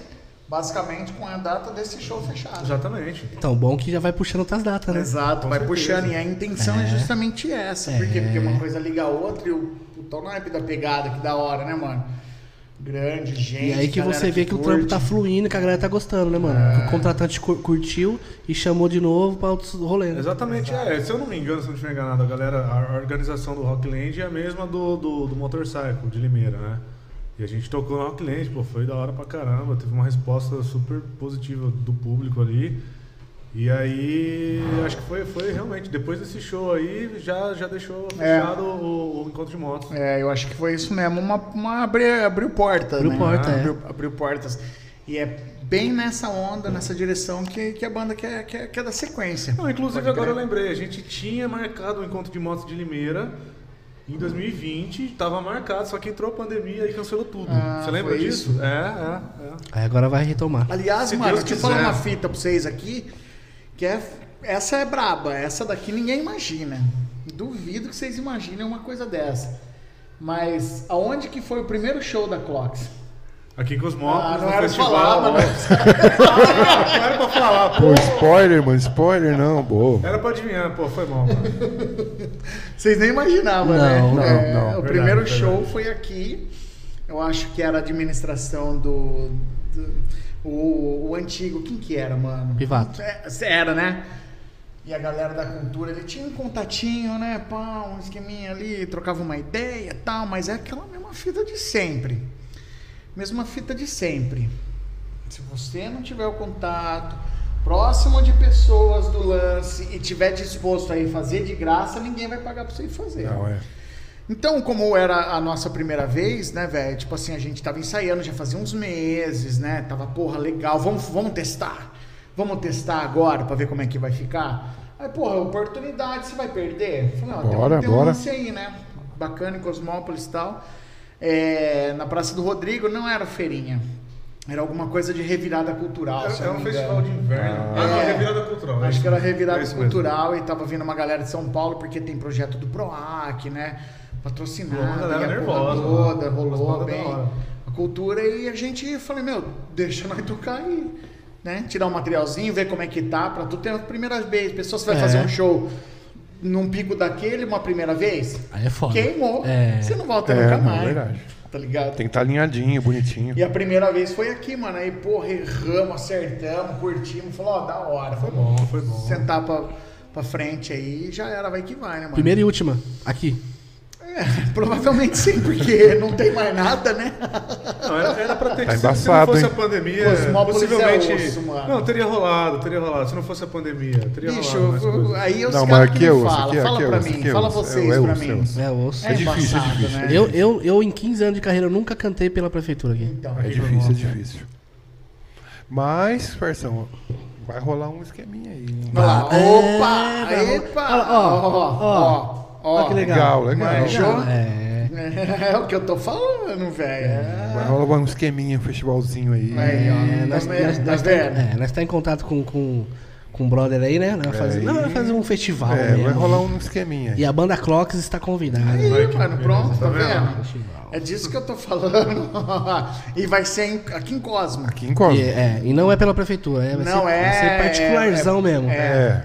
Speaker 4: basicamente com a data desse show fechado.
Speaker 3: Exatamente.
Speaker 1: Então, bom que já vai puxando outras datas, né?
Speaker 4: Exato,
Speaker 3: Com
Speaker 4: vai
Speaker 3: certeza.
Speaker 4: puxando. E a intenção é, justamente essa. Por quê? Porque uma coisa liga a outra e o, o tal naipe da pegada, que da hora, né, mano? Grande, gente.
Speaker 1: E aí que
Speaker 4: galera
Speaker 1: você vê que o trampo
Speaker 4: curte.
Speaker 1: tá fluindo, que a galera tá gostando, né, mano?
Speaker 3: É.
Speaker 1: O contratante cur- curtiu e chamou de novo pra outros rolê. né?
Speaker 3: Exatamente, é. Se eu não me engano, se eu não estiver enganado, a galera, a organização do Rockland é a mesma do, do, do Motorcycle de Limeira, né? E a gente tocou no Rockland, pô, foi da hora pra caramba, teve uma resposta super positiva do público ali. E aí, acho que foi, foi realmente, depois desse show aí, já, já deixou
Speaker 4: É.
Speaker 3: fechado o, o encontro de motos.
Speaker 4: É, eu acho que foi isso mesmo. Uma, uma abri- abriu porta.
Speaker 1: Abriu
Speaker 4: né?
Speaker 1: porta, é.
Speaker 4: abriu, abriu portas. E é bem nessa onda, nessa direção que, que a banda quer, quer, quer dar sequência.
Speaker 3: Não, inclusive
Speaker 4: Pode
Speaker 3: agora eu
Speaker 4: crer.
Speaker 3: lembrei, a gente tinha marcado o encontro de motos de Limeira em 2020, tava marcado, só que entrou a pandemia e cancelou tudo.
Speaker 4: Ah,
Speaker 3: Você lembra
Speaker 4: foi
Speaker 3: disso? É, é, é.
Speaker 1: Aí agora vai retomar.
Speaker 4: Aliás,
Speaker 3: Se
Speaker 4: mano,
Speaker 3: Deus
Speaker 4: deixa eu
Speaker 3: quiser.
Speaker 4: falar uma fita pra vocês aqui, que é, essa é braba, essa daqui ninguém imagina. Duvido que vocês imaginem uma coisa dessa. Mas aonde que foi o primeiro show da Clocks?
Speaker 3: Aqui com os motos,
Speaker 4: Ah, não
Speaker 3: no
Speaker 4: era pra
Speaker 3: festival.
Speaker 4: falar, mano.
Speaker 3: Não era pra falar, pô.
Speaker 2: Pô, spoiler, mano. Spoiler não, boa.
Speaker 3: Era pra adivinhar, pô, foi mal, mano.
Speaker 4: Vocês nem imaginavam, né?
Speaker 1: Não, não,
Speaker 4: É,
Speaker 2: não.
Speaker 4: O
Speaker 3: Verdade,
Speaker 4: primeiro
Speaker 3: verdade.
Speaker 4: show foi aqui. Eu acho que era a administração do. do- o, o antigo. Quem que era, mano?
Speaker 1: Pivato.
Speaker 4: É, era, né? E a galera da cultura, ele tinha um contatinho, né? Pá, um esqueminha ali, trocava uma ideia e tal, mas é aquela mesma fita de sempre. Mesma fita de sempre. Se você não tiver o contato próximo de pessoas do lance e tiver disposto a ir fazer de graça, ninguém vai pagar pra você ir fazer.
Speaker 2: Não, é.
Speaker 4: Então, como era a nossa primeira vez, né, velho? Tipo assim, a gente tava ensaiando já fazia uns meses, né? Tava, porra, legal, vamos, vamos testar. Vamos testar agora pra ver como é que vai ficar. Aí, porra, oportunidade, você vai perder? Eu Falei, ó, tem um-
Speaker 2: Bora,
Speaker 4: tem um
Speaker 2: bora.
Speaker 4: lance aí, né? Bacana em Cosmópolis e tal. É, na Praça do Rodrigo não era feirinha. Era alguma coisa de revirada cultural.
Speaker 3: Era,
Speaker 4: se eu
Speaker 3: era
Speaker 4: não
Speaker 3: um
Speaker 4: me
Speaker 3: festival
Speaker 4: engano.
Speaker 3: de inverno. Ah, não, é revirada cultural. é
Speaker 4: Acho
Speaker 3: isso
Speaker 4: que era
Speaker 3: mesmo.
Speaker 4: revirada
Speaker 3: É isso mesmo.
Speaker 4: cultural e tava vindo uma galera de São Paulo porque tem projeto do PROAC, né? Patrocinado,
Speaker 3: Rolou uma galera
Speaker 4: e a porra
Speaker 3: nervosa,
Speaker 4: toda,
Speaker 3: né? Umas
Speaker 4: rolou
Speaker 3: bandas da
Speaker 4: bem
Speaker 3: hora.
Speaker 4: a cultura e a gente falei, meu, deixa nós tocar aí, né? Tirar um materialzinho, ver como é que tá, pra tu ter a primeira vez. Pessoa, você vai
Speaker 1: É.
Speaker 4: fazer um show num pico daquele uma primeira vez,
Speaker 1: Aí é foda.
Speaker 4: queimou.
Speaker 1: É.
Speaker 4: Você não volta
Speaker 2: É,
Speaker 4: nunca
Speaker 2: não,
Speaker 4: mais.
Speaker 2: verdade.
Speaker 4: Tá ligado?
Speaker 2: Tem que estar alinhadinho, bonitinho.
Speaker 4: E a primeira vez foi aqui, mano. Aí, porra, erramos, acertamos, curtimos. Falou, ó, da hora. Foi
Speaker 3: bom, foi bom.
Speaker 4: Sentar pra, pra frente aí, já era, vai que vai, né, mano?
Speaker 1: Primeira e última, aqui.
Speaker 4: É, provavelmente sim, porque não tem mais nada, né?
Speaker 3: Não, era, era pra ter
Speaker 2: Tá
Speaker 3: que ser. Se não
Speaker 2: embaçado,
Speaker 3: fosse
Speaker 2: hein?
Speaker 3: a pandemia,
Speaker 4: Cosmópolis é
Speaker 3: possivelmente.
Speaker 4: osso, mano.
Speaker 3: não, teria rolado, teria rolado. Se não fosse a pandemia, teria
Speaker 4: Bicho,
Speaker 3: rolado. mais
Speaker 4: eu-
Speaker 3: coisa.
Speaker 4: aí os
Speaker 2: Não, mas
Speaker 4: caras que
Speaker 2: aqui
Speaker 4: me
Speaker 2: é osso,
Speaker 4: falam,
Speaker 2: aqui é-
Speaker 4: fala
Speaker 2: aqui é
Speaker 4: pra
Speaker 2: osso,
Speaker 4: mim,
Speaker 2: aqui é
Speaker 4: fala
Speaker 2: osso, é-
Speaker 4: vocês
Speaker 2: é
Speaker 4: pra
Speaker 2: osso, é
Speaker 4: mim.
Speaker 2: osso.
Speaker 1: É, osso.
Speaker 2: É difícil, é
Speaker 4: embaçado,
Speaker 2: difícil.
Speaker 4: né?
Speaker 1: Eu, eu, eu, em 15 anos de carreira, eu nunca cantei pela prefeitura aqui.
Speaker 4: Então,
Speaker 2: É difícil, é difícil. Mas, Farsão, vai rolar um esqueminha aí. hein?
Speaker 4: vai lá.
Speaker 1: É,
Speaker 4: Opa!
Speaker 1: vai-
Speaker 4: Epa!
Speaker 1: Olha lá, ó, ó,
Speaker 4: ó, ó.
Speaker 1: Olha que legal.
Speaker 2: legal.
Speaker 4: Mas
Speaker 2: legal.
Speaker 4: já-
Speaker 1: É.
Speaker 4: É o que eu tô falando, velho. É.
Speaker 2: Vai rolar um esqueminha, um festivalzinho aí.
Speaker 4: Aí, ó,
Speaker 1: É,
Speaker 4: tá
Speaker 1: nós,
Speaker 4: vendo?
Speaker 1: nós,
Speaker 4: Tá
Speaker 1: nós tá,
Speaker 4: vendo?
Speaker 1: é, nós tá em contato com, com, com um brother aí, né? Vai fazer,
Speaker 2: É,
Speaker 1: não,
Speaker 2: e-
Speaker 1: vai fazer um festival.
Speaker 2: É,
Speaker 1: mesmo.
Speaker 2: vai rolar um esqueminha. aí.
Speaker 1: E a banda Crocs está convidada.
Speaker 4: Aí,
Speaker 3: que
Speaker 4: mano,
Speaker 3: beleza,
Speaker 4: pronto,
Speaker 3: tá
Speaker 4: tá
Speaker 3: vendo?
Speaker 4: vendo? É disso que eu tô falando. e vai ser em- aqui em Cosmo.
Speaker 2: Aqui em Cosmo.
Speaker 1: E, é, e não é pela prefeitura, é, vai,
Speaker 4: Não,
Speaker 1: ser,
Speaker 4: é-
Speaker 1: vai ser particularzão
Speaker 4: é-
Speaker 1: mesmo.
Speaker 4: é.
Speaker 2: É.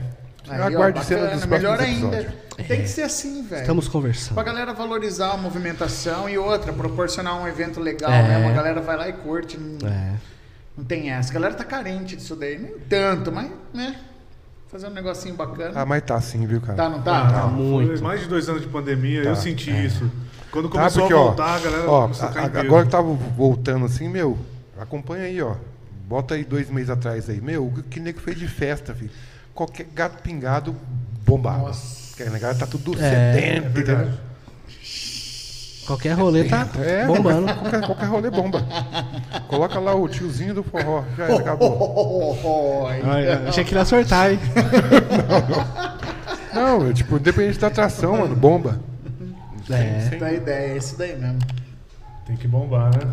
Speaker 4: Aí, ó,
Speaker 2: Aguarde
Speaker 4: bacana,
Speaker 2: cena dos
Speaker 4: Melhor
Speaker 2: próximos
Speaker 4: ainda.
Speaker 2: episódios.
Speaker 4: Tem que ser assim, velho.
Speaker 1: É. Estamos conversando.
Speaker 4: Pra galera valorizar a movimentação e outra, proporcionar um evento legal,
Speaker 1: É.
Speaker 4: né? Uma galera vai lá e curte. Não,
Speaker 1: É.
Speaker 4: não tem essa. A galera tá carente disso daí. Nem tanto, mas, né? Fazer um negocinho bacana.
Speaker 2: Ah, mas tá sim, viu, cara?
Speaker 4: tá, não tá?
Speaker 3: Tá,
Speaker 1: muito.
Speaker 3: foi Mais de dois anos de pandemia, eu senti isso. Quando
Speaker 2: é. Tá,
Speaker 3: começou
Speaker 2: porque,
Speaker 3: a
Speaker 2: ó,
Speaker 3: voltar, a galera
Speaker 2: ó,
Speaker 3: começou a
Speaker 2: a-
Speaker 3: cair em peso.
Speaker 2: agora que tava voltando assim, meu, acompanha aí, ó. Bota aí dois meses atrás aí. Meu, o que nego fez de festa, filho. Qualquer gato pingado bombado.
Speaker 4: Nossa.
Speaker 2: Porque a galera tá tudo
Speaker 1: É,
Speaker 2: sedento, entendeu?
Speaker 1: Qualquer rolê tá
Speaker 2: É,
Speaker 1: bombando.
Speaker 2: Qualquer, qualquer rolê bomba. Coloca lá o tiozinho do forró. Já era,
Speaker 3: Tá
Speaker 2: acabou.
Speaker 4: Oi.
Speaker 1: Achei que ele ia sortar, hein?
Speaker 2: Não, é, tipo, independente da atração, mano, bomba.
Speaker 1: É.
Speaker 4: Da ideia, é isso daí mesmo.
Speaker 2: tá-
Speaker 3: Tem que bombar, né?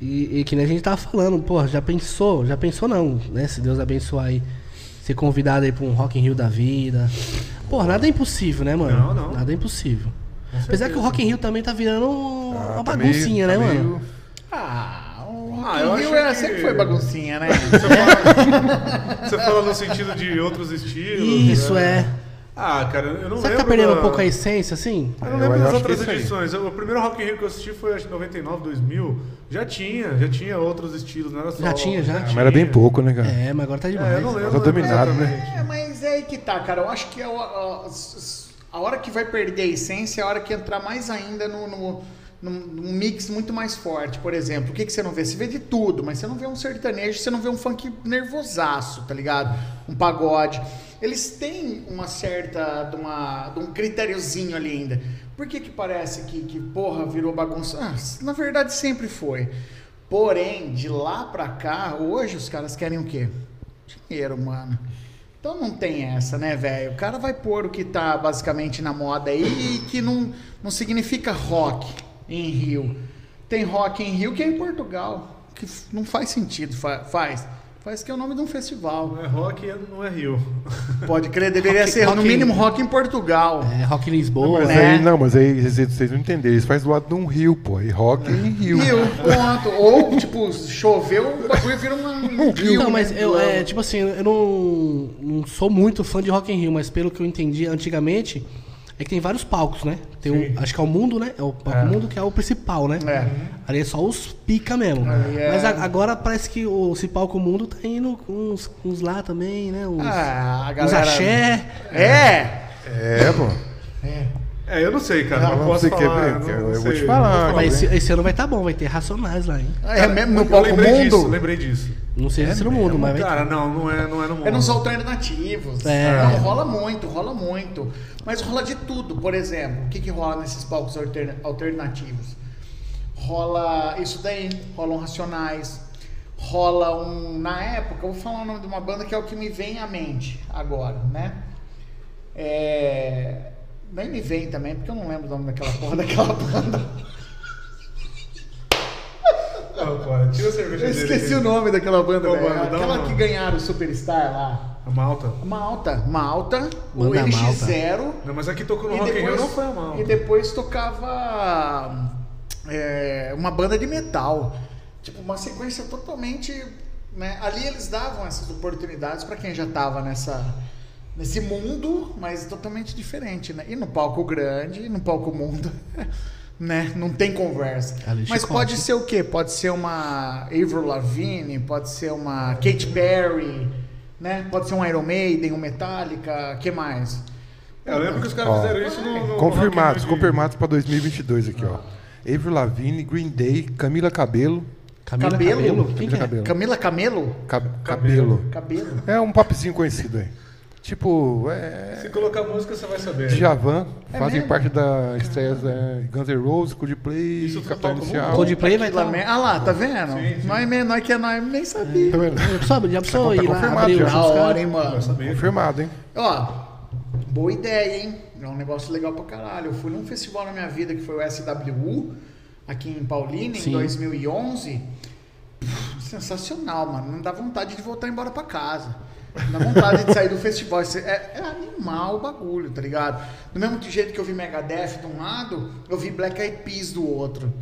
Speaker 1: E, e que nem a gente tava falando, porra, já pensou? Já pensou não, né? Se Deus abençoar aí. Ser convidado aí pra um Rock in Rio da vida. Porra, nada é impossível, né, mano?
Speaker 3: Não, não.
Speaker 1: Nada é impossível. Apesar que o Rock in Rio também tá virando uma
Speaker 2: Ah, tá
Speaker 1: baguncinha,
Speaker 2: meio-
Speaker 1: né,
Speaker 2: tá
Speaker 1: mano?
Speaker 2: meio-
Speaker 4: Ah, o
Speaker 3: Ah, eu
Speaker 4: Rock in Rio
Speaker 3: acho
Speaker 4: é-
Speaker 3: que-
Speaker 1: assim
Speaker 4: sempre foi baguncinha, né?
Speaker 3: Você fala no sentido de outros estilos.
Speaker 1: Isso,
Speaker 3: né?
Speaker 1: é.
Speaker 3: Ah, cara, eu não
Speaker 1: Será que
Speaker 3: lembro.
Speaker 1: tá perdendo
Speaker 3: da-
Speaker 1: um pouco a essência, assim?
Speaker 3: Eu não
Speaker 2: Eu
Speaker 3: lembro das
Speaker 2: acho que é
Speaker 3: outras
Speaker 2: isso aí.
Speaker 3: edições. O primeiro Rock in Rio que eu assisti foi acho que 99, 2000. Já tinha, já tinha outros estilos, não era só.
Speaker 1: Já tinha, já?
Speaker 2: Ah, Mas era bem pouco, né, cara?
Speaker 1: É, mas agora tá demais.
Speaker 3: É, eu não lembro.
Speaker 2: Tá dominado, né?
Speaker 3: exatamente.
Speaker 4: É, mas é aí que tá, cara. Eu acho que é o- a, a hora que vai perder a essência é a hora que entrar mais ainda no, no- num- num mix muito mais forte. Por exemplo, o que, que você não vê? Você vê de tudo, mas você não vê um sertanejo, você não vê um funk nervosaço, tá ligado? Um pagode. Eles têm uma certa. de uma- de um critériozinho ali ainda. Por que, que parece que, que, porra, virou bagunça? Ah, na verdade sempre foi. Porém, de lá pra cá, hoje os caras querem o quê? Dinheiro, mano. Então não tem essa, né, velho? O cara vai pôr o que tá basicamente na moda aí e que não, não significa rock em Rio. Tem rock em Rio que é em Portugal, que f- não faz sentido, fa- faz. Faz que é o nome de um festival.
Speaker 3: Não é rock, não é Rio.
Speaker 4: Pode crer, deveria
Speaker 1: Rock-
Speaker 4: ser
Speaker 1: rock
Speaker 4: no
Speaker 1: em-
Speaker 4: mínimo rock em Portugal.
Speaker 1: É, Rock em Lisboa,
Speaker 2: Mas
Speaker 1: né?
Speaker 4: né?
Speaker 2: aí, não, mas aí vocês vocês não entenderam. Isso faz do lado de um rio, pô. E rock em rio.
Speaker 4: Rio, ponto. Ou, tipo, choveu, o bagulho vira uma. um rio,
Speaker 1: Não, mas
Speaker 4: né?
Speaker 1: eu, é, tipo assim, eu não, não sou muito fã de Rock in Rio, mas pelo que eu entendi antigamente, é que tem vários palcos, né? Tem o, acho que é o Mundo, né? É o palco Mundo que é o principal, né?
Speaker 4: É.
Speaker 1: Ali é só os pica mesmo.
Speaker 4: Ali é-
Speaker 1: Mas a- agora parece que o, esse palco Mundo tá indo com uns, uns lá também, né? Uns,
Speaker 4: Ah, a
Speaker 1: uns
Speaker 4: galera.
Speaker 1: axé.
Speaker 4: É!
Speaker 2: É, pô.
Speaker 3: É, eu não sei, cara. Não,
Speaker 2: Não,
Speaker 3: posso
Speaker 2: você quer ver?
Speaker 3: falar. não-
Speaker 2: é Eu
Speaker 3: não
Speaker 2: vou
Speaker 3: sei.
Speaker 2: te falar,
Speaker 3: Não vou
Speaker 1: Mas esse, esse ano vai tá bom, vai ter Racionais lá, hein?
Speaker 4: É mesmo no
Speaker 3: Eu
Speaker 4: palco
Speaker 3: lembrei
Speaker 4: mundo?
Speaker 3: disso, lembrei disso.
Speaker 1: Não sei se é no mundo, mas vai ter.
Speaker 3: Cara, não, não é, não é no mundo.
Speaker 4: É nos alternativos.
Speaker 1: É.
Speaker 4: Não, rola muito, rola muito. Mas rola de tudo. Por exemplo, o que, que rola nesses palcos alterna- alternativos? Rola isso daí, rolam Racionais, rola um. Na época, eu vou falar o nome de uma banda que é o que me vem à mente agora, né? É. Nem me vem também, porque eu não lembro o nome daquela porra daquela banda.
Speaker 3: Não, cara, tira a cerveja
Speaker 4: Eu
Speaker 3: dele
Speaker 4: esqueci
Speaker 3: aqui.
Speaker 4: o nome daquela banda,
Speaker 3: Qual
Speaker 4: velho.
Speaker 3: banda? Dá um
Speaker 4: Aquela
Speaker 3: nome.
Speaker 4: que ganharam o Superstar lá.
Speaker 3: A Malta.
Speaker 4: Malta, Malta, o
Speaker 1: Manda
Speaker 4: NX0.
Speaker 3: Não, mas aqui tocou no
Speaker 4: E
Speaker 3: Rock in Rio,
Speaker 4: depois,
Speaker 3: não foi a Malta.
Speaker 4: e depois tocava é, uma banda de metal. Tipo, uma sequência totalmente. né? Ali eles davam essas oportunidades para quem já tava nessa, nesse mundo, mas totalmente diferente. Né? E no palco grande, e no palco mundo. Né? Não tem conversa.
Speaker 3: É,
Speaker 1: Ali,
Speaker 4: Mas
Speaker 1: chicote.
Speaker 4: pode ser o quê? Pode ser uma Avril Lavigne, pode ser uma Katy Perry, né? Pode ser um Iron Maiden, um Metallica, que mais?
Speaker 3: Eu lembro que os caras
Speaker 2: Ó,
Speaker 3: fizeram isso no. no
Speaker 2: Confirmados,
Speaker 3: Rock in Rio de-
Speaker 2: confirmados pra 2022 aqui, ó. Avril Lavigne, Green Day, Camila Cabelo.
Speaker 1: Camila
Speaker 4: Cabelo?
Speaker 1: Quem que
Speaker 2: Camila
Speaker 1: é?
Speaker 2: Cabelo.
Speaker 4: Camila Camelo?
Speaker 2: Cab- cabelo.
Speaker 4: Cabelo.
Speaker 2: É um papezinho conhecido aí. Tipo, é.
Speaker 3: Se colocar música, você vai saber.
Speaker 2: Djavan,
Speaker 1: É
Speaker 2: fazem
Speaker 4: mesmo?
Speaker 2: parte da estreia é, Guns N' Roses, Coldplay,
Speaker 3: Isso tudo
Speaker 2: Capital
Speaker 3: toca no
Speaker 2: Inicial.
Speaker 1: Coldplay vai
Speaker 4: Camila
Speaker 1: estar.
Speaker 4: Me- Ah lá, tá vendo?
Speaker 3: Sim, sim.
Speaker 4: Nós, mesmo, nós que é nós nem sabia.
Speaker 2: Tá vendo?
Speaker 1: Sabe, já precisou
Speaker 2: Tá
Speaker 1: ir lá
Speaker 2: confirmado
Speaker 1: abrir
Speaker 2: já.
Speaker 1: os
Speaker 4: Da
Speaker 1: caras?
Speaker 4: hora, hein, mano?
Speaker 2: Confirmado, hein?
Speaker 4: Ó, boa ideia, hein? É um negócio legal pra caralho. Eu fui num festival na minha vida que foi o SWU, aqui em Paulínia,
Speaker 1: Sim.
Speaker 4: em 2011. Pff, sensacional, mano. Não dá vontade de voltar embora pra casa. Dá vontade de sair do festival. Isso É, é animal o bagulho, tá ligado? Do mesmo jeito que eu vi Megadeth de um lado, eu vi Black Eyed Peas do outro.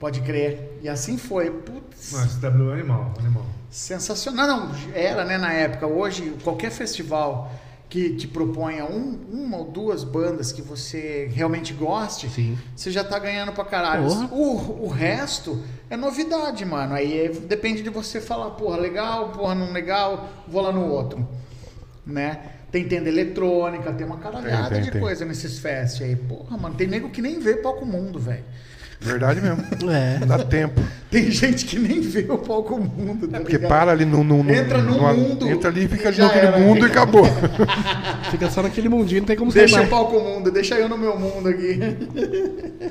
Speaker 4: Pode crer. E assim foi. Putz,
Speaker 3: Não, esse W é animal, animal.
Speaker 4: sensacional. Não, era, né, na época. Hoje, qualquer festival que te proponha um- uma ou duas bandas que você realmente goste,
Speaker 1: Sim.
Speaker 4: você já tá ganhando pra caralho.
Speaker 1: Porra.
Speaker 4: O, o resto é novidade, mano. Aí é- depende de você falar, porra, legal, porra, não legal, vou lá no outro. Né? Tem tenda eletrônica, tem uma caralhada
Speaker 2: Tem, tem,
Speaker 4: de
Speaker 2: tem.
Speaker 4: coisa nesses fest aí. Porra, mano, tem nego que nem vê palco mundo, velho.
Speaker 2: Verdade mesmo.
Speaker 1: É.
Speaker 2: Não dá tempo.
Speaker 4: Tem gente que nem vê o palco mundo. Tá
Speaker 2: É Porque
Speaker 4: ligado?
Speaker 2: para ali no, no, no-
Speaker 4: Entra no
Speaker 2: numa-
Speaker 4: mundo
Speaker 2: Entra ali e fica
Speaker 4: e
Speaker 2: ali
Speaker 4: já
Speaker 2: naquele
Speaker 4: era.
Speaker 2: mundo e acabou.
Speaker 1: Fica só naquele mundinho, não tem
Speaker 3: é
Speaker 1: como sair
Speaker 4: Deixa o
Speaker 1: mais.
Speaker 4: palco mundo, deixa eu no meu mundo aqui.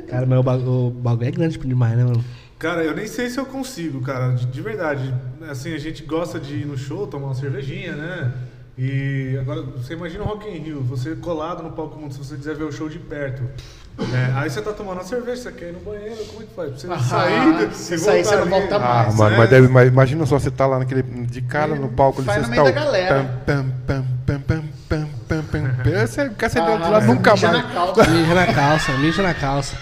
Speaker 1: Cara, mas o ba- o bagulho é grande demais, né, mano?
Speaker 3: Cara, eu nem sei se eu consigo, cara, de, de verdade. Assim, a gente gosta de ir no show, tomar uma cervejinha, né? E agora, você imagina o Rock in Rio, você colado no palco mundo, se você quiser ver o show de perto. É, aí você tá tomando uma cerveja, você quer ir no banheiro, como é que faz? Pra Você
Speaker 4: Ah,
Speaker 3: sair,
Speaker 4: se
Speaker 3: e
Speaker 4: sair, você não
Speaker 3: ali.
Speaker 4: volta mais.
Speaker 2: Ah,
Speaker 4: Mas,
Speaker 2: mano,
Speaker 3: né?
Speaker 2: mas, deve, mas imagina só, você tá lá naquele, de cara no palco ali,
Speaker 4: Faz
Speaker 2: você
Speaker 4: no
Speaker 2: tá.
Speaker 4: meio da galera.
Speaker 2: Pam, pam, pam, pam, pam, pam, pam, pam. Você quer sair de lá
Speaker 4: Ah,
Speaker 2: nunca
Speaker 4: mija
Speaker 2: mais.
Speaker 4: na calça.
Speaker 1: Mija é. na calça, mija na calça.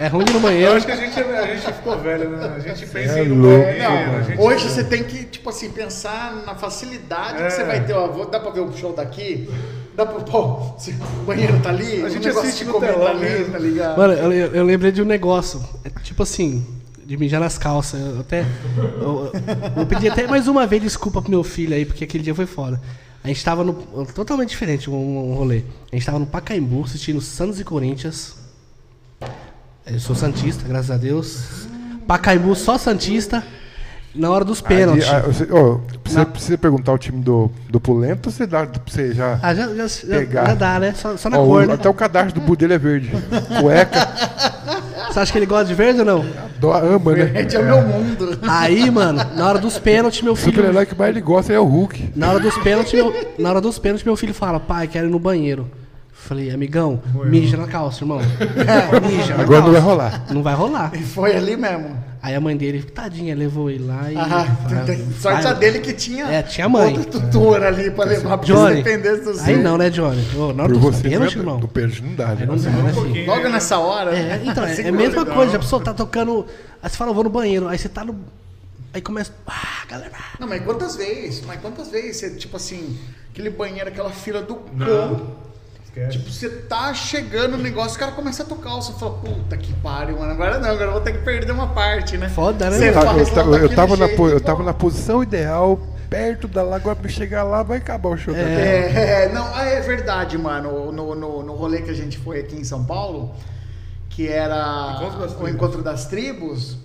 Speaker 1: É ruim de ir no
Speaker 3: Eu
Speaker 1: banheiro.
Speaker 3: acho que a gente, é, a gente ficou velho, né? A gente pensa
Speaker 2: é
Speaker 3: em ir no
Speaker 2: louco,
Speaker 3: banheiro,
Speaker 2: mano.
Speaker 3: a gente-
Speaker 4: Hoje você tem que, tipo assim, pensar na facilidade
Speaker 3: É.
Speaker 4: que você vai ter. Ó, vou- dá pra ver o show daqui? Dá pra. Pô, se o banheiro tá ali,
Speaker 3: A gente
Speaker 4: o negócio
Speaker 3: assiste
Speaker 4: de
Speaker 3: no
Speaker 4: comer
Speaker 3: telão
Speaker 4: tá ali,
Speaker 3: mesmo.
Speaker 4: tá ligado?
Speaker 1: Mano, eu, eu- eu lembrei de um negócio. É tipo assim, de mijar nas calças. Eu até. Eu, eu pedi até mais uma vez desculpa pro meu filho aí, porque aquele dia foi foda. A gente tava no. Totalmente diferente um, um rolê. A gente tava no Pacaembu assistindo Santos e Corinthians. Eu sou Santista, graças a Deus. Pacaembu só Santista. Na hora dos pênaltis.
Speaker 2: Ah, você, ó, precisa,
Speaker 1: Na-
Speaker 2: precisa perguntar o time do, do Pulento ou você, dá, você já.
Speaker 1: Ah, já, já, já,
Speaker 2: Pegar.
Speaker 1: já dá, né? Só, só na
Speaker 2: Ó,
Speaker 1: cor,
Speaker 2: o-
Speaker 1: né?
Speaker 2: Até o cadastro do Budelho é verde. Cueca,
Speaker 1: Você acha que ele gosta de verde ou não?
Speaker 2: dó, ama, né?
Speaker 4: Gente, é o meu mundo.
Speaker 1: Aí, mano, na hora dos pênaltis, meu
Speaker 2: O
Speaker 1: filho.
Speaker 2: super-herói que mais ele gosta é o Hulk.
Speaker 1: Na hora dos pênaltis, meu, na hora dos pênaltis, meu filho fala, pai, quero ir no banheiro. Falei, amigão, mija na calça, irmão. É,
Speaker 4: é
Speaker 1: mija na
Speaker 2: Agora não
Speaker 1: calça.
Speaker 2: vai rolar.
Speaker 1: Não vai rolar.
Speaker 4: E foi ali mesmo.
Speaker 1: Aí a mãe dele, tadinha, levou ele lá e.
Speaker 4: Ah,
Speaker 1: Vai-
Speaker 4: sorte
Speaker 1: vai-
Speaker 4: a dele que tinha,
Speaker 1: É, tinha mãe.
Speaker 4: outro tutor ali pra levar pra se
Speaker 1: Johnny.
Speaker 4: depender do
Speaker 1: Aí
Speaker 4: Zé.
Speaker 1: não, né, Johnny? Ô, na hora
Speaker 2: Por
Speaker 4: tá
Speaker 1: dos
Speaker 2: você,
Speaker 1: pênaltis,
Speaker 2: né?
Speaker 1: irmão.
Speaker 2: Do pênalti não dá, né?
Speaker 1: Aí não dá, né,
Speaker 3: Um
Speaker 1: filho?
Speaker 3: pouquinho,
Speaker 4: Logo
Speaker 3: né?
Speaker 4: nessa hora.
Speaker 1: É, então, é, é a
Speaker 4: Segura.
Speaker 1: mesma
Speaker 3: não.
Speaker 1: coisa. A pessoa tá tocando. Aí você fala, vou no banheiro. Aí você tá no. Aí começa. Ah, galera.
Speaker 4: Não, mas quantas vezes? Mas quantas vezes? Você, tipo assim, aquele banheiro, aquela fila do cão.
Speaker 3: Não. Esquece.
Speaker 4: Tipo, você tá chegando no negócio, o cara começa a tocar, você fala, puta que pariu, mano, agora não, agora eu vou ter que perder uma parte, né?
Speaker 1: Foda, né?
Speaker 4: Você
Speaker 2: Tá, Eu tava-
Speaker 4: faz
Speaker 2: eu, tava- eu
Speaker 4: daquele
Speaker 2: tava na,
Speaker 4: jeito, é
Speaker 2: po- eu
Speaker 4: pô.
Speaker 2: tava na posição ideal, perto da lá, agora pra chegar lá vai acabar o show. tá também.
Speaker 4: É, é, não, ah, é verdade, mano, no, no, no rolê que a gente foi aqui em São Paulo, que era
Speaker 3: Encontro das
Speaker 4: o
Speaker 3: Tribos.
Speaker 4: Encontro das Tribos,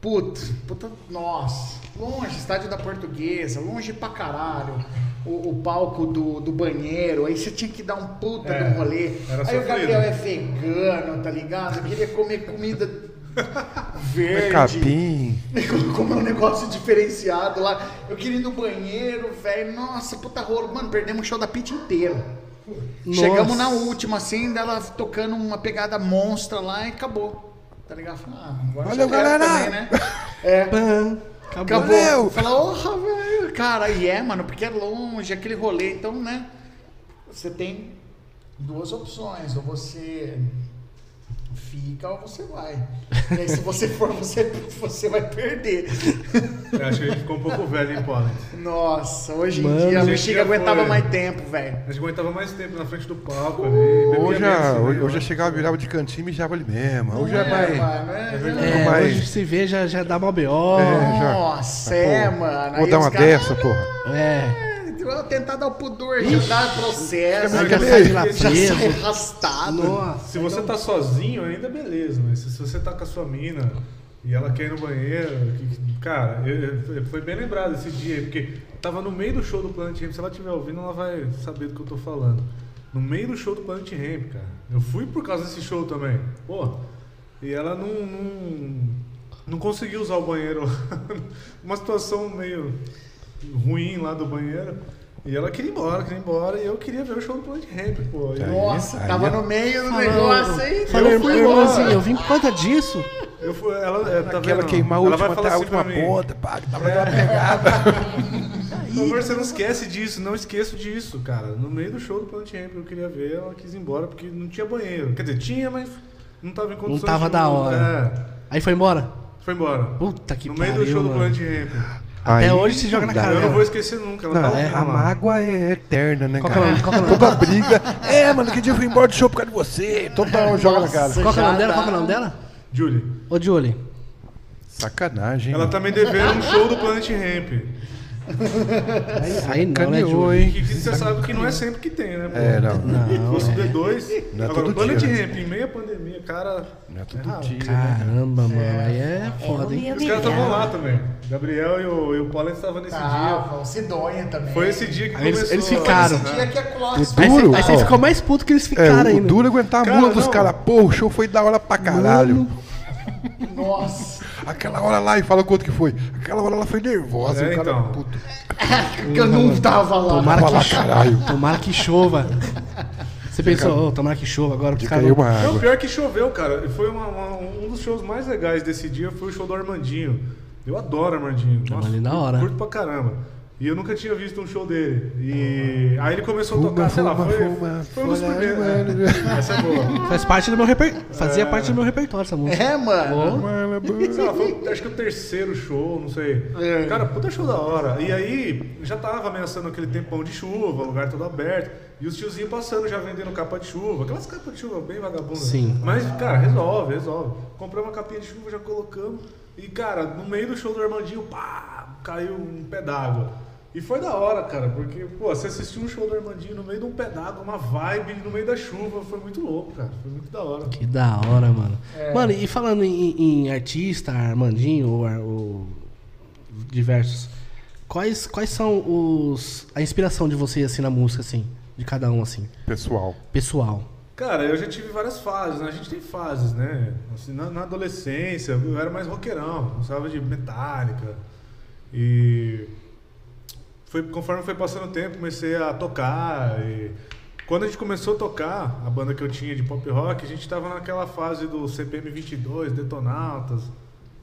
Speaker 4: puta, puta, nossa, longe, estádio da Portuguesa, longe pra caralho. O, o palco do, do banheiro, aí você tinha que dar um puta
Speaker 3: É,
Speaker 4: de um rolê.
Speaker 3: era
Speaker 4: Aí o
Speaker 3: sofrido.
Speaker 4: Gabriel é vegano, tá ligado? Queria comer comida
Speaker 2: É
Speaker 4: verde.
Speaker 2: capim.
Speaker 4: Comer um negócio diferenciado lá. Eu queria ir no banheiro, velho. Nossa, puta rolo. Mano, perdemos o show da Pit inteiro. Chegamos na última, assim, dela tocando uma pegada monstra lá e acabou. Tá ligado? Falei, Ah, agora
Speaker 2: Valeu,
Speaker 4: já era
Speaker 2: galera!
Speaker 4: né? É.
Speaker 1: Pã, acabou.
Speaker 4: Acabou.
Speaker 2: Valeu!
Speaker 4: Fala, porra, velho. Cara, e é, mano, porque é longe, aquele rolê, então, né? Você tem duas opções, ou você fica ou você vai. E aí, se você for, você, você vai perder.
Speaker 3: Eu acho que a gente ficou um pouco velho, hein, Paulo?
Speaker 4: Nossa, hoje em
Speaker 1: Mano,
Speaker 4: dia a
Speaker 3: gente,
Speaker 4: bexiga
Speaker 3: já foi.
Speaker 4: aguentava mais tempo, velho.
Speaker 3: A gente aguentava mais tempo na frente do palco ali. bebia
Speaker 2: Hoje,
Speaker 4: é-
Speaker 2: a-
Speaker 3: menos,
Speaker 2: hoje,
Speaker 3: né?
Speaker 2: hoje eu chegava, virava de cantinho e mijava ali mesmo. Hoje é
Speaker 4: Não
Speaker 2: mais.
Speaker 4: mano, é-
Speaker 1: É,
Speaker 2: Mas-
Speaker 1: hoje se vê, já, já dá mal B.O.
Speaker 2: É, já.
Speaker 4: Nossa,
Speaker 2: Mas,
Speaker 4: é,
Speaker 2: pô,
Speaker 4: mano.
Speaker 2: Vou
Speaker 4: Aí
Speaker 2: dar
Speaker 4: os
Speaker 2: uma
Speaker 4: caras-
Speaker 2: dessa, porra.
Speaker 1: É.
Speaker 4: Ah, Tentar dar o pudor, já dá processo,
Speaker 1: Mas
Speaker 4: já
Speaker 1: já sai de lá
Speaker 4: já sai
Speaker 1: preso.
Speaker 4: arrastado.
Speaker 1: Nossa.
Speaker 3: Se você tá sozinho, ainda beleza, mas se se você tá com a sua mina e ela quer ir no banheiro, que- que- cara, eu- eu- foi bem lembrado esse dia, aí, porque tava no meio do show do Planet Ramp, se ela estiver ouvindo, ela vai saber do que eu tô falando. No meio do show do Planet Ramp, cara. Eu fui por causa desse show também. Pô, e ela não não, não conseguiu usar o banheiro. Uma situação meio ruim lá do banheiro. E ela queria ir embora, queria ir embora, e eu queria ver o show do Planet Ramp, pô. E eu-
Speaker 4: Nossa,
Speaker 2: Aí-
Speaker 4: tava
Speaker 2: aí-
Speaker 4: no meio do
Speaker 1: Falando.
Speaker 4: negócio aí.
Speaker 1: Falei, assim,
Speaker 3: Eu fui
Speaker 1: irmãozinho,
Speaker 3: embora.
Speaker 1: eu vim por conta disso.
Speaker 3: Eu fui, ela, é, tá
Speaker 2: Aquela
Speaker 3: vendo?
Speaker 2: queimar a
Speaker 3: Ela
Speaker 2: última,
Speaker 3: vai falar
Speaker 2: até a
Speaker 3: assim pra
Speaker 2: última
Speaker 3: mim,
Speaker 2: ponta, pá, que tava dando uma pegada.
Speaker 3: Por favor, você não esquece disso, não esqueço disso, cara. No meio do show do Planet Hemp eu queria ver, ela quis ir embora porque não tinha banheiro. Quer dizer, tinha, mas não tava em
Speaker 1: Não
Speaker 3: condições.
Speaker 1: tava
Speaker 3: de-
Speaker 1: da hora.
Speaker 3: É,
Speaker 1: Aí foi embora.
Speaker 3: foi embora.
Speaker 1: Puta que
Speaker 3: no
Speaker 1: pariu.
Speaker 3: meio do show do
Speaker 1: mano.
Speaker 3: Planet Hemp.
Speaker 2: Aí-
Speaker 1: Até hoje se joga na
Speaker 5: dá,
Speaker 1: cara.
Speaker 3: Eu não
Speaker 1: dela.
Speaker 3: vou esquecer nunca, ela
Speaker 2: Tá Não,
Speaker 3: tá
Speaker 2: é,
Speaker 3: ouvindo,
Speaker 2: a
Speaker 3: mano.
Speaker 2: mágoa é eterna, né,
Speaker 1: que é o
Speaker 2: cara?
Speaker 1: nome? Qual que é o nome?
Speaker 2: Toda briga. É, mano, que dia eu fui embora do show por causa de você. Toda hora joga na cara.
Speaker 1: Qual que é o
Speaker 4: Já
Speaker 1: nome dela?
Speaker 4: tá.
Speaker 1: Qual que é o nome dela?
Speaker 3: Julie,
Speaker 1: Ô, Julie.
Speaker 2: Sacanagem.
Speaker 3: ela
Speaker 2: mano.
Speaker 3: tá me devendo um show do Planet Hemp.
Speaker 1: Aí, aí não, né,
Speaker 2: Sacaneou,
Speaker 1: Julie?
Speaker 3: E
Speaker 2: hein?
Speaker 3: que você sabe que não é sempre que tem, né? pô?
Speaker 2: É, não.
Speaker 3: Se fosse o D2,
Speaker 2: Não é
Speaker 3: agora
Speaker 2: todo
Speaker 3: o Planet
Speaker 2: dia, né?
Speaker 3: Hemp, em meio à pandemia, cara.
Speaker 2: Não é todo dia.
Speaker 1: Caramba, mano. Aí é
Speaker 6: Eu
Speaker 1: foda, hein?
Speaker 6: me
Speaker 3: Os caras estavam
Speaker 6: humilhar.
Speaker 3: lá também. Gabriel e o, e o Paulo estavam nesse dia.
Speaker 4: Ah, o Sidonha também.
Speaker 3: Foi esse dia que
Speaker 1: Aí eles-
Speaker 3: começou.
Speaker 1: eles ficaram.
Speaker 3: né?
Speaker 4: Esse dia que a Clóvis
Speaker 2: O
Speaker 1: Aí
Speaker 2: duro,
Speaker 1: você- Aí você
Speaker 2: ó.
Speaker 1: ficou mais puto que eles
Speaker 2: É,
Speaker 1: ficaram
Speaker 2: o
Speaker 1: ainda.
Speaker 2: duro é aguentar a
Speaker 3: Cara,
Speaker 2: mula dos
Speaker 3: não.
Speaker 2: caras. Pô, o show foi da hora pra caralho.
Speaker 4: Nossa,
Speaker 2: Aquela hora lá, e fala quanto que foi. Aquela hora lá foi nervosa.
Speaker 3: É,
Speaker 2: o cara,
Speaker 3: então.
Speaker 2: puto,
Speaker 3: Uhum.
Speaker 4: que eu não tava lá.
Speaker 1: Tomara
Speaker 2: fala,
Speaker 1: que, cho-
Speaker 2: é caralho.
Speaker 1: tomara que chova. Você pensou, ô, tomara que chova agora. tá que os
Speaker 2: De
Speaker 1: caras
Speaker 2: cair uma
Speaker 3: Não,
Speaker 2: água.
Speaker 3: pior é que choveu, cara. E Foi uma- uma- um dos shows mais legais desse dia foi o show do Armandinho. Eu adoro Armandinho. Nossa,
Speaker 1: Armandinho da
Speaker 3: eu
Speaker 1: hora.
Speaker 3: Curto pra caramba. E eu nunca tinha visto um show dele. E aí ele começou a
Speaker 2: Fuma,
Speaker 3: tocar, sei lá,
Speaker 2: fuma,
Speaker 3: foi,
Speaker 2: fuma,
Speaker 3: foi um dos
Speaker 2: folha
Speaker 3: primeiros.
Speaker 2: de
Speaker 3: né? Essa é boa.
Speaker 1: Faz parte do meu repertório. Fazia parte do meu repertório essa música.
Speaker 4: É, mano.
Speaker 3: Sei lá, foi, acho que o terceiro show, não sei.
Speaker 4: É.
Speaker 3: Cara, puta show da hora. E aí, já tava ameaçando aquele tempão de chuva, o lugar todo aberto. E os tiozinhos passando, já vendendo capa de chuva. Aquelas capas de chuva bem vagabundas.
Speaker 1: Sim.
Speaker 3: Mas, cara, resolve, resolve. Compramos uma capinha de chuva, já colocamos. E, cara, no meio do show do Armandinho, pá, caiu um pé d'água. E foi da hora, cara, porque, pô, você assistiu um show do Armandinho no meio de um pé d'água, uma vibe, no meio da chuva, foi muito louco, cara. Foi muito da hora.
Speaker 1: Que da hora, mano. Mano, e falando em, em artista, Armandinho ou, ar- ou diversos, quais, quais são os a inspiração de vocês assim na música assim, de cada um assim,
Speaker 2: Pessoal.
Speaker 1: pessoal?
Speaker 3: Cara, eu já tive várias fases, né? A gente tem fases, né? Assim, na, na adolescência, eu era mais roqueirão, gostava de metálica. E foi, conforme foi passando o tempo, comecei a tocar. E quando a gente começou a tocar, a banda que eu tinha de pop rock, a gente tava naquela fase do CPM 22, Detonautas,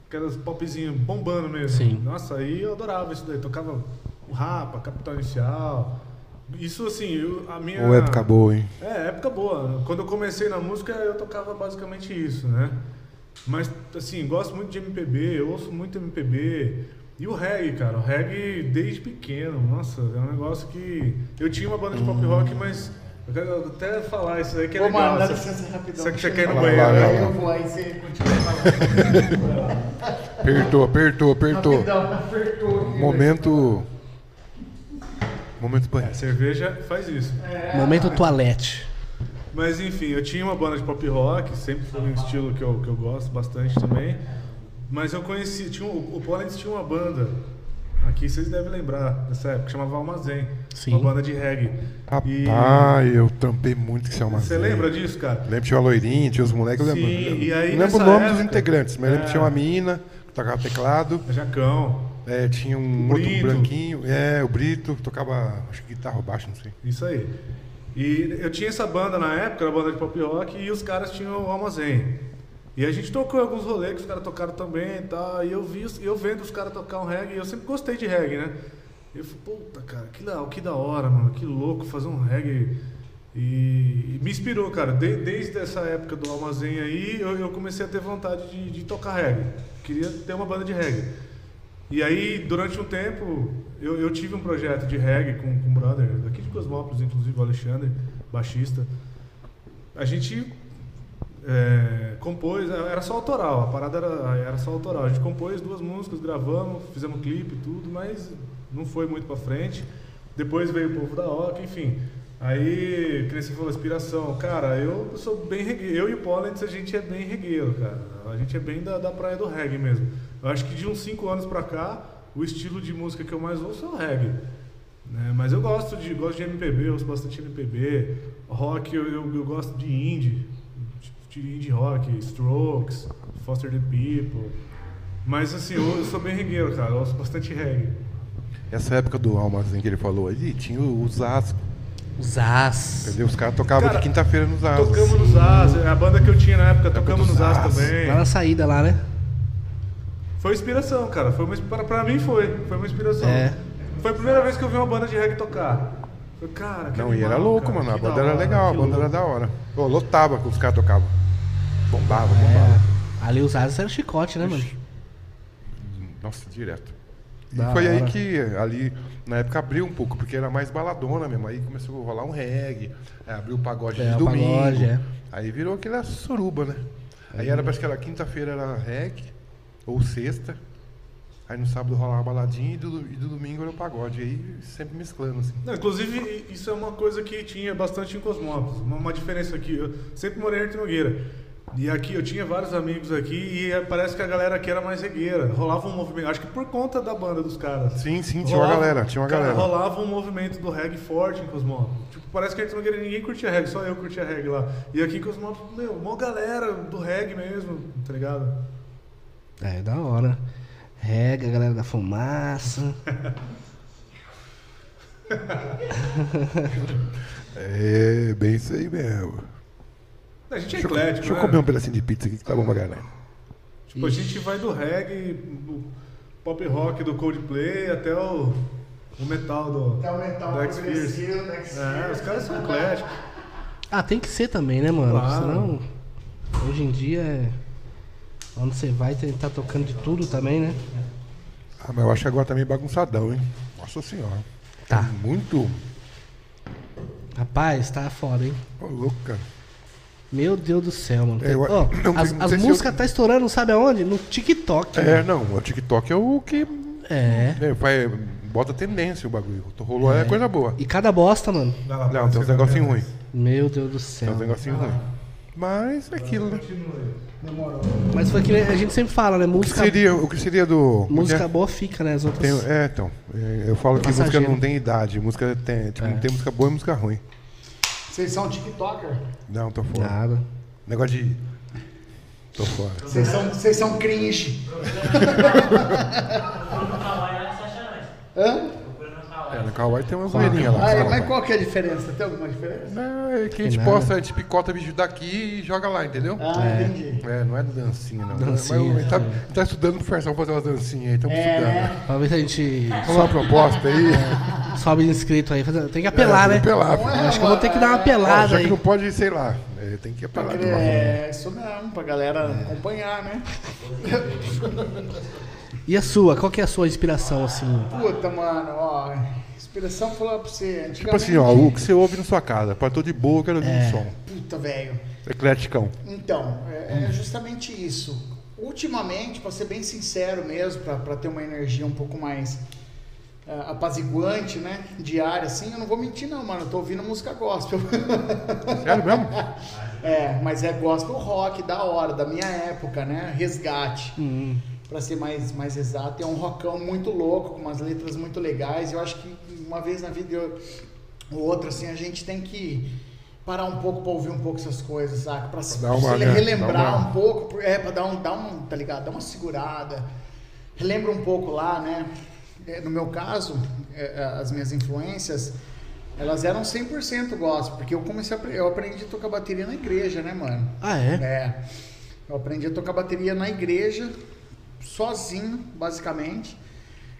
Speaker 3: aquelas popzinhas bombando mesmo.
Speaker 1: Sim.
Speaker 3: Nossa, aí eu adorava isso daí. Tocava o Rapa, Capital Inicial. Isso, assim, eu- a minha.
Speaker 2: Ô, época boa, hein?
Speaker 3: É, época boa. Quando eu comecei na música, eu tocava basicamente isso, né? Mas, assim, gosto muito de MPB, eu ouço muito MPB. E o reggae, cara, o reggae desde pequeno, nossa, é um negócio que. Eu tinha uma banda de pop rock, mas. Eu quero até falar isso aí que é
Speaker 4: Ô,
Speaker 3: legal.
Speaker 4: mano, dá
Speaker 3: Você-
Speaker 4: licença rapidão.
Speaker 3: Você que você quer ir no
Speaker 2: Vai lá,
Speaker 3: banheiro.
Speaker 2: vai lá.
Speaker 3: né?
Speaker 4: Eu vou aí, você continua falando.
Speaker 2: Apertou, apertou, apertou.
Speaker 4: Rapidão, apertou.
Speaker 2: Momento. Momento banheiro.
Speaker 3: Cerveja faz isso.
Speaker 1: Momento toalete.
Speaker 3: Mas enfim, eu tinha uma banda de pop rock, sempre foi um estilo que eu, que eu gosto bastante também. Mas eu conheci, tinha, um- o Polens tinha uma banda, aqui vocês devem lembrar dessa época, que chamava Almazém.
Speaker 1: Sim.
Speaker 3: Uma banda de reggae. E-
Speaker 2: Rapaz, eu trampei muito que se chama.
Speaker 3: Você lembra disso, cara?
Speaker 2: Lembro que tinha uma loirinha, tinha os moleques, eu
Speaker 3: Sim,
Speaker 2: lembro.
Speaker 3: e aí
Speaker 2: não lembro
Speaker 3: nessa
Speaker 2: o nome dos
Speaker 3: época-
Speaker 2: integrantes, mas lembro
Speaker 3: É.
Speaker 2: que tinha uma mina que tocava teclado,
Speaker 3: Jacão,
Speaker 2: é, tinha um
Speaker 3: O
Speaker 2: outro
Speaker 3: Brito.
Speaker 2: branquinho, é, o Brito, que tocava, acho que guitarra ou baixo, não sei.
Speaker 3: isso aí. E eu tinha essa banda na época, era a banda de pop rock, e os caras tinham o Almazém. E a gente tocou em alguns rolês que os caras tocaram também e tal. E eu vi, os- eu vendo os caras tocar um reggae, e eu sempre gostei de reggae, né? Eu falei, puta, cara, que da, que da hora, mano, que louco fazer um reggae. E, e me inspirou, cara. De- desde essa época do Almazém aí, eu, eu comecei a ter vontade de, de tocar reggae. Queria ter uma banda de reggae. E aí, durante um tempo, eu, eu tive um projeto de reggae com, com um brother, daqui de Cosmópolis, inclusive, o Alexandre, baixista. A gente é, compôs, era só autoral, a parada era, era só autoral. A gente compôs duas músicas, gravamos, fizemos clipe e tudo, mas não foi muito pra frente. Depois veio o povo da Oca, enfim. Aí, que nem você falou, inspiração. Cara, eu sou bem regueiro. Eu e o Pollens, a gente é bem regueiro, cara. A gente é bem da, da praia do reggae mesmo. Eu acho que de uns 5 anos pra cá, o estilo de música que eu mais ouço é o reggae né? Mas eu gosto de, gosto de MPB, eu ouço bastante MPB, rock, eu, eu, eu gosto de indie, de, de indie rock, Strokes, Foster the People. Mas assim, eu, eu sou bem regueiro, cara, eu ouço bastante reggae.
Speaker 2: Essa época do Almazin que ele falou ali, tinha os Asco,
Speaker 1: Os as.
Speaker 2: entendeu? Os caras tocavam
Speaker 3: Cara,
Speaker 2: de quinta-feira nos Asco.
Speaker 3: Tocamos nos As, a banda que eu tinha na época, tocamos
Speaker 2: dos
Speaker 3: nos As
Speaker 2: As.
Speaker 3: também.
Speaker 1: Lá na saída lá, né?
Speaker 3: Foi inspiração, cara. Foi uma, pra, pra mim foi. Foi uma inspiração.
Speaker 1: É.
Speaker 3: Foi a primeira vez que eu vi uma banda de reggae tocar. Eu, Cara, que
Speaker 2: Não, e
Speaker 3: animal,
Speaker 2: era louco,
Speaker 3: cara,
Speaker 2: mano. A
Speaker 3: que da
Speaker 2: banda era
Speaker 3: hora,
Speaker 2: legal, a
Speaker 3: que
Speaker 2: banda era
Speaker 3: louco.
Speaker 2: da hora. Pô, lotava quando os caras tocavam. Bombava,
Speaker 3: É.
Speaker 2: bombava.
Speaker 1: Ali os asas eram chicote, né, mano?
Speaker 2: Nossa, direto. E
Speaker 1: Da
Speaker 2: foi aí
Speaker 1: hora.
Speaker 2: que ali, na época, abriu um pouco, porque era mais baladona mesmo. Aí começou a rolar um reggae, aí abriu o pagode
Speaker 1: É,
Speaker 2: de
Speaker 1: o
Speaker 2: domingo.
Speaker 1: pagode, é.
Speaker 2: Aí virou aquela suruba, né? Aí era, parece que era quinta-feira era reggae, ou sexta. Aí no sábado rolava a baladinha e do, e do domingo era o pagode. Aí sempre mesclando, assim.
Speaker 3: Não, inclusive, i- isso é uma coisa que tinha bastante em Cosmópolis. Uma, uma diferença aqui. Eu sempre morei em Arte Nogueira. E aqui eu tinha vários amigos aqui e eh, parece que a galera aqui era mais regueira. Rolava um movimento, acho que por conta da banda dos caras.
Speaker 2: Sim, sim, tinha uma galera, tinha uma
Speaker 3: cara,
Speaker 2: galera.
Speaker 3: Rolava um movimento do reggae forte em Cosmópolis. Tipo, parece que em Arte Nogueira ninguém curtia reggae, só eu curtia reggae lá. E aqui em Cosmópolis, meu, uma galera do reggae mesmo, tá ligado?
Speaker 1: É, da hora. Rega, galera da fumaça.
Speaker 2: É, bem isso aí mesmo.
Speaker 3: A gente é
Speaker 2: Deixa eu,
Speaker 3: eclético,
Speaker 2: deixa eu
Speaker 3: né?
Speaker 2: comer um pedacinho de pizza aqui que tá bom pra caralho.
Speaker 3: Tipo, a gente vai do reggae, do pop rock do Coldplay até o, o metal do.
Speaker 4: Até o metal
Speaker 3: do Axe Fierce.
Speaker 4: progressivo, do Axe
Speaker 3: É, os
Speaker 4: Fierce.
Speaker 3: caras são ecléticos.
Speaker 1: Ah, tem que ser também, né, mano?
Speaker 3: Claro.
Speaker 1: Senão, hoje em dia, é... onde você vai, tem que tá tocando de tudo também, né?
Speaker 2: Ah, mas eu acho que agora tá meio bagunçadão, hein? Nossa senhora.
Speaker 1: Tá.
Speaker 2: Muito
Speaker 1: Rapaz, tá foda, hein?
Speaker 2: Ô, louco, cara.
Speaker 1: Meu Deus do céu, mano.
Speaker 2: É,
Speaker 1: Tem-
Speaker 2: eu-
Speaker 1: Ó,
Speaker 2: não,
Speaker 1: as
Speaker 2: não
Speaker 1: as
Speaker 2: sei se
Speaker 1: músicas
Speaker 2: eu-
Speaker 1: tá estourando, sabe aonde? No TikTok.
Speaker 2: É, não, o TikTok é o que
Speaker 1: É.
Speaker 2: é, vai- bota tendência o bagulho. Rolou é, coisa boa.
Speaker 1: E cada bosta, mano.
Speaker 3: Vai lá,
Speaker 2: Não, tem uns negocinhos ruins.
Speaker 1: Meu Deus do
Speaker 2: Tem
Speaker 1: céu.
Speaker 2: uns negocinhos ruins. Mas é aquilo, né?
Speaker 1: Mas foi que nem a gente sempre fala, né?
Speaker 2: O que
Speaker 1: Música,
Speaker 2: seria, o que seria do. como que
Speaker 1: música
Speaker 2: é?
Speaker 1: boa fica, né? As outras.
Speaker 2: Tem- é, então. é, Eu falo que
Speaker 1: Passageiro.
Speaker 2: música não tem idade. Música tem. Tipo, tem música boa e música ruim.
Speaker 3: É.
Speaker 4: Vocês são TikToker?
Speaker 2: Não, tô fora.
Speaker 1: Nada.
Speaker 2: Negócio de. Tô fora.
Speaker 4: Vocês são, vocês são cringe. Hã?
Speaker 2: É, na Kawaii tem umas
Speaker 1: Claro.
Speaker 2: zoeirinhas lá.
Speaker 4: Ah, é,
Speaker 2: cara,
Speaker 4: mas
Speaker 2: vai.
Speaker 4: qual que é a diferença? Tem alguma diferença?
Speaker 2: Não, é que a
Speaker 1: Tem
Speaker 2: gente
Speaker 1: nada.
Speaker 2: posta, a gente picota vídeo daqui e joga lá, entendeu?
Speaker 4: Ah, entendi.
Speaker 2: É, não é dancinha, não.
Speaker 1: Dancinha. né?
Speaker 2: Mas ele tá, ele tá estudando pro Fersão fazer umas dancinhas aí, estamos
Speaker 4: É,
Speaker 2: estudando.
Speaker 4: né? É,
Speaker 1: Pra ver se a gente
Speaker 2: Vamos lá, proposta aí.
Speaker 1: sobe de inscrito aí. Fazer- Tem que apelar,
Speaker 2: É,
Speaker 1: né?
Speaker 2: Apelar, filho.
Speaker 1: Acho que eu vou ter que dar uma
Speaker 2: Ah,
Speaker 1: pelada
Speaker 2: já
Speaker 1: aí.
Speaker 2: que não pode, sei lá, né? é, tem que apelar. de uma forma.
Speaker 4: É, isso mesmo, pra galera acompanhar, né?
Speaker 1: E a sua? Qual que é a sua inspiração, assim?
Speaker 4: Puta, mano, ó. Inspiração falar pra você.
Speaker 2: Tipo assim, ó, o que você ouve na sua casa, pra tô de boa, eu quero ouvir
Speaker 4: É.
Speaker 2: um som.
Speaker 4: Puta, velho.
Speaker 2: Ecleticão.
Speaker 4: Então, é,
Speaker 2: Hum.
Speaker 4: é justamente isso. Ultimamente, para ser bem sincero mesmo, para ter uma energia um pouco mais ah, apaziguante, né? Diária, assim, eu não vou mentir não, mano. Eu tô ouvindo música gospel.
Speaker 2: Sério mesmo?
Speaker 4: é, mas é gospel rock, da hora, da minha época, né? Resgate. Pra ser mais, mais exato, é um rockão muito louco, com umas letras muito legais. Eu acho que uma vez na vida eu- ou outra, assim, a gente tem que parar um pouco pra ouvir um pouco essas coisas, saca? Pra se,
Speaker 2: Pra dar uma,
Speaker 4: se
Speaker 2: né?
Speaker 4: relembrar
Speaker 2: Dar uma-
Speaker 4: um pouco, por- é, pra dar um, dar um, tá ligado? Dar uma segurada. Relembra um pouco lá, né? É, No meu caso, é, é, as minhas influências, elas eram 100% gospel, porque eu comecei a, apre- eu aprendi a tocar bateria na igreja, né, mano?
Speaker 1: Ah, é?
Speaker 4: É. Eu aprendi a tocar bateria na igreja, sozinho, basicamente.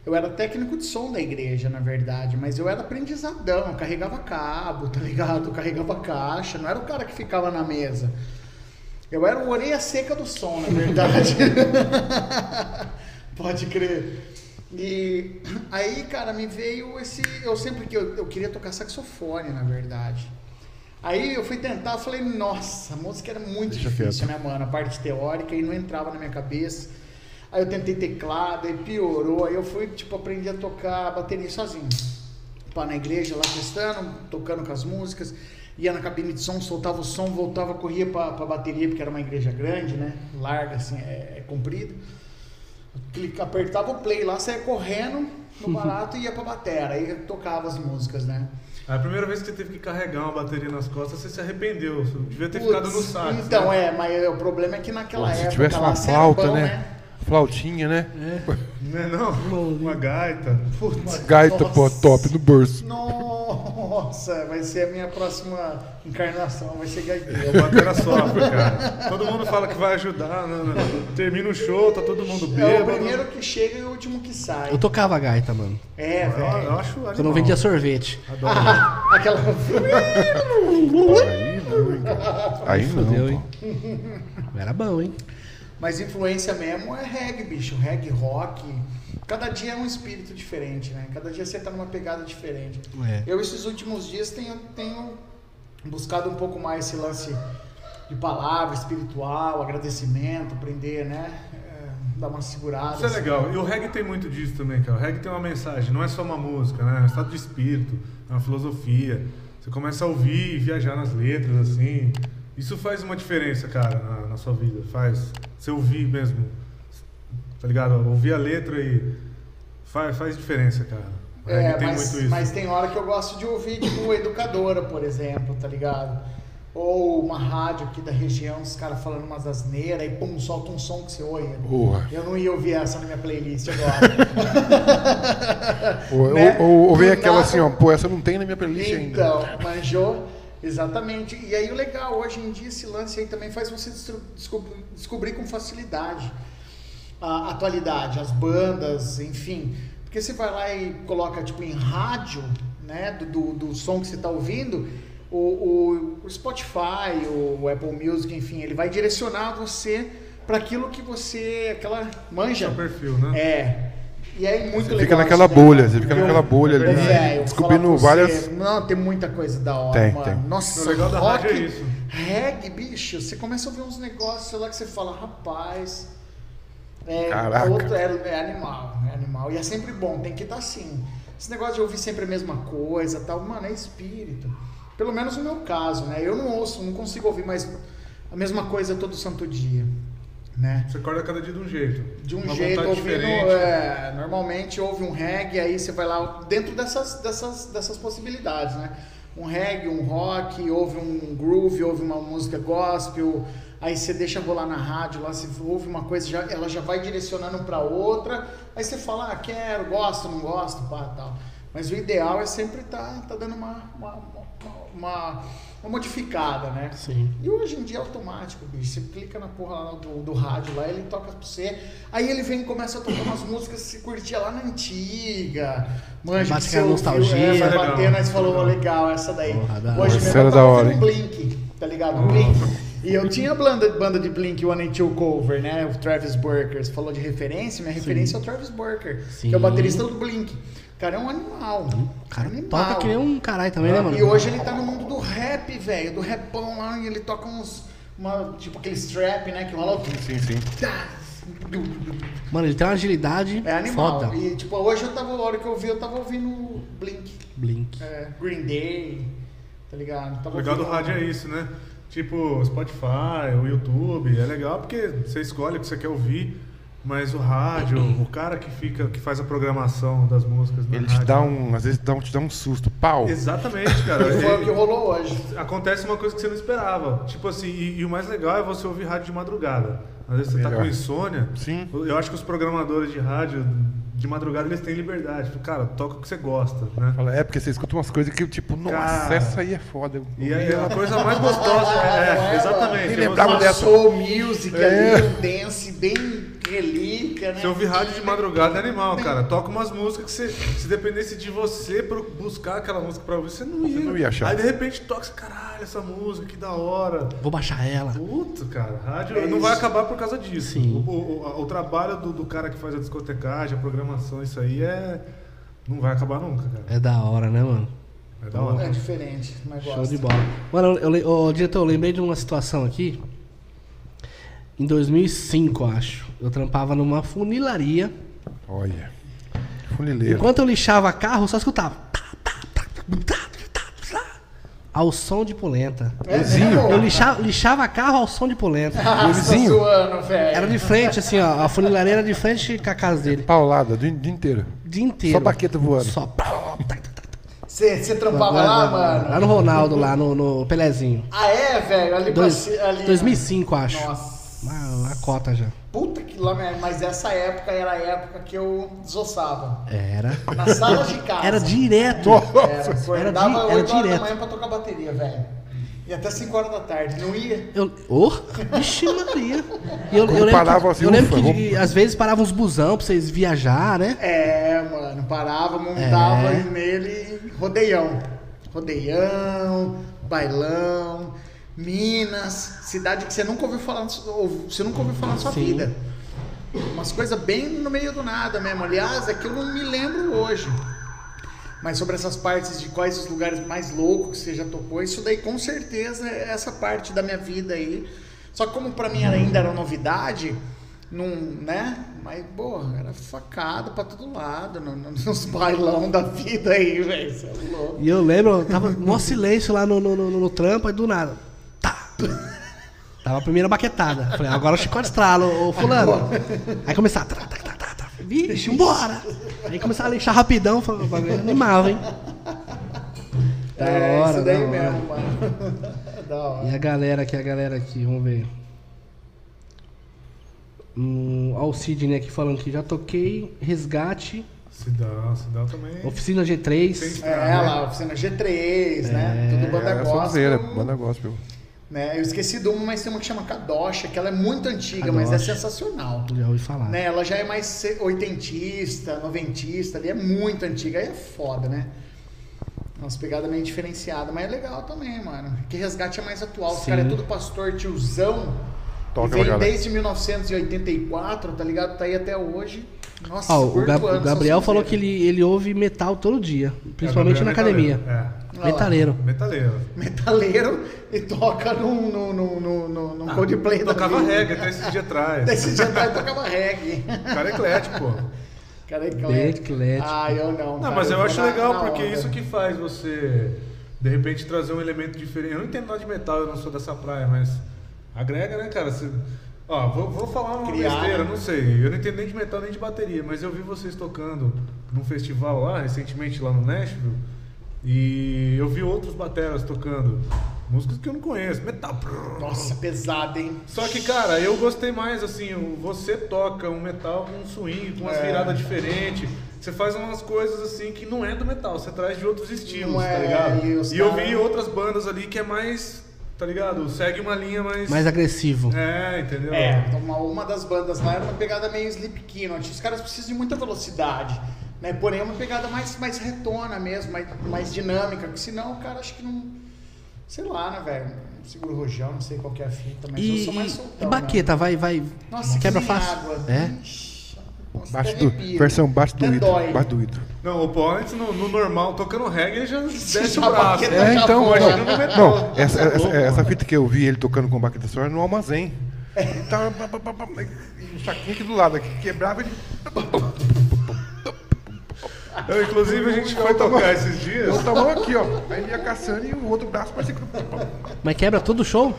Speaker 4: Eu era técnico de som da igreja, na verdade, mas eu era aprendizadão, eu carregava cabo, tá ligado? Eu carregava caixa, não era o cara que ficava na mesa. Eu era o orelha seca do som, na verdade. Pode crer. E aí, cara, me veio esse. Eu sempre que eu, eu queria tocar saxofone, na verdade. Aí eu fui tentar, falei, nossa, a música era muito
Speaker 2: Deixa
Speaker 4: difícil,
Speaker 2: quieto.
Speaker 4: né, mano? A parte teórica e não entrava na minha cabeça. Aí eu tentei teclado, aí piorou. Aí eu fui, tipo, aprendi a tocar bateria sozinho. Pá, na igreja lá testando, tocando com as músicas. Ia na cabine de som, soltava o som, voltava, corria pra, pra bateria, porque era uma igreja grande, né? Larga, assim, é, é comprida. Clica, apertava o play lá, saia correndo no barato e ia pra batera. Aí eu tocava as músicas, né?
Speaker 3: A primeira vez que você teve que carregar uma bateria nas costas, você se arrependeu. Você devia ter ficado no
Speaker 4: Putz,
Speaker 3: sax.
Speaker 4: Então,
Speaker 3: né?
Speaker 4: é, mas o problema é que naquela
Speaker 2: Se
Speaker 4: época.
Speaker 2: tivesse
Speaker 4: lá,
Speaker 2: uma
Speaker 4: você era
Speaker 2: flauta,
Speaker 4: bom,
Speaker 2: né? Flautinha, né?
Speaker 3: Não é não? Uma gaita. Putz.
Speaker 2: Gaita,
Speaker 4: Nossa.
Speaker 2: pô, top no bolso.
Speaker 4: Nossa! Nossa, vai ser a minha próxima encarnação, vai ser
Speaker 3: Eu
Speaker 2: É,
Speaker 4: gaiteiro. É
Speaker 3: vou bater na sofra, cara. Todo mundo fala que vai ajudar, não, não, não. termina o show, tá todo mundo
Speaker 4: É o
Speaker 3: bêbado.
Speaker 4: primeiro que chega e o último que sai.
Speaker 1: Eu tocava gaita, mano.
Speaker 4: É,
Speaker 3: Eu, eu
Speaker 4: velho.
Speaker 3: acho
Speaker 1: Eu não
Speaker 3: animal.
Speaker 1: vendia sorvete.
Speaker 4: Aquela.
Speaker 2: Aí não, hein, cara. Aí não.
Speaker 1: Fudeu,
Speaker 2: pô.
Speaker 1: hein? Era bom, hein?
Speaker 4: Mas influência mesmo é reggae, bicho. Reggae, rock. Cada dia é um espírito diferente, né? Cada dia você tá numa pegada diferente.
Speaker 1: É.
Speaker 4: Eu, esses últimos dias, tenho, tenho buscado um pouco mais esse lance de palavra espiritual, agradecimento, aprender, né? É, dar uma segurada.
Speaker 3: Isso é
Speaker 4: assim.
Speaker 3: legal. E o reggae tem muito disso também, cara. O reggae tem uma mensagem, não é só uma música, né? É um estado de espírito, é uma filosofia. Você começa a ouvir e viajar nas letras, assim. Isso faz uma diferença, cara, na, na sua vida. Faz. Você ouvir mesmo. Tá ligado? Ouvir a letra e. Faz, faz diferença, cara. O reggae
Speaker 4: É,
Speaker 3: tem
Speaker 4: mas,
Speaker 3: muito isso.
Speaker 4: mas tem hora que eu gosto de ouvir, tipo, educadora, por exemplo, tá ligado? Ou uma rádio aqui da região, os caras falando umas asneiras, e pum, solta um som que você olha.
Speaker 2: Porra.
Speaker 4: Eu não ia ouvir essa na minha playlist agora.
Speaker 2: Ou,
Speaker 4: Né?
Speaker 2: ou, ou- ou vem
Speaker 4: Do
Speaker 2: aquela
Speaker 4: nada.
Speaker 2: assim, ó, pô, essa não tem na minha playlist ainda.
Speaker 4: então, manjou. Exatamente. E aí o legal, hoje em dia, esse lance aí também faz você destru- descob- descobrir com facilidade a atualidade, as bandas, enfim. Porque você vai lá e coloca, tipo, em rádio, né, do, do, do som que você está ouvindo, o, o, o Spotify, o Apple Music, enfim, ele vai direcionar você para aquilo que você, aquela manja.
Speaker 3: Seu perfil, né?
Speaker 4: É. E aí muito
Speaker 2: Você
Speaker 4: legal.
Speaker 2: fica
Speaker 4: isso
Speaker 2: naquela
Speaker 4: daí.
Speaker 2: bolha, você fica
Speaker 4: é, Eu-
Speaker 2: naquela bolha
Speaker 4: Ô, velho,
Speaker 2: ali,
Speaker 4: eu
Speaker 2: descobrindo
Speaker 4: falar pra
Speaker 2: várias.
Speaker 4: você, Não, tem muita coisa da hora,
Speaker 2: Tem,
Speaker 4: mano.
Speaker 2: tem.
Speaker 4: Nossa,
Speaker 3: O legal da
Speaker 4: rock,
Speaker 3: rádio é isso.
Speaker 4: Reggae, bicho, você começa a ouvir uns negócios lá que você fala, rapaz. É,
Speaker 2: Caraca.
Speaker 4: outro é, é animal, é animal. E é sempre bom, tem que estar assim. Esse negócio de ouvir sempre a mesma coisa tal, mano, é espírito. Pelo menos no meu caso, né? Eu não ouço, não consigo ouvir mais a mesma coisa todo santo dia, né?
Speaker 3: Você acorda cada dia de um jeito.
Speaker 4: de um
Speaker 3: Uma
Speaker 4: jeito
Speaker 3: vontade
Speaker 4: ouvindo.
Speaker 3: diferente. né?
Speaker 4: É, normalmente houve um reggae, aí você vai lá dentro dessas, dessas, dessas possibilidades, né? Um reggae, um rock, houve um groove, houve uma música gospel, aí você deixa rolar na rádio, lá se ouve uma coisa, já, ela já vai direcionando para outra, aí você fala, ah, quero, gosto, não gosto, pá, tal. Mas o ideal é sempre tá, tá dando uma, uma, uma- uma- uma modificada, né?
Speaker 1: Sim.
Speaker 4: E hoje em dia é automático, bicho. Você clica na porra lá do, do rádio lá, ele toca pra você. Aí ele vem e começa a tocar umas músicas que você curtia lá na antiga. Manja,
Speaker 1: Bate
Speaker 4: que você
Speaker 1: aquela
Speaker 4: ouviu,
Speaker 1: nostalgia.
Speaker 4: é, vai
Speaker 3: Legal,
Speaker 4: batendo, aí você falou,
Speaker 3: legal.
Speaker 4: "Ô, legal, essa daí.
Speaker 1: Porra, da hora.
Speaker 4: hoje
Speaker 2: Essa
Speaker 4: mesmo
Speaker 2: era
Speaker 4: eu
Speaker 2: da
Speaker 4: tava
Speaker 2: hora,
Speaker 4: ouvindo Blink, tá ligado? Blink. E eu tinha banda, banda de Blink One and Two cover, né? O Travis Barker. Você falou de referência, minha referência é o Travis Barker, que é
Speaker 1: Sim.
Speaker 4: o baterista do Blink. O cara é um animal.
Speaker 1: O cara
Speaker 4: animal.
Speaker 1: toca que nem um caralho também,
Speaker 2: Ah,
Speaker 1: né, mano?
Speaker 4: E hoje ele tá no mundo do rap, velho, do rapão lá, e ele toca uns. uma- tipo aquele strap, né? Que rola.
Speaker 2: Sim, sim.
Speaker 1: Mano, ele tem uma agilidade
Speaker 4: É animal.
Speaker 1: foda.
Speaker 4: E tipo, hoje eu tava, a hora que eu vi, eu tava ouvindo Blink,
Speaker 1: Blink.
Speaker 4: é, Green Day, tá ligado? Tava
Speaker 3: O legal do
Speaker 4: ouvindo- um.
Speaker 3: rádio é isso, né? Tipo, Spotify, o YouTube, é legal porque você escolhe o que você quer ouvir, mas o rádio, o cara que fica, que faz a programação das músicas na
Speaker 2: Ele te
Speaker 3: rádio-
Speaker 2: dá um. Às vezes dá um- te dá um susto. Pau!
Speaker 3: Exatamente, cara.
Speaker 4: E foi o que
Speaker 3: Ele-
Speaker 4: rolou hoje.
Speaker 3: Acontece uma coisa que você não esperava. Tipo assim, e, e o mais legal é você ouvir rádio de madrugada. Às vezes você tá
Speaker 2: Melhor.
Speaker 3: com insônia.
Speaker 2: Sim.
Speaker 3: Eu acho que os programadores de rádio, de madrugada, eles têm liberdade. Tipo, Cara, toca o que você gosta, né?
Speaker 2: Fala, é porque você escuta umas coisas que tipo, nossa,
Speaker 3: Cara.
Speaker 2: essa aí é foda. Eu
Speaker 3: E
Speaker 2: ouvi
Speaker 3: aí,
Speaker 2: ela-
Speaker 3: a coisa mais gostosa. Tá É, exatamente.
Speaker 2: Nem
Speaker 3: é
Speaker 2: lembrava
Speaker 3: você-
Speaker 2: dessa.
Speaker 4: Soul music
Speaker 2: É.
Speaker 4: ali, um dance bem relíquia, né?
Speaker 3: Se ouvir rádio de madrugada é animal, cara. Toca umas músicas que você, se dependesse de você pro- buscar aquela música pra ouvir, você não ia.
Speaker 2: não ia achar.
Speaker 3: Aí de repente toca, você, caralho, essa música, que da hora.
Speaker 1: Vou baixar ela.
Speaker 3: Puto, cara, rádio
Speaker 4: É
Speaker 3: não vai
Speaker 4: isso.
Speaker 3: acabar por causa disso.
Speaker 1: Sim.
Speaker 3: O, o- o- o trabalho do, do cara que faz a discotecagem, a programação, isso aí é. Não vai acabar nunca, cara.
Speaker 1: É da hora, né, mano?
Speaker 3: É da hora.
Speaker 4: É diferente, mas gosto.
Speaker 1: Show de bola. Mano, eu, le- ô, diretor, eu lembrei de uma situação aqui. Em 2005, eu acho. Eu trampava numa funilaria.
Speaker 2: Olha. Funileiro.
Speaker 1: Enquanto eu lixava carro, eu só escutava. Tá, tá, tá, tá, tá, tá, Ao som de polenta.
Speaker 4: É
Speaker 1: Eu
Speaker 4: mesmo?
Speaker 1: lixava, lixava carro ao som de polenta.
Speaker 4: Ah, você tá zoando, velho.
Speaker 1: Era de frente, assim, ó. A funilaria era de frente com a casa dele.
Speaker 2: Paulada, do dia inteiro.
Speaker 1: O dia inteiro.
Speaker 2: Só baqueta voando.
Speaker 1: Só.
Speaker 4: Você você trampava lá, mano?
Speaker 1: Lá no Ronaldo, lá no, no Pelezinho.
Speaker 4: Ah, é, velho? Ali, pra
Speaker 1: Dois-
Speaker 4: ci- ali
Speaker 1: 2005, acho.
Speaker 4: Nossa.
Speaker 1: Uma, a cota já.
Speaker 4: Puta que lá, mas essa época era a época que eu desossava.
Speaker 1: Era.
Speaker 4: Na sala de casa. assim,
Speaker 1: Era direto.
Speaker 4: Era, foi,
Speaker 1: Era di-
Speaker 4: dava
Speaker 1: era
Speaker 4: 8 horas da
Speaker 1: direto.
Speaker 4: manhã pra tocar bateria, velho. E até 5 horas da tarde. Não ia.
Speaker 1: Eu, oh, vixe Maria. E eu, eu lembro,
Speaker 2: parava
Speaker 1: que,
Speaker 2: assim,
Speaker 1: eu lembro
Speaker 2: ufa,
Speaker 1: que,
Speaker 2: vamos-
Speaker 1: às vezes paravam uns busão pra vocês viajar, né?
Speaker 4: É, mano, parava, montava
Speaker 1: É.
Speaker 4: nele e rodeião. Rodeião, bailão, Minas, cidade que você nunca ouviu falar, na su- ou- você nunca ouviu falar na sua
Speaker 1: Sim.
Speaker 4: vida. Umas coisas bem no meio do nada mesmo. Aliás, é que eu não me lembro hoje. Mas sobre essas partes de quais os lugares mais loucos que você já tocou, isso daí com certeza é essa parte da minha vida aí. Só que como pra mim era- ainda era novidade, não, né? Mas, porra, era facada pra todo lado, no- no- nos bailão da vida aí, velho. Você é louco.
Speaker 1: E eu lembro, tava mó silêncio lá no, no, no, no trampo, aí do nada. Tá. Tava a primeira baquetada. Falei, agora o chicote estrala, ô ô, fulano. Aí começava. Tá, tá, tá, tá, tá. Vixe, bora! Aí começava a lixar rapidão, falava, o bagulho animava, hein? Da
Speaker 4: é,
Speaker 1: hora,
Speaker 4: isso daí
Speaker 1: da hora.
Speaker 4: mesmo, mano. da hora.
Speaker 1: E a galera aqui, a galera aqui, vamos ver. Hum, ó o Sidney aqui falando que já toquei Resgate,
Speaker 3: Se dá, se dá também. É
Speaker 1: Oficina G3.
Speaker 3: Sim.
Speaker 4: É, lá, oficina G3, né? Tudo banda
Speaker 2: É, sonzeira,
Speaker 4: gospel.
Speaker 2: banda gospel.
Speaker 4: né? Eu esqueci de uma, mas tem uma que chama Kadocha, que ela é muito antiga, mas é
Speaker 1: Kadocha.
Speaker 4: sensacional.
Speaker 1: Já ouvi falar.
Speaker 4: Né? Ela já é mais se- oitentista, noventista, ali é muito antiga, aí é foda, né? É Umas pegadas meio diferenciadas, mas é legal também, mano. Que resgate é mais atual. Os
Speaker 1: Sim.
Speaker 4: caras é tudo pastor tiozão.
Speaker 2: Toca
Speaker 4: e vem
Speaker 2: pra galera.
Speaker 4: desde 1984, tá ligado? Tá aí até hoje. Nossa,
Speaker 1: Ó, Ah, o,
Speaker 4: curto
Speaker 1: Gab-
Speaker 4: ano,
Speaker 1: o
Speaker 4: só
Speaker 1: Gabriel
Speaker 4: sonzeira.
Speaker 1: falou que ele, ele ouve metal todo dia, principalmente
Speaker 3: É,
Speaker 1: na
Speaker 3: metaleiro.
Speaker 1: academia.
Speaker 3: É,
Speaker 4: Olha lá.
Speaker 1: Metaleiro.
Speaker 3: metaleiro. É.
Speaker 4: Metaleiro e toca num, num, num, num, num- num Coldplay
Speaker 3: Eu
Speaker 4: da
Speaker 3: Ah, tocava
Speaker 4: vida.
Speaker 3: reggae até esses dias atrás.
Speaker 4: Desse dia atrás tocava reggae.
Speaker 3: O cara é eclético, pô.
Speaker 4: Cara, é
Speaker 1: Bem eclético.
Speaker 4: Ah, eu não.
Speaker 3: Não,
Speaker 4: cara,
Speaker 3: mas eu
Speaker 4: vou
Speaker 3: acho
Speaker 4: na-
Speaker 3: legal,
Speaker 4: na
Speaker 3: porque é
Speaker 4: onda.
Speaker 3: isso que faz você, de repente, trazer um elemento diferente. Eu não entendo nada de metal, eu não sou dessa praia, mas agrega, né, cara? Você- Ó, vou, vou falar uma
Speaker 4: Criar,
Speaker 3: besteira,
Speaker 4: né?
Speaker 3: não sei. Eu não entendo nem de metal, nem de bateria, mas eu vi vocês tocando num festival lá, recentemente, lá no Nashville, e eu vi outros bateras tocando músicas que eu não conheço. Metal...
Speaker 4: Nossa, pesado, hein?
Speaker 3: Só que, cara, eu gostei mais, assim, o- você toca um metal com um swing, com umas
Speaker 4: É.
Speaker 3: viradas diferentes. Você faz umas coisas assim que não é do metal, você traz de outros estilos,
Speaker 4: Não é,
Speaker 3: tá ligado?
Speaker 4: e os
Speaker 3: E eu
Speaker 4: cara-
Speaker 3: vi outras bandas ali que é mais, tá ligado? Segue uma linha mais.
Speaker 1: Mais agressivo.
Speaker 3: É, entendeu?
Speaker 4: É, então uma, uma das bandas lá era uma pegada meio Slipknot. Os caras precisam de muita velocidade, né? Porém, é uma pegada mais, mais retona mesmo, mais, mais dinâmica. Porque senão o cara acho que não... Sei lá, né, velho? Não Seguro o rojão, não sei qual que é a fita, mas eu
Speaker 1: E,
Speaker 4: sou mais
Speaker 1: e-
Speaker 4: soltão.
Speaker 1: e baqueta, vai, vai.
Speaker 4: Né? Nossa, que
Speaker 1: quebra
Speaker 4: nem
Speaker 1: fácil.
Speaker 4: água.
Speaker 1: É.
Speaker 4: Ixi, nossa,
Speaker 2: Baixo
Speaker 4: até
Speaker 2: do,
Speaker 4: arrepia.
Speaker 2: versão baixo do
Speaker 4: Até
Speaker 2: hidro.
Speaker 4: É dói.
Speaker 2: Baixo do hidro.
Speaker 3: Não, o Paul antes no, no normal, tocando reggae, ele já desce
Speaker 4: Já
Speaker 3: o braço.
Speaker 4: baqueta
Speaker 2: É,
Speaker 4: já
Speaker 2: então.
Speaker 4: foi,
Speaker 2: Não,
Speaker 4: né?
Speaker 3: no metrô.
Speaker 2: não, é. essa, essa,
Speaker 3: Louco,
Speaker 2: essa
Speaker 3: mano.
Speaker 2: fita que eu vi ele tocando com o baqueta sonora no almazém. Ele tava. pá, pá, pá, pá, e O saquinho aqui do lado, aqui quebrava ele.
Speaker 3: Eu, inclusive, a gente foi tocar esses dias.
Speaker 2: Eu tava aqui, ó. Aí ele ia caçando e o outro braço parecia que.
Speaker 1: Mas quebra todo o show?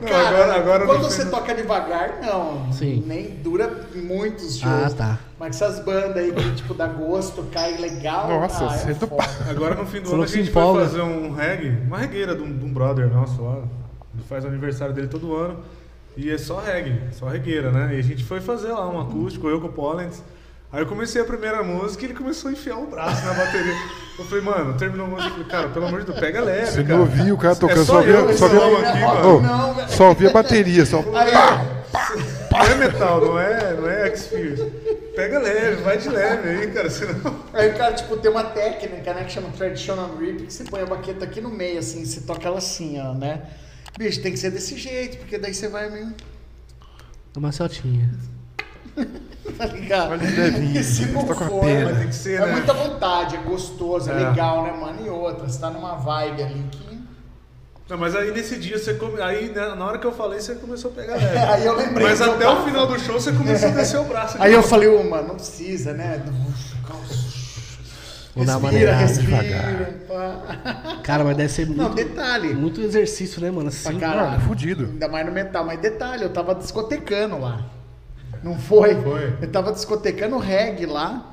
Speaker 3: Não,
Speaker 4: Cara,
Speaker 3: agora, agora eu
Speaker 4: quando
Speaker 3: não
Speaker 4: você
Speaker 3: fiz-
Speaker 4: toca devagar, não.
Speaker 1: Sim.
Speaker 4: Nem dura muitos
Speaker 1: Ah,
Speaker 4: shows.
Speaker 1: tá.
Speaker 4: Mas essas bandas aí que, tipo, dá gosto, cai legal.
Speaker 2: Nossa,
Speaker 4: ah,
Speaker 2: você
Speaker 4: é
Speaker 2: é do
Speaker 4: foda.
Speaker 3: Agora no fim do
Speaker 1: Falou
Speaker 3: ano a
Speaker 1: que se
Speaker 3: gente vai
Speaker 1: empolga.
Speaker 3: fazer um reggae, uma regueira de um, de um brother nosso lá. Ele faz o aniversário dele todo ano. E é só reggae, só regueira, né? E a gente foi fazer lá um acústico, eu com o Pollens. Aí eu comecei a primeira música e ele começou a enfiar o braço na bateria. Eu falei, mano, terminou a música, eu falei, cara, pelo amor de Deus, pega leve,
Speaker 2: Você
Speaker 3: cara.
Speaker 2: não ouvia o cara tocando,
Speaker 3: é
Speaker 2: só
Speaker 3: só
Speaker 2: via.
Speaker 3: eu,
Speaker 2: Só
Speaker 3: esse
Speaker 2: via,
Speaker 3: homem aqui,
Speaker 2: Ô,
Speaker 3: mano.
Speaker 4: Não, velho.
Speaker 2: só via bateria, só.
Speaker 4: Aí,
Speaker 3: Não é metal, não é, não é X-Fears. Pega leve, vai de leve aí, cara, senão...
Speaker 4: aí o cara, tipo, tem uma técnica, né, que chama Traditional Rip, que você põe a baqueta aqui no meio, assim, você toca ela assim, ó, né? Bicho, tem que ser desse jeito, porque daí você vai meio.
Speaker 1: É Uma celtinha.
Speaker 4: Tá ligado?
Speaker 2: Olha o levinho,
Speaker 4: E se não
Speaker 2: tá com a
Speaker 4: for,
Speaker 2: pena.
Speaker 4: mano,
Speaker 3: Tem que ser,
Speaker 4: é
Speaker 3: né?
Speaker 4: muita vontade, é gostoso, é,
Speaker 3: É.
Speaker 4: legal, né, mano? E outra, você tá numa vibe ali que.
Speaker 3: Não, mas aí nesse dia você come... aí né, na hora que eu falei você começou a pegar
Speaker 4: É,
Speaker 3: leve.
Speaker 4: aí eu lembrei.
Speaker 3: Mas
Speaker 4: que eu
Speaker 3: até
Speaker 4: tava-
Speaker 3: o final do show você começou a descer o braço.
Speaker 4: Aí eu falei, ô, mano, não precisa, né?
Speaker 1: Vou dar uma
Speaker 4: Respira,
Speaker 1: maneirada
Speaker 4: respira. pá.
Speaker 1: Cara, mas deve ser
Speaker 4: Não,
Speaker 1: muito,
Speaker 4: detalhe.
Speaker 1: muito exercício, né, mano? Assim.
Speaker 4: Pra
Speaker 2: Mano, é
Speaker 4: caralho.
Speaker 2: fudido.
Speaker 4: Ainda mais no metal. Mas detalhe, eu tava discotecando lá. Não foi?
Speaker 3: Foi.
Speaker 4: Eu tava discotecando reggae lá.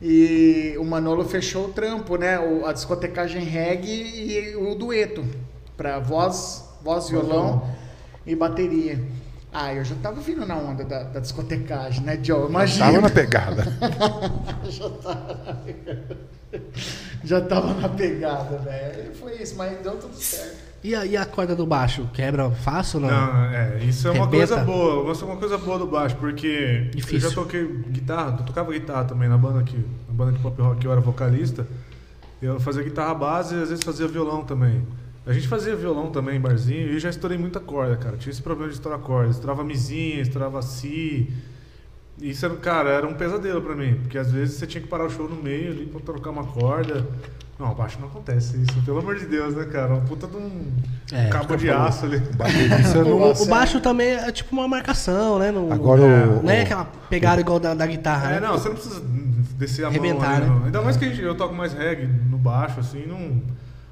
Speaker 4: E o Manolo fechou o trampo, né? O- a discotecagem reggae e o dueto. Pra voz, voz violão e bateria. Ah, eu já tava vindo na onda da, da discotecagem, né, Joe?
Speaker 2: Tava
Speaker 4: Imagina.
Speaker 2: na pegada.
Speaker 4: já tava na pegada. Já tava na pegada, velho. Foi isso, mas deu tudo certo.
Speaker 1: E a, e a corda do baixo? Quebra fácil ou não?
Speaker 3: Não, é, isso é uma
Speaker 1: Arrebenta.
Speaker 3: coisa boa. Isso é uma coisa boa do baixo, porque
Speaker 1: Difícil.
Speaker 3: eu já toquei guitarra, eu tocava guitarra também na banda que, na banda de pop rock que eu era vocalista. Eu fazia guitarra base e às vezes fazia violão também. A gente fazia violão também em barzinho e eu já estourei muita corda, cara. Tinha esse problema de estourar corda. Estourava mizinha, estourava si. Isso, era, cara, era um pesadelo pra mim. Porque às vezes você tinha que parar o show no meio ali pra trocar uma corda. Não, baixo não acontece isso, pelo amor de Deus, né, cara? Uma puta de um
Speaker 1: É,
Speaker 3: cabo de aço ali. é
Speaker 2: Baterista não-
Speaker 1: O, o baixo também é tipo uma marcação, né? No,
Speaker 2: Agora o-
Speaker 1: Não é
Speaker 2: o-
Speaker 1: aquela pegada igual da, da guitarra,
Speaker 3: É,
Speaker 1: né?
Speaker 3: não, você não precisa descer a
Speaker 1: Arrebentar,
Speaker 3: mão ali, não.
Speaker 1: né?
Speaker 3: Ainda mais que a gente- eu toco mais reggae no baixo, assim, não...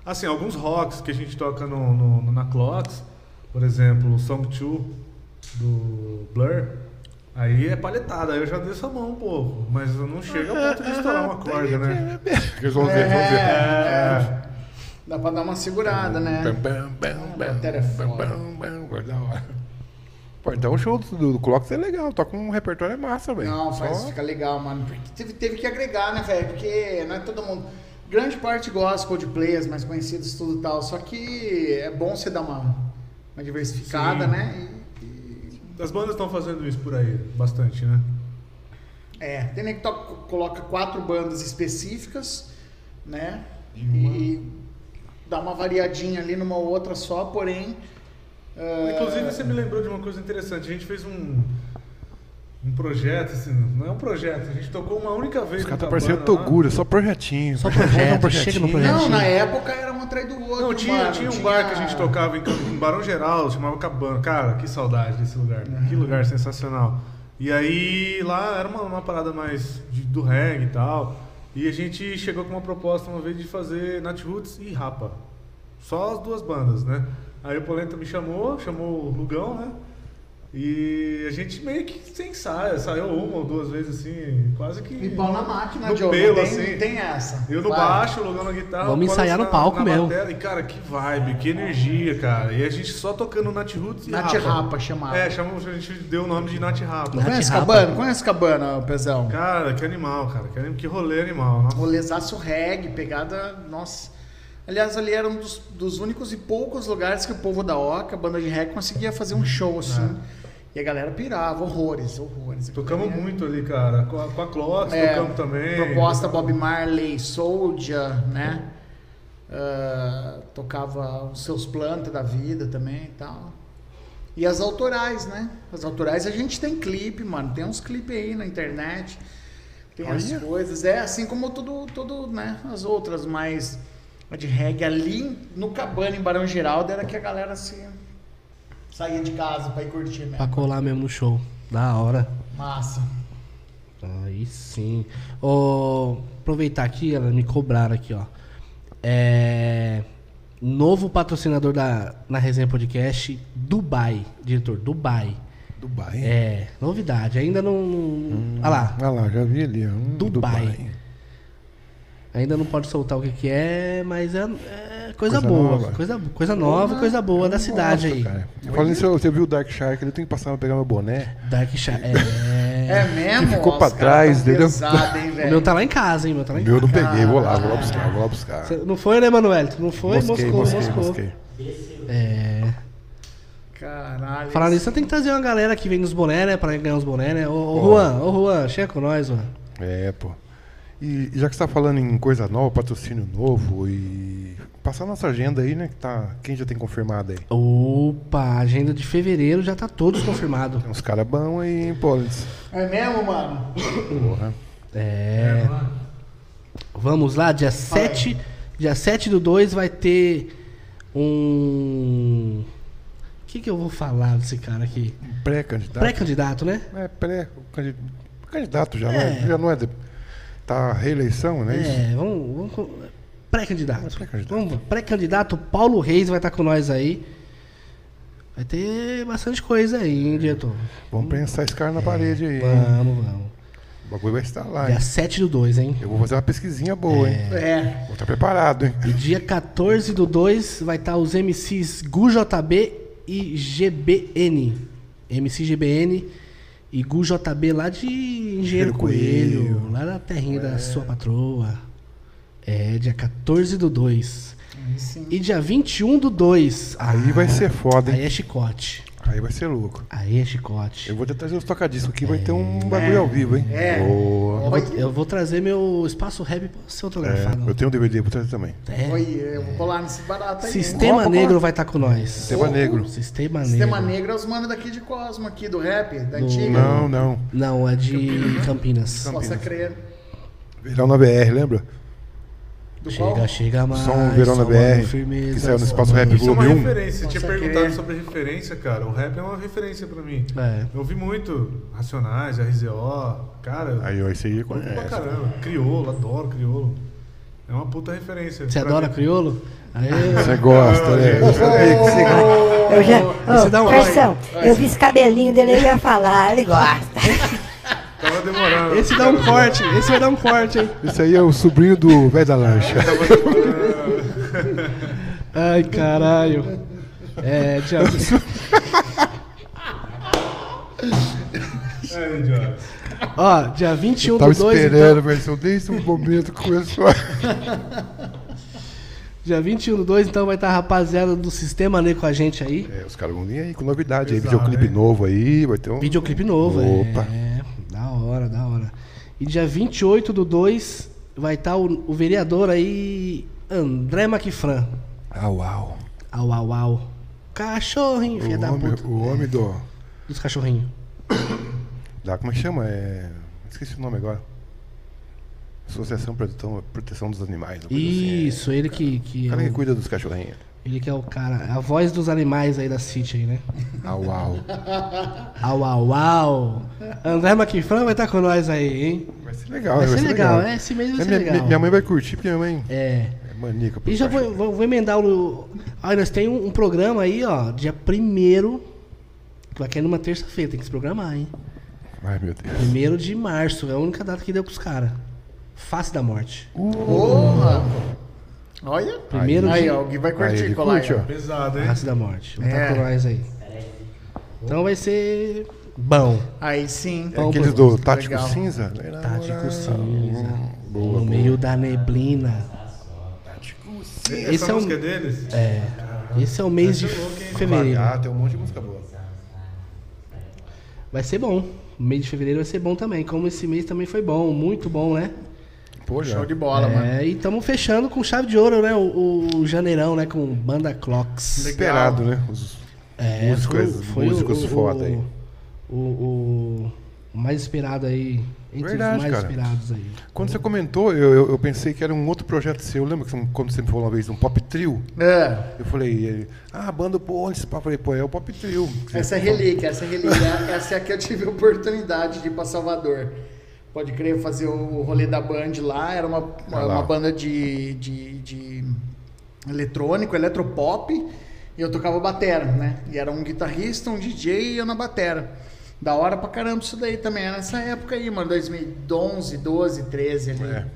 Speaker 3: Assim, alguns rocks que a gente toca no, no- no- na Clocks, por exemplo, o Song 2 do Blur, aí é palhetada, aí eu já desço a mão um pouco, mas eu não chego a ponto de estourar uma corda, né?
Speaker 2: Eles vão ver, vão ver.
Speaker 3: É,
Speaker 4: Dá pra dar uma segurada, né?
Speaker 2: Bam, bam, bam,
Speaker 4: Ah,
Speaker 2: bam,
Speaker 4: matéria
Speaker 2: bam,
Speaker 4: foda.
Speaker 2: bam, bam, vai da hora. Pô, então o show do, do Clocks é legal, toca um repertório massa, velho.
Speaker 4: Não, faz,
Speaker 2: Só-
Speaker 4: fica legal, mano. Porque teve, teve que agregar, né, velho? Porque não é todo mundo. Grande parte gosta Coldplay, as mais conhecidos, tudo e tal. Só que é bom você dar uma, uma diversificada,
Speaker 3: Sim.
Speaker 4: né? E- e-
Speaker 3: as bandas estão fazendo isso por aí, bastante, né?
Speaker 4: é, tem nem que to- coloca quatro bandas específicas, né? E, dá uma variadinha ali numa ou outra só, porém. ah,
Speaker 3: Inclusive, você me lembrou de uma coisa interessante. A gente fez um, um projeto, assim, não é um projeto, a gente tocou uma única vez.
Speaker 2: Os caras
Speaker 3: com
Speaker 2: tá
Speaker 3: a
Speaker 2: parecendo
Speaker 3: banda lá.
Speaker 2: Toguro, só projetinho.
Speaker 1: Só
Speaker 2: Vamos dar um
Speaker 1: projeto, chega no
Speaker 2: projetinho.
Speaker 4: Não,
Speaker 1: projetinho.
Speaker 4: na época era um atrás do outro.
Speaker 3: Não, tinha,
Speaker 4: mano,
Speaker 3: tinha um bar que a gente tocava em, Cam- em Barão Geral, chamava Cabana. Cara, que saudade desse lugar. Que lugar sensacional. E aí lá era uma, uma parada mais de- do reggae e tal. E a gente chegou com uma proposta uma vez de fazer Nat Roots e Rapa. Só as duas bandas, né? Aí o Polenta me chamou, chamou o Lugão, né? E a gente meio que sem ensaio, saiu uma ou duas vezes assim, quase que.
Speaker 4: E pau na máquina,
Speaker 3: No
Speaker 4: Joe. não
Speaker 3: pelo,
Speaker 4: tem,
Speaker 3: assim.
Speaker 4: não tem essa.
Speaker 3: Eu no
Speaker 4: Vai.
Speaker 3: baixo, o Lugão na guitarra.
Speaker 1: Vamos
Speaker 3: o Colas
Speaker 1: ensaiar no palco mesmo.
Speaker 3: bateria. E, cara, que vibe, que energia, cara. E a gente só tocando Nat Roots e
Speaker 4: Nat
Speaker 3: Rapa.
Speaker 4: Rapa chamava.
Speaker 3: É, chamou, a gente deu o nome de Nat Rapa.
Speaker 1: Nat-
Speaker 4: Conhece
Speaker 1: Rapa.
Speaker 4: Cabana? Conhece Cabana, Pezão?
Speaker 3: Cara, que animal, cara. Que, anim- que rolê animal. né? Nossa.
Speaker 4: Rolezaço reggae, pegada. Nossa. Aliás, ali era um dos, dos únicos e poucos lugares que o povo da Oca, a banda de reggae, conseguia fazer um show assim. E a galera pirava, horrores, horrores.
Speaker 1: É.
Speaker 3: Tocamos
Speaker 4: Aquilo ali
Speaker 3: muito ali, cara. Com a, com a Clocks,
Speaker 4: É,
Speaker 3: tocamos também.
Speaker 4: Proposta Bob Marley, Soldier, né? Ah, tocava os seus plantas da vida também e tal. E as autorais, né? As autorais a gente tem clipe, mano. Tem uns clipes aí na internet. Tem as
Speaker 2: Olha.
Speaker 4: coisas. É assim como tudo, tudo, né? As outras, mas a de reggae ali no cabana em Barão Geraldo era que a galera se saía de casa pra ir curtir mesmo.
Speaker 2: Ah.
Speaker 1: Pra colar mesmo no show. Da hora.
Speaker 4: Massa.
Speaker 1: Aí sim. Ô, aproveitar aqui, ela me cobraram aqui, ó. É. Novo patrocinador da, na Resenha Podcast, Dubai. Diretor, Dubai.
Speaker 2: Dubai.
Speaker 1: É, novidade. Ainda não. não- Ah lá,
Speaker 2: Ah lá, já vi ali. ó, Hum,
Speaker 1: Dubai. Ainda não pode soltar o que, que é, mas é, é coisa,
Speaker 2: Coisa
Speaker 1: boa.
Speaker 2: nova.
Speaker 1: Coisa, coisa nova, coisa boa da cidade aí.
Speaker 2: Cara. Falando isso, você viu o Dark Shark, ele tem que passar pra pegar meu boné.
Speaker 1: Dark Shark. É.
Speaker 4: É mesmo?
Speaker 2: ficou
Speaker 4: Ó,
Speaker 2: pra
Speaker 4: os
Speaker 2: trás,
Speaker 4: caras tão
Speaker 2: entendeu?
Speaker 4: pesado, hein,
Speaker 1: o
Speaker 4: velho?
Speaker 1: meu tá lá em casa, hein? O meu tá lá em
Speaker 2: Meu, eu não peguei, vou lá, vou lá buscar, vou lá buscar.
Speaker 1: Cê- Não foi, né, Manoel? Tu Não foi?
Speaker 2: Mosquei,
Speaker 1: Moscou,
Speaker 2: mosquei,
Speaker 1: Moscou.
Speaker 2: mosquei.
Speaker 1: É.
Speaker 4: Caralho.
Speaker 1: Falar nisso, tem que trazer uma galera que vem nos boné, né? Pra ganhar os boné, né? Ô, ô Juan, ô Juan, chega com nós, mano.
Speaker 2: É, pô. E já que você tá falando em coisa nova, patrocínio novo e. Passar nossa agenda aí, né? Que tá... Quem já tem confirmado aí?
Speaker 1: Opa, agenda de fevereiro já tá todos confirmado.
Speaker 2: Tem uns caras bons aí, hein, Polis?
Speaker 4: É mesmo, mano?
Speaker 2: Porra.
Speaker 1: É. Vamos lá, dia 7. Dia 7 do 2 vai ter um. O que, que eu vou falar desse cara aqui?
Speaker 2: Pré-candidato.
Speaker 1: Pré-candidato, né?
Speaker 2: É, pré-candidato já,
Speaker 1: É.
Speaker 2: Não é, já não é. de- Tá reeleição, né? Isso?
Speaker 1: É, vamos. vamos com- pré-candidato.
Speaker 2: Pré-candidato.
Speaker 1: Vamos, Pré-candidato Paulo Reis vai estar com nós aí. Vai ter bastante coisa aí, hein, diretor?
Speaker 2: Vamos prensar esse
Speaker 1: É,
Speaker 2: cara na parede aí. hein?
Speaker 1: Vamos, vamos.
Speaker 2: O bagulho vai estar lá, hein?
Speaker 1: Dia 7 do 2, hein?
Speaker 2: Eu vou fazer uma pesquisinha boa, hein?
Speaker 4: É.
Speaker 2: Vou estar preparado, hein?
Speaker 1: E dia 14 tá do 2 vai estar os MCs GuJB e GBN. MCGBN e Gu JB lá de Engenheiro
Speaker 2: Engenheiro
Speaker 1: Coelho,
Speaker 2: Coelho. É.
Speaker 1: lá na terrinha da sua patroa. É, dia 14 do 2.
Speaker 4: Aí sim.
Speaker 1: E dia 21 do 2.
Speaker 2: Aí vai ser foda,
Speaker 1: Aí
Speaker 2: hein?
Speaker 1: é chicote.
Speaker 2: Aí vai ser louco.
Speaker 1: Aí é chicote.
Speaker 2: Eu vou atrás dos tocadiscos aqui, vai ter um bagulho ao vivo, hein?
Speaker 4: É.
Speaker 2: Boa.
Speaker 1: Eu vou, eu vou trazer meu espaço rap pra ser autografado.
Speaker 2: Eu tenho um DVD pra trazer também.
Speaker 1: É.
Speaker 4: Olha, eu vou colar nesse barato aí. hein?
Speaker 1: Sistema Negro vai estar com nós.
Speaker 2: Sistema Negro.
Speaker 1: Sistema,
Speaker 4: Sistema
Speaker 1: Negro.
Speaker 4: Negro é os manos daqui de Cosmo, aqui do rap, da antiga.
Speaker 2: Não, não.
Speaker 1: Não, é de Campinas.
Speaker 4: Possa crer.
Speaker 2: Verão na BR, um lembra?
Speaker 4: Do
Speaker 1: Chega,
Speaker 4: qual?
Speaker 1: chega mais.
Speaker 2: Só um verão na
Speaker 1: só uma
Speaker 2: BR,
Speaker 1: firmeza,
Speaker 2: que saiu no
Speaker 1: só
Speaker 2: Espaço
Speaker 1: uma-
Speaker 2: Rap
Speaker 3: Isso é uma
Speaker 2: Volume 1.
Speaker 3: referência. Eu tinha
Speaker 4: Nossa,
Speaker 3: perguntado
Speaker 4: que-
Speaker 3: sobre referência, cara. O rap é uma referência pra mim.
Speaker 1: É.
Speaker 3: Eu ouvi muito Racionais, RZO. Cara,
Speaker 2: Aí, ó, esse aí é
Speaker 1: É,
Speaker 3: eu curto pra
Speaker 2: conhece.
Speaker 3: caramba. Criolo, adoro Criolo. É uma puta referência.
Speaker 1: Você
Speaker 3: Pra
Speaker 1: adora
Speaker 3: mim-
Speaker 1: crioulo? Aê.
Speaker 2: Você gosta, né?
Speaker 1: É,
Speaker 2: Eu sabia que você gosta.
Speaker 6: Eu já.
Speaker 1: Você dá um
Speaker 6: Ô, Carção, eu vi esse cabelinho dele, eu ia falar, ele gosta.
Speaker 3: Tava demorando.
Speaker 1: Esse dá um corte, esse vai dar um corte, hein?
Speaker 2: Esse aí é o sobrinho do velho da
Speaker 1: É,
Speaker 2: lancha.
Speaker 1: tá Ai, caralho. É, dia...
Speaker 3: É, idiota.
Speaker 1: Ó, dia 21
Speaker 2: Tava
Speaker 1: do então, 2.
Speaker 2: esperando, versão, desde o momento que começou.
Speaker 1: Dia 21 do 2, então vai estar a rapaziada do Sistema Negro com a gente aí.
Speaker 2: É, os caras vão vir aí com novidade. Aí,
Speaker 3: Exato,
Speaker 2: videoclipe
Speaker 3: né?
Speaker 2: novo aí, vai ter um.
Speaker 1: Videoclipe novo,
Speaker 2: Opa.
Speaker 1: é. Da hora, da hora. E dia 28 do 2 vai estar o, o vereador aí, André Maquifran.
Speaker 2: Ah, uau.
Speaker 1: Au, au, au. Cachorrinho, filha
Speaker 2: O
Speaker 1: da
Speaker 2: homem,
Speaker 1: puta. É.
Speaker 2: o homem do.
Speaker 1: Dos cachorrinhos.
Speaker 2: Da, como é que chama? É, esqueci o nome agora. Associação Proteção, Proteção dos Animais. uma coisa assim,
Speaker 1: Isso, ele que, que,
Speaker 2: É. O
Speaker 1: é
Speaker 2: cara que
Speaker 1: o,
Speaker 2: cuida dos cachorrinhos.
Speaker 1: ele que é o cara, a voz dos animais aí da City aí, né?
Speaker 2: Ah, uau.
Speaker 1: Au, au, au. André Maquifran vai estar com nós aí, hein?
Speaker 2: Vai ser legal,
Speaker 1: Vai ser legal, é,
Speaker 2: É,
Speaker 1: esse mês vai ser
Speaker 2: minha, minha-
Speaker 1: legal.
Speaker 2: minha mãe vai curtir, porque minha mãe
Speaker 1: É.
Speaker 2: é maníaca. por
Speaker 1: E já vou,
Speaker 2: cachorro.
Speaker 1: vou, vou emendar o. Ah, nós tem um, um programa aí, ó, dia 1 que vai cair numa terça-feira, tem que se programar, hein?
Speaker 2: Ai, meu Deus.
Speaker 1: 1 de março, é a única data que deu pros caras. Face da morte.
Speaker 4: Porra! Olha.
Speaker 1: Primeiro
Speaker 4: Aí,
Speaker 1: de-
Speaker 4: ó, alguém vai
Speaker 2: Aí,
Speaker 4: curtir
Speaker 2: ele
Speaker 4: colar.
Speaker 2: curte,
Speaker 4: aí, ó.
Speaker 2: ó.
Speaker 3: Pesado, hein?
Speaker 1: Face da morte. Vai tá
Speaker 4: É.
Speaker 1: com nós aí. Então vai ser bom.
Speaker 4: Aí sim.
Speaker 2: É aqueles do
Speaker 1: Vamos,
Speaker 2: Tático
Speaker 4: legal.
Speaker 2: Cinza? Hum.
Speaker 1: Tático cinza.
Speaker 2: Boa,
Speaker 1: Tá no
Speaker 2: boa.
Speaker 1: meio da neblina.
Speaker 3: Essa
Speaker 1: esse é um-
Speaker 3: música deles?
Speaker 1: É. Esse é o mês de fevereiro.
Speaker 2: Ah, tem um monte de música boa.
Speaker 1: Vai ser bom. O mês de fevereiro vai ser bom também. Como esse mês também foi bom, muito bom, né?
Speaker 2: Pô, já.
Speaker 4: Show de bola, mano.
Speaker 1: É, e estamos fechando com chave de ouro, né? O, o janeirão, né? Com Banda Clocks.
Speaker 2: Esperado, né? Os-
Speaker 1: É,
Speaker 2: Músicos-
Speaker 1: o-
Speaker 2: músicos foda aí.
Speaker 1: O, o- o mais esperado aí. Entre
Speaker 2: Verdade,
Speaker 1: os mais
Speaker 2: cara.
Speaker 1: esperados aí.
Speaker 2: Quando você comentou, eu, eu, eu pensei que era um outro projeto seu. Lembra que você- quando você me falou uma vez de um pop trio?
Speaker 4: É.
Speaker 2: Eu falei, ele, ah, banda pô, onde esse papo? Eu falei, pô, é o pop trio.
Speaker 4: Essa é relíquia, essa é relíquia. essa é a que eu tive a oportunidade de ir pra Salvador. Pode crer, fazer o rolê da Band lá. Era uma, uma,
Speaker 2: Ah lá.
Speaker 4: uma banda de, de, de eletrônico, eletropop. E eu tocava batera, né? E era um guitarrista, um DJ e eu na batera. Da hora pra caramba isso daí também. Era nessa época aí, mano. 2011, 12, 13 ali.
Speaker 2: É.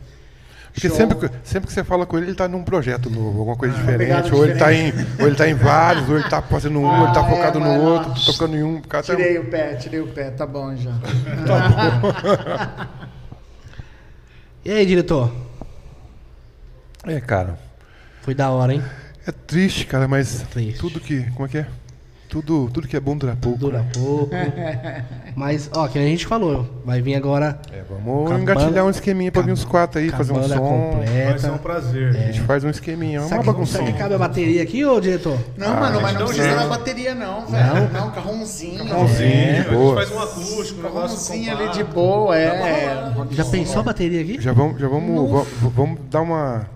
Speaker 2: Porque
Speaker 4: Show. Ah,
Speaker 2: sempre, que- sempre que você fala com ele, ele tá num projeto novo, alguma coisa diferente.
Speaker 4: pegada
Speaker 2: Ou ele, tá em, ou ele tá em vários, ou ele tá fazendo um, ou ele tá
Speaker 4: Ah,
Speaker 2: focado
Speaker 4: é,
Speaker 2: no
Speaker 4: mas,
Speaker 2: outro,
Speaker 4: ó,
Speaker 2: tocando em um. Cara, tá-
Speaker 4: Tirei o pé, tirei o pé. Tá bom já.
Speaker 1: E aí, diretor?
Speaker 2: É, cara.
Speaker 1: Foi da hora, hein?
Speaker 2: É triste, cara, mas
Speaker 1: Triste.
Speaker 2: tudo que. Como é que é? Tudo, tudo que é bom dura pouco.
Speaker 1: Dura pouco. Mas, ó, que nem a gente falou. Vai vir agora
Speaker 2: É, vamos
Speaker 1: Com a
Speaker 2: engatilhar
Speaker 1: banda-
Speaker 2: um esqueminha pra vir uns quatro aí,
Speaker 1: com a
Speaker 2: fazer um
Speaker 1: banda
Speaker 2: som.
Speaker 3: Vai ser um
Speaker 1: completa.
Speaker 3: prazer.
Speaker 2: A gente faz um esqueminha,
Speaker 1: Será
Speaker 2: uma
Speaker 1: que, será que
Speaker 2: baguncinha.
Speaker 1: cabe a bateria aqui, ô diretor?
Speaker 4: Não,
Speaker 2: Ah,
Speaker 4: mano, mas não
Speaker 3: dá um
Speaker 4: precisa
Speaker 3: jeito.
Speaker 4: da bateria, não, velho. Não, carrãozinho.
Speaker 2: Carrãozinho,
Speaker 4: velho.
Speaker 3: É,
Speaker 2: de
Speaker 3: a gente
Speaker 2: boa.
Speaker 3: faz um acústico, um negócio
Speaker 4: Carrãozinho ali de
Speaker 3: compacto.
Speaker 4: boa, é.
Speaker 1: Já pensou a bateria aqui?
Speaker 2: Já vamos, já vamos, va- va- vamos dar uma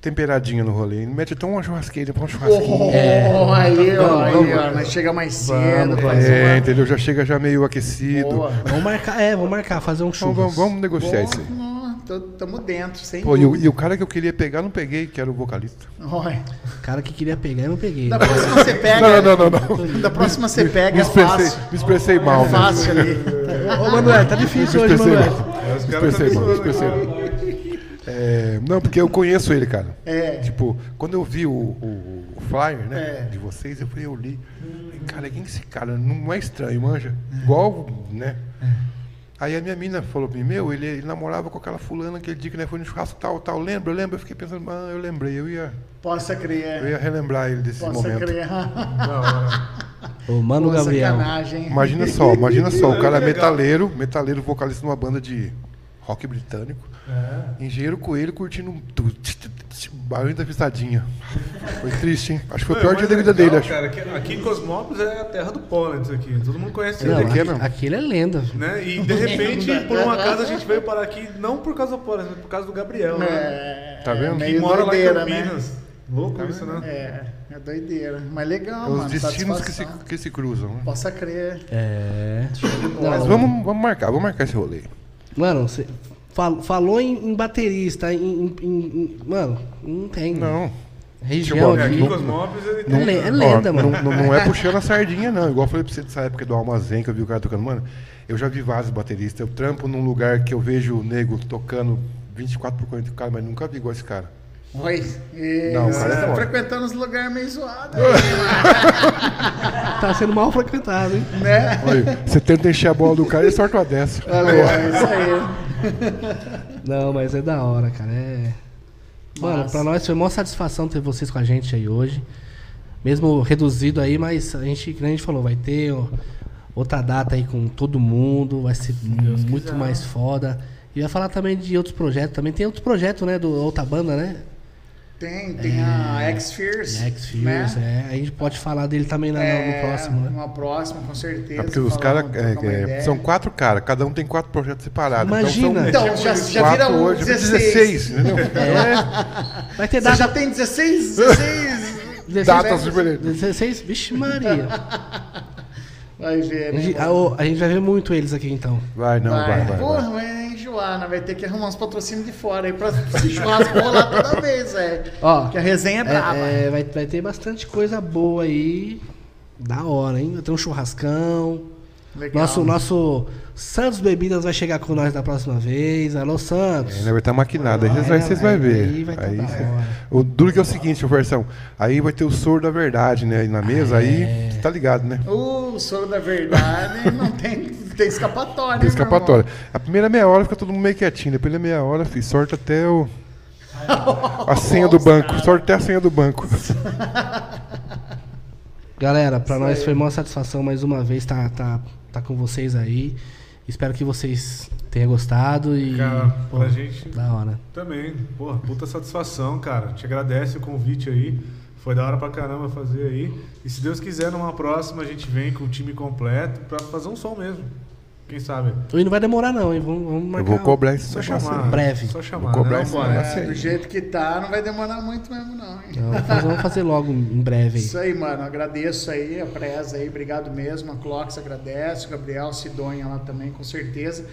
Speaker 2: temperadinha no rolê. Mete até uma churrasqueira, põe uma churrasquinha.
Speaker 3: né?
Speaker 4: Oh, aí, ó, aí, ó.
Speaker 1: vamos.
Speaker 4: Mas chega mais cedo, faz
Speaker 2: É,
Speaker 4: uma.
Speaker 2: entendeu? Já chega já meio aquecido.
Speaker 4: Boa.
Speaker 1: Vamos marcar, é, vamos marcar, fazer um
Speaker 2: Então
Speaker 1: show.
Speaker 2: vamos, vamos negociar isso aí.
Speaker 4: Ó, tô- Tamo dentro, sem
Speaker 2: Pô, e o,
Speaker 4: dúvida.
Speaker 2: e o cara que eu queria pegar, não peguei, que era o vocalista.
Speaker 4: Olha.
Speaker 1: Cara que queria pegar, eu não peguei.
Speaker 4: Da próxima você
Speaker 2: Não,
Speaker 4: pega.
Speaker 2: não, não, não. não.
Speaker 4: Da próxima você pega,
Speaker 2: Me
Speaker 4: é fácil.
Speaker 2: expressei, me expressei mal.
Speaker 4: É
Speaker 2: né?
Speaker 4: fácil ali.
Speaker 1: Ô, ô, Manoel, tá difícil hoje,
Speaker 2: Dispensei,
Speaker 1: Manoel.
Speaker 2: mano.
Speaker 3: É, os caras né?
Speaker 2: Dispensei,
Speaker 3: tão
Speaker 2: mano.
Speaker 3: zoando,
Speaker 2: Dispensei. É, não, porque eu conheço ele, cara.
Speaker 4: É.
Speaker 2: Tipo, quando eu vi o, o- o flyer, né?
Speaker 4: É.
Speaker 2: De vocês, eu falei, eu li. Falei, cara, quem que é esse cara? Não é estranho, manja. Igual, né?
Speaker 4: É.
Speaker 2: Aí a minha mina falou pra mim, meu, ele, ele namorava com aquela fulana aquele dia que né, foi no churrasco tal, tal, lembra, lembra? Eu fiquei pensando, ah, eu lembrei, eu ia,
Speaker 4: Possa
Speaker 2: eu
Speaker 4: crer.
Speaker 2: ia relembrar ele desse
Speaker 4: Possa
Speaker 2: momento.
Speaker 4: crer.
Speaker 3: Da hora.
Speaker 1: O Mano
Speaker 4: Pô,
Speaker 1: Gabriel.
Speaker 4: Sacanagem. hein?
Speaker 2: Imagina só, imagina só, o cara é
Speaker 3: Legal.
Speaker 2: metaleiro, metaleiro vocalista numa banda de rock britânico,
Speaker 3: É.
Speaker 2: engenheiro coelho curtindo um tu- tch- tch- tch- barulho da pisadinha. Foi triste, hein? Acho que foi o pior
Speaker 3: Mas
Speaker 2: dia da
Speaker 3: é
Speaker 2: vida
Speaker 3: legal,
Speaker 2: dele, acho.
Speaker 3: Cara, que aqui em Cosmópolis é a terra do pólen, isso aqui. Todo mundo conhece
Speaker 1: Não,
Speaker 3: ele aqui.
Speaker 2: aqui é
Speaker 1: aqui-
Speaker 2: mesmo.
Speaker 1: aquilo é lenda.
Speaker 3: Né? E de repente, por um acaso, a gente veio parar aqui não por causa do pólen, mas por causa do Gabriel. né?
Speaker 4: É,
Speaker 2: Tá vendo?
Speaker 4: é
Speaker 3: Que
Speaker 4: meio
Speaker 3: mora lá em
Speaker 4: doideira, né?
Speaker 3: Campinas. Louco isso, né?
Speaker 4: É, é doideira. Mas legal,
Speaker 2: É
Speaker 4: mano.
Speaker 2: os destinos que se,
Speaker 4: satisfação.
Speaker 2: que se cruzam, né?
Speaker 4: Possa crer.
Speaker 1: É.
Speaker 2: Mas vamos, vamos marcar, vamos marcar esse rolê.
Speaker 1: Mano, você fal- falou em, em baterista, em, em- em- em- Mano, não tem.
Speaker 2: Não.
Speaker 1: Região
Speaker 2: Tipo,
Speaker 3: É, aqui
Speaker 1: aqui.
Speaker 3: em
Speaker 2: não-
Speaker 3: Cosmópolis ele
Speaker 1: É
Speaker 3: tem.
Speaker 1: le- é lenda,
Speaker 2: Ó,
Speaker 1: mano.
Speaker 2: Não, não- não é puxando a sardinha, não. Igual eu falei pra você dessa época do Almazém, que eu vi o cara tocando. Mano, eu já vi vários bateristas. Eu trampo num lugar que eu vejo o nego tocando 24 por 40 cara, mas nunca vi igual esse cara.
Speaker 4: Oi. E
Speaker 2: Não,
Speaker 4: vocês
Speaker 2: cara, é foda.
Speaker 4: estão frequentando os lugares meio zoados,
Speaker 1: Tá sendo mal frequentado, hein?
Speaker 4: né?
Speaker 2: Olha, você tenta encher a bola do cara e ele sorte uma dessa.
Speaker 4: É isso aí.
Speaker 1: Não, mas é da hora, cara. É. Mano,
Speaker 4: Massa.
Speaker 1: pra nós foi uma satisfação ter vocês com a gente aí hoje. Mesmo reduzido aí, mas a gente, que nem a gente falou, vai ter ó, outra data aí com todo mundo, vai ser muito mais foda. E vai falar também de outros projetos, também tem outros projetos, né, do outra banda, né?
Speaker 4: Tem, tem a
Speaker 2: É.
Speaker 4: X-Fears.
Speaker 1: Next Fears,
Speaker 4: né?
Speaker 1: é. A gente pode falar dele também na,
Speaker 4: É,
Speaker 1: no próximo, né?
Speaker 4: Uma próxima, com certeza.
Speaker 2: É porque os
Speaker 4: falar,
Speaker 2: caras.
Speaker 4: trocar uma ideia.
Speaker 2: são quatro caras, cada um tem quatro projetos separados.
Speaker 1: Imagina.
Speaker 2: Então,
Speaker 4: Então, já,
Speaker 2: são
Speaker 4: já
Speaker 2: quatro
Speaker 4: vira um É.
Speaker 2: hoje,
Speaker 4: 16.
Speaker 2: 16, entendeu?
Speaker 1: Vai ter
Speaker 4: Você
Speaker 1: data.
Speaker 4: já tem 16? 16?
Speaker 1: 16,
Speaker 2: Datas diferentes.
Speaker 1: 16? Vixe, Maria.
Speaker 4: Vai ver,
Speaker 1: A
Speaker 4: né?
Speaker 1: gente, a, o- a gente vai ver muito eles aqui então.
Speaker 2: Vai, ah, não, vai, vai. vai.
Speaker 4: Porra, vai enjoar, né? Vai ter que arrumar uns patrocínios de fora aí pra se churrasco rolar toda vez, velho.
Speaker 1: Ó,
Speaker 4: Que a resenha é braba.
Speaker 1: É, é, vai, vai ter bastante coisa boa aí. Da hora, hein? Vai ter um churrascão.
Speaker 4: Legal.
Speaker 1: Nosso, nosso Santos Bebidas vai chegar com nós da próxima vez. Alô, Santos.
Speaker 2: Ainda vai estar maquinado, aí vocês
Speaker 1: É,
Speaker 2: vai- vocês
Speaker 1: vai-
Speaker 2: vão ver.
Speaker 1: aí vai tá da
Speaker 2: cê-
Speaker 1: hora.
Speaker 2: O duro que é o seguinte, ô versão, aí vai ter o soro da verdade, né?
Speaker 1: Ah,
Speaker 2: Aí na mesa,
Speaker 1: é.
Speaker 2: aí cê tá ligado, né?
Speaker 4: O soro da verdade não tem, tem escapatória.
Speaker 2: Tem
Speaker 4: hein,
Speaker 2: escapatória. A primeira meia hora fica todo mundo meio quietinho, depois da meia hora, fiz sorte até o. A senha do banco, sorte até a senha do banco.
Speaker 1: Galera, pra nós foi uma satisfação mais uma vez estar tá, tá com vocês aí. Espero que vocês tenham gostado e.
Speaker 3: Cara, pra gente-
Speaker 1: Da hora.
Speaker 3: Também. Porra, puta satisfação, cara. Te agradece o convite aí. Foi da hora pra caramba fazer aí. E se Deus quiser, numa próxima a gente vem com o time completo pra fazer um som mesmo. Quem sabe?
Speaker 1: E não vai demorar, não, hein? Vamos, vamos
Speaker 2: Eu
Speaker 1: marcar. um-
Speaker 2: vou cobrar esse
Speaker 3: Só
Speaker 2: negócio
Speaker 3: chamar.
Speaker 2: aí.
Speaker 1: breve.
Speaker 3: Só chamar.
Speaker 2: Vou cobrar
Speaker 3: né?
Speaker 2: esse
Speaker 4: mano?
Speaker 2: negócio
Speaker 4: É, do
Speaker 2: aí.
Speaker 4: jeito que tá, não vai demorar muito mesmo, não, hein?
Speaker 1: Não, vamos fazer- vamos fazer logo, em breve aí.
Speaker 4: Isso aí, mano. Agradeço aí a presa aí. Obrigado mesmo. A Clox agradece. O Gabriel Sidonha lá também, com certeza.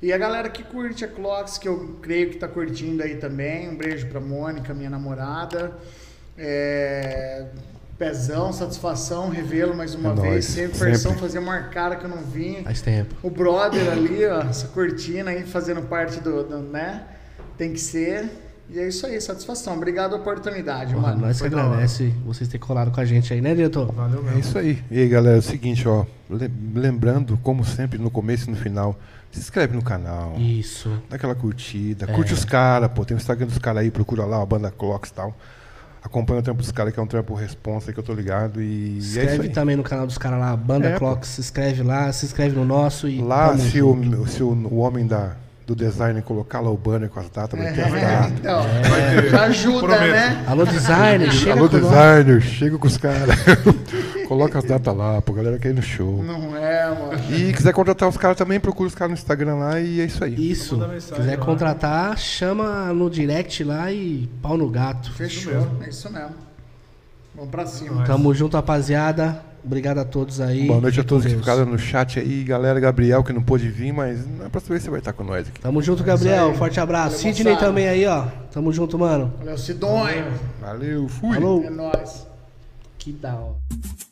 Speaker 4: E a galera que curte a Clox, que eu creio que tá curtindo aí também. Um beijo pra Mônica, minha namorada. É... Pezão, satisfação, revê-lo mais uma
Speaker 2: É
Speaker 4: vez.
Speaker 2: nóis,
Speaker 4: sempre,
Speaker 2: sempre.
Speaker 4: versão fazia uma cara que eu não vinha.
Speaker 1: Faz tempo.
Speaker 4: O brother ali, ó, essa cortina aí, fazendo parte do, do, né? Tem que ser. E é isso aí, satisfação. Obrigado a oportunidade,
Speaker 1: Porra,
Speaker 4: mano.
Speaker 1: nós que
Speaker 4: Foi da hora.
Speaker 1: agradece vocês terem colado com a gente aí, né, diretor?
Speaker 3: Valeu
Speaker 2: É
Speaker 3: mesmo.
Speaker 2: isso aí. E aí, galera, é o seguinte, ó. lem- Lembrando, como sempre, no começo e no final, se inscreve no canal.
Speaker 1: Isso.
Speaker 2: Dá aquela curtida,
Speaker 1: É.
Speaker 2: curte os caras, pô. Tem o Instagram dos caras aí, procura lá, a banda Clocks e tal. Acompanha o trampo dos caras, que é um trampo responsa aí que eu tô ligado. E é isso
Speaker 1: Escreve
Speaker 2: aí.
Speaker 1: também no canal dos caras lá, Banda
Speaker 2: É, pô.
Speaker 1: Clocks, se inscreve lá, se inscreve no nosso e.
Speaker 2: Lá,
Speaker 1: tamo
Speaker 2: se,
Speaker 1: junto.
Speaker 2: o, se o, o homem da, do design colocar lá o banner com as datas, vai
Speaker 1: É.
Speaker 2: ter as datas.
Speaker 4: Então,
Speaker 3: Vai ter.
Speaker 4: já ajuda,
Speaker 3: Prometo.
Speaker 4: né?
Speaker 1: Alô, designer, chega
Speaker 2: Alô,
Speaker 1: com nós.
Speaker 2: designer, chega com os caras. Coloca as datas lá, pô, galera quer ir no show.
Speaker 4: Não é, mano.
Speaker 2: E quiser contratar os caras também, procura os caras no Instagram lá e é isso aí.
Speaker 1: Isso.
Speaker 3: Manda mensagem
Speaker 1: Quiser
Speaker 3: lá.
Speaker 1: contratar, chama no direct lá e pau no gato.
Speaker 4: Fechou.
Speaker 3: mesmo.
Speaker 4: É isso mesmo. Vamos pra cima.
Speaker 1: Tamo junto, rapaziada. Obrigado a todos aí.
Speaker 2: Boa noite a todos que
Speaker 1: Deus.
Speaker 2: ficaram no chat aí. Galera, Gabriel, que não pôde vir, mas na próxima vez você vai estar com nós aqui.
Speaker 1: Tamo junto, Gabriel. Forte abraço.
Speaker 4: Valeu,
Speaker 1: Sidney
Speaker 4: moçada.
Speaker 1: também aí, ó. Tamo junto, mano.
Speaker 4: Valeu, Sidonho.
Speaker 2: Valeu, fui!
Speaker 1: Falou.
Speaker 4: É nóis.
Speaker 1: Que da hora.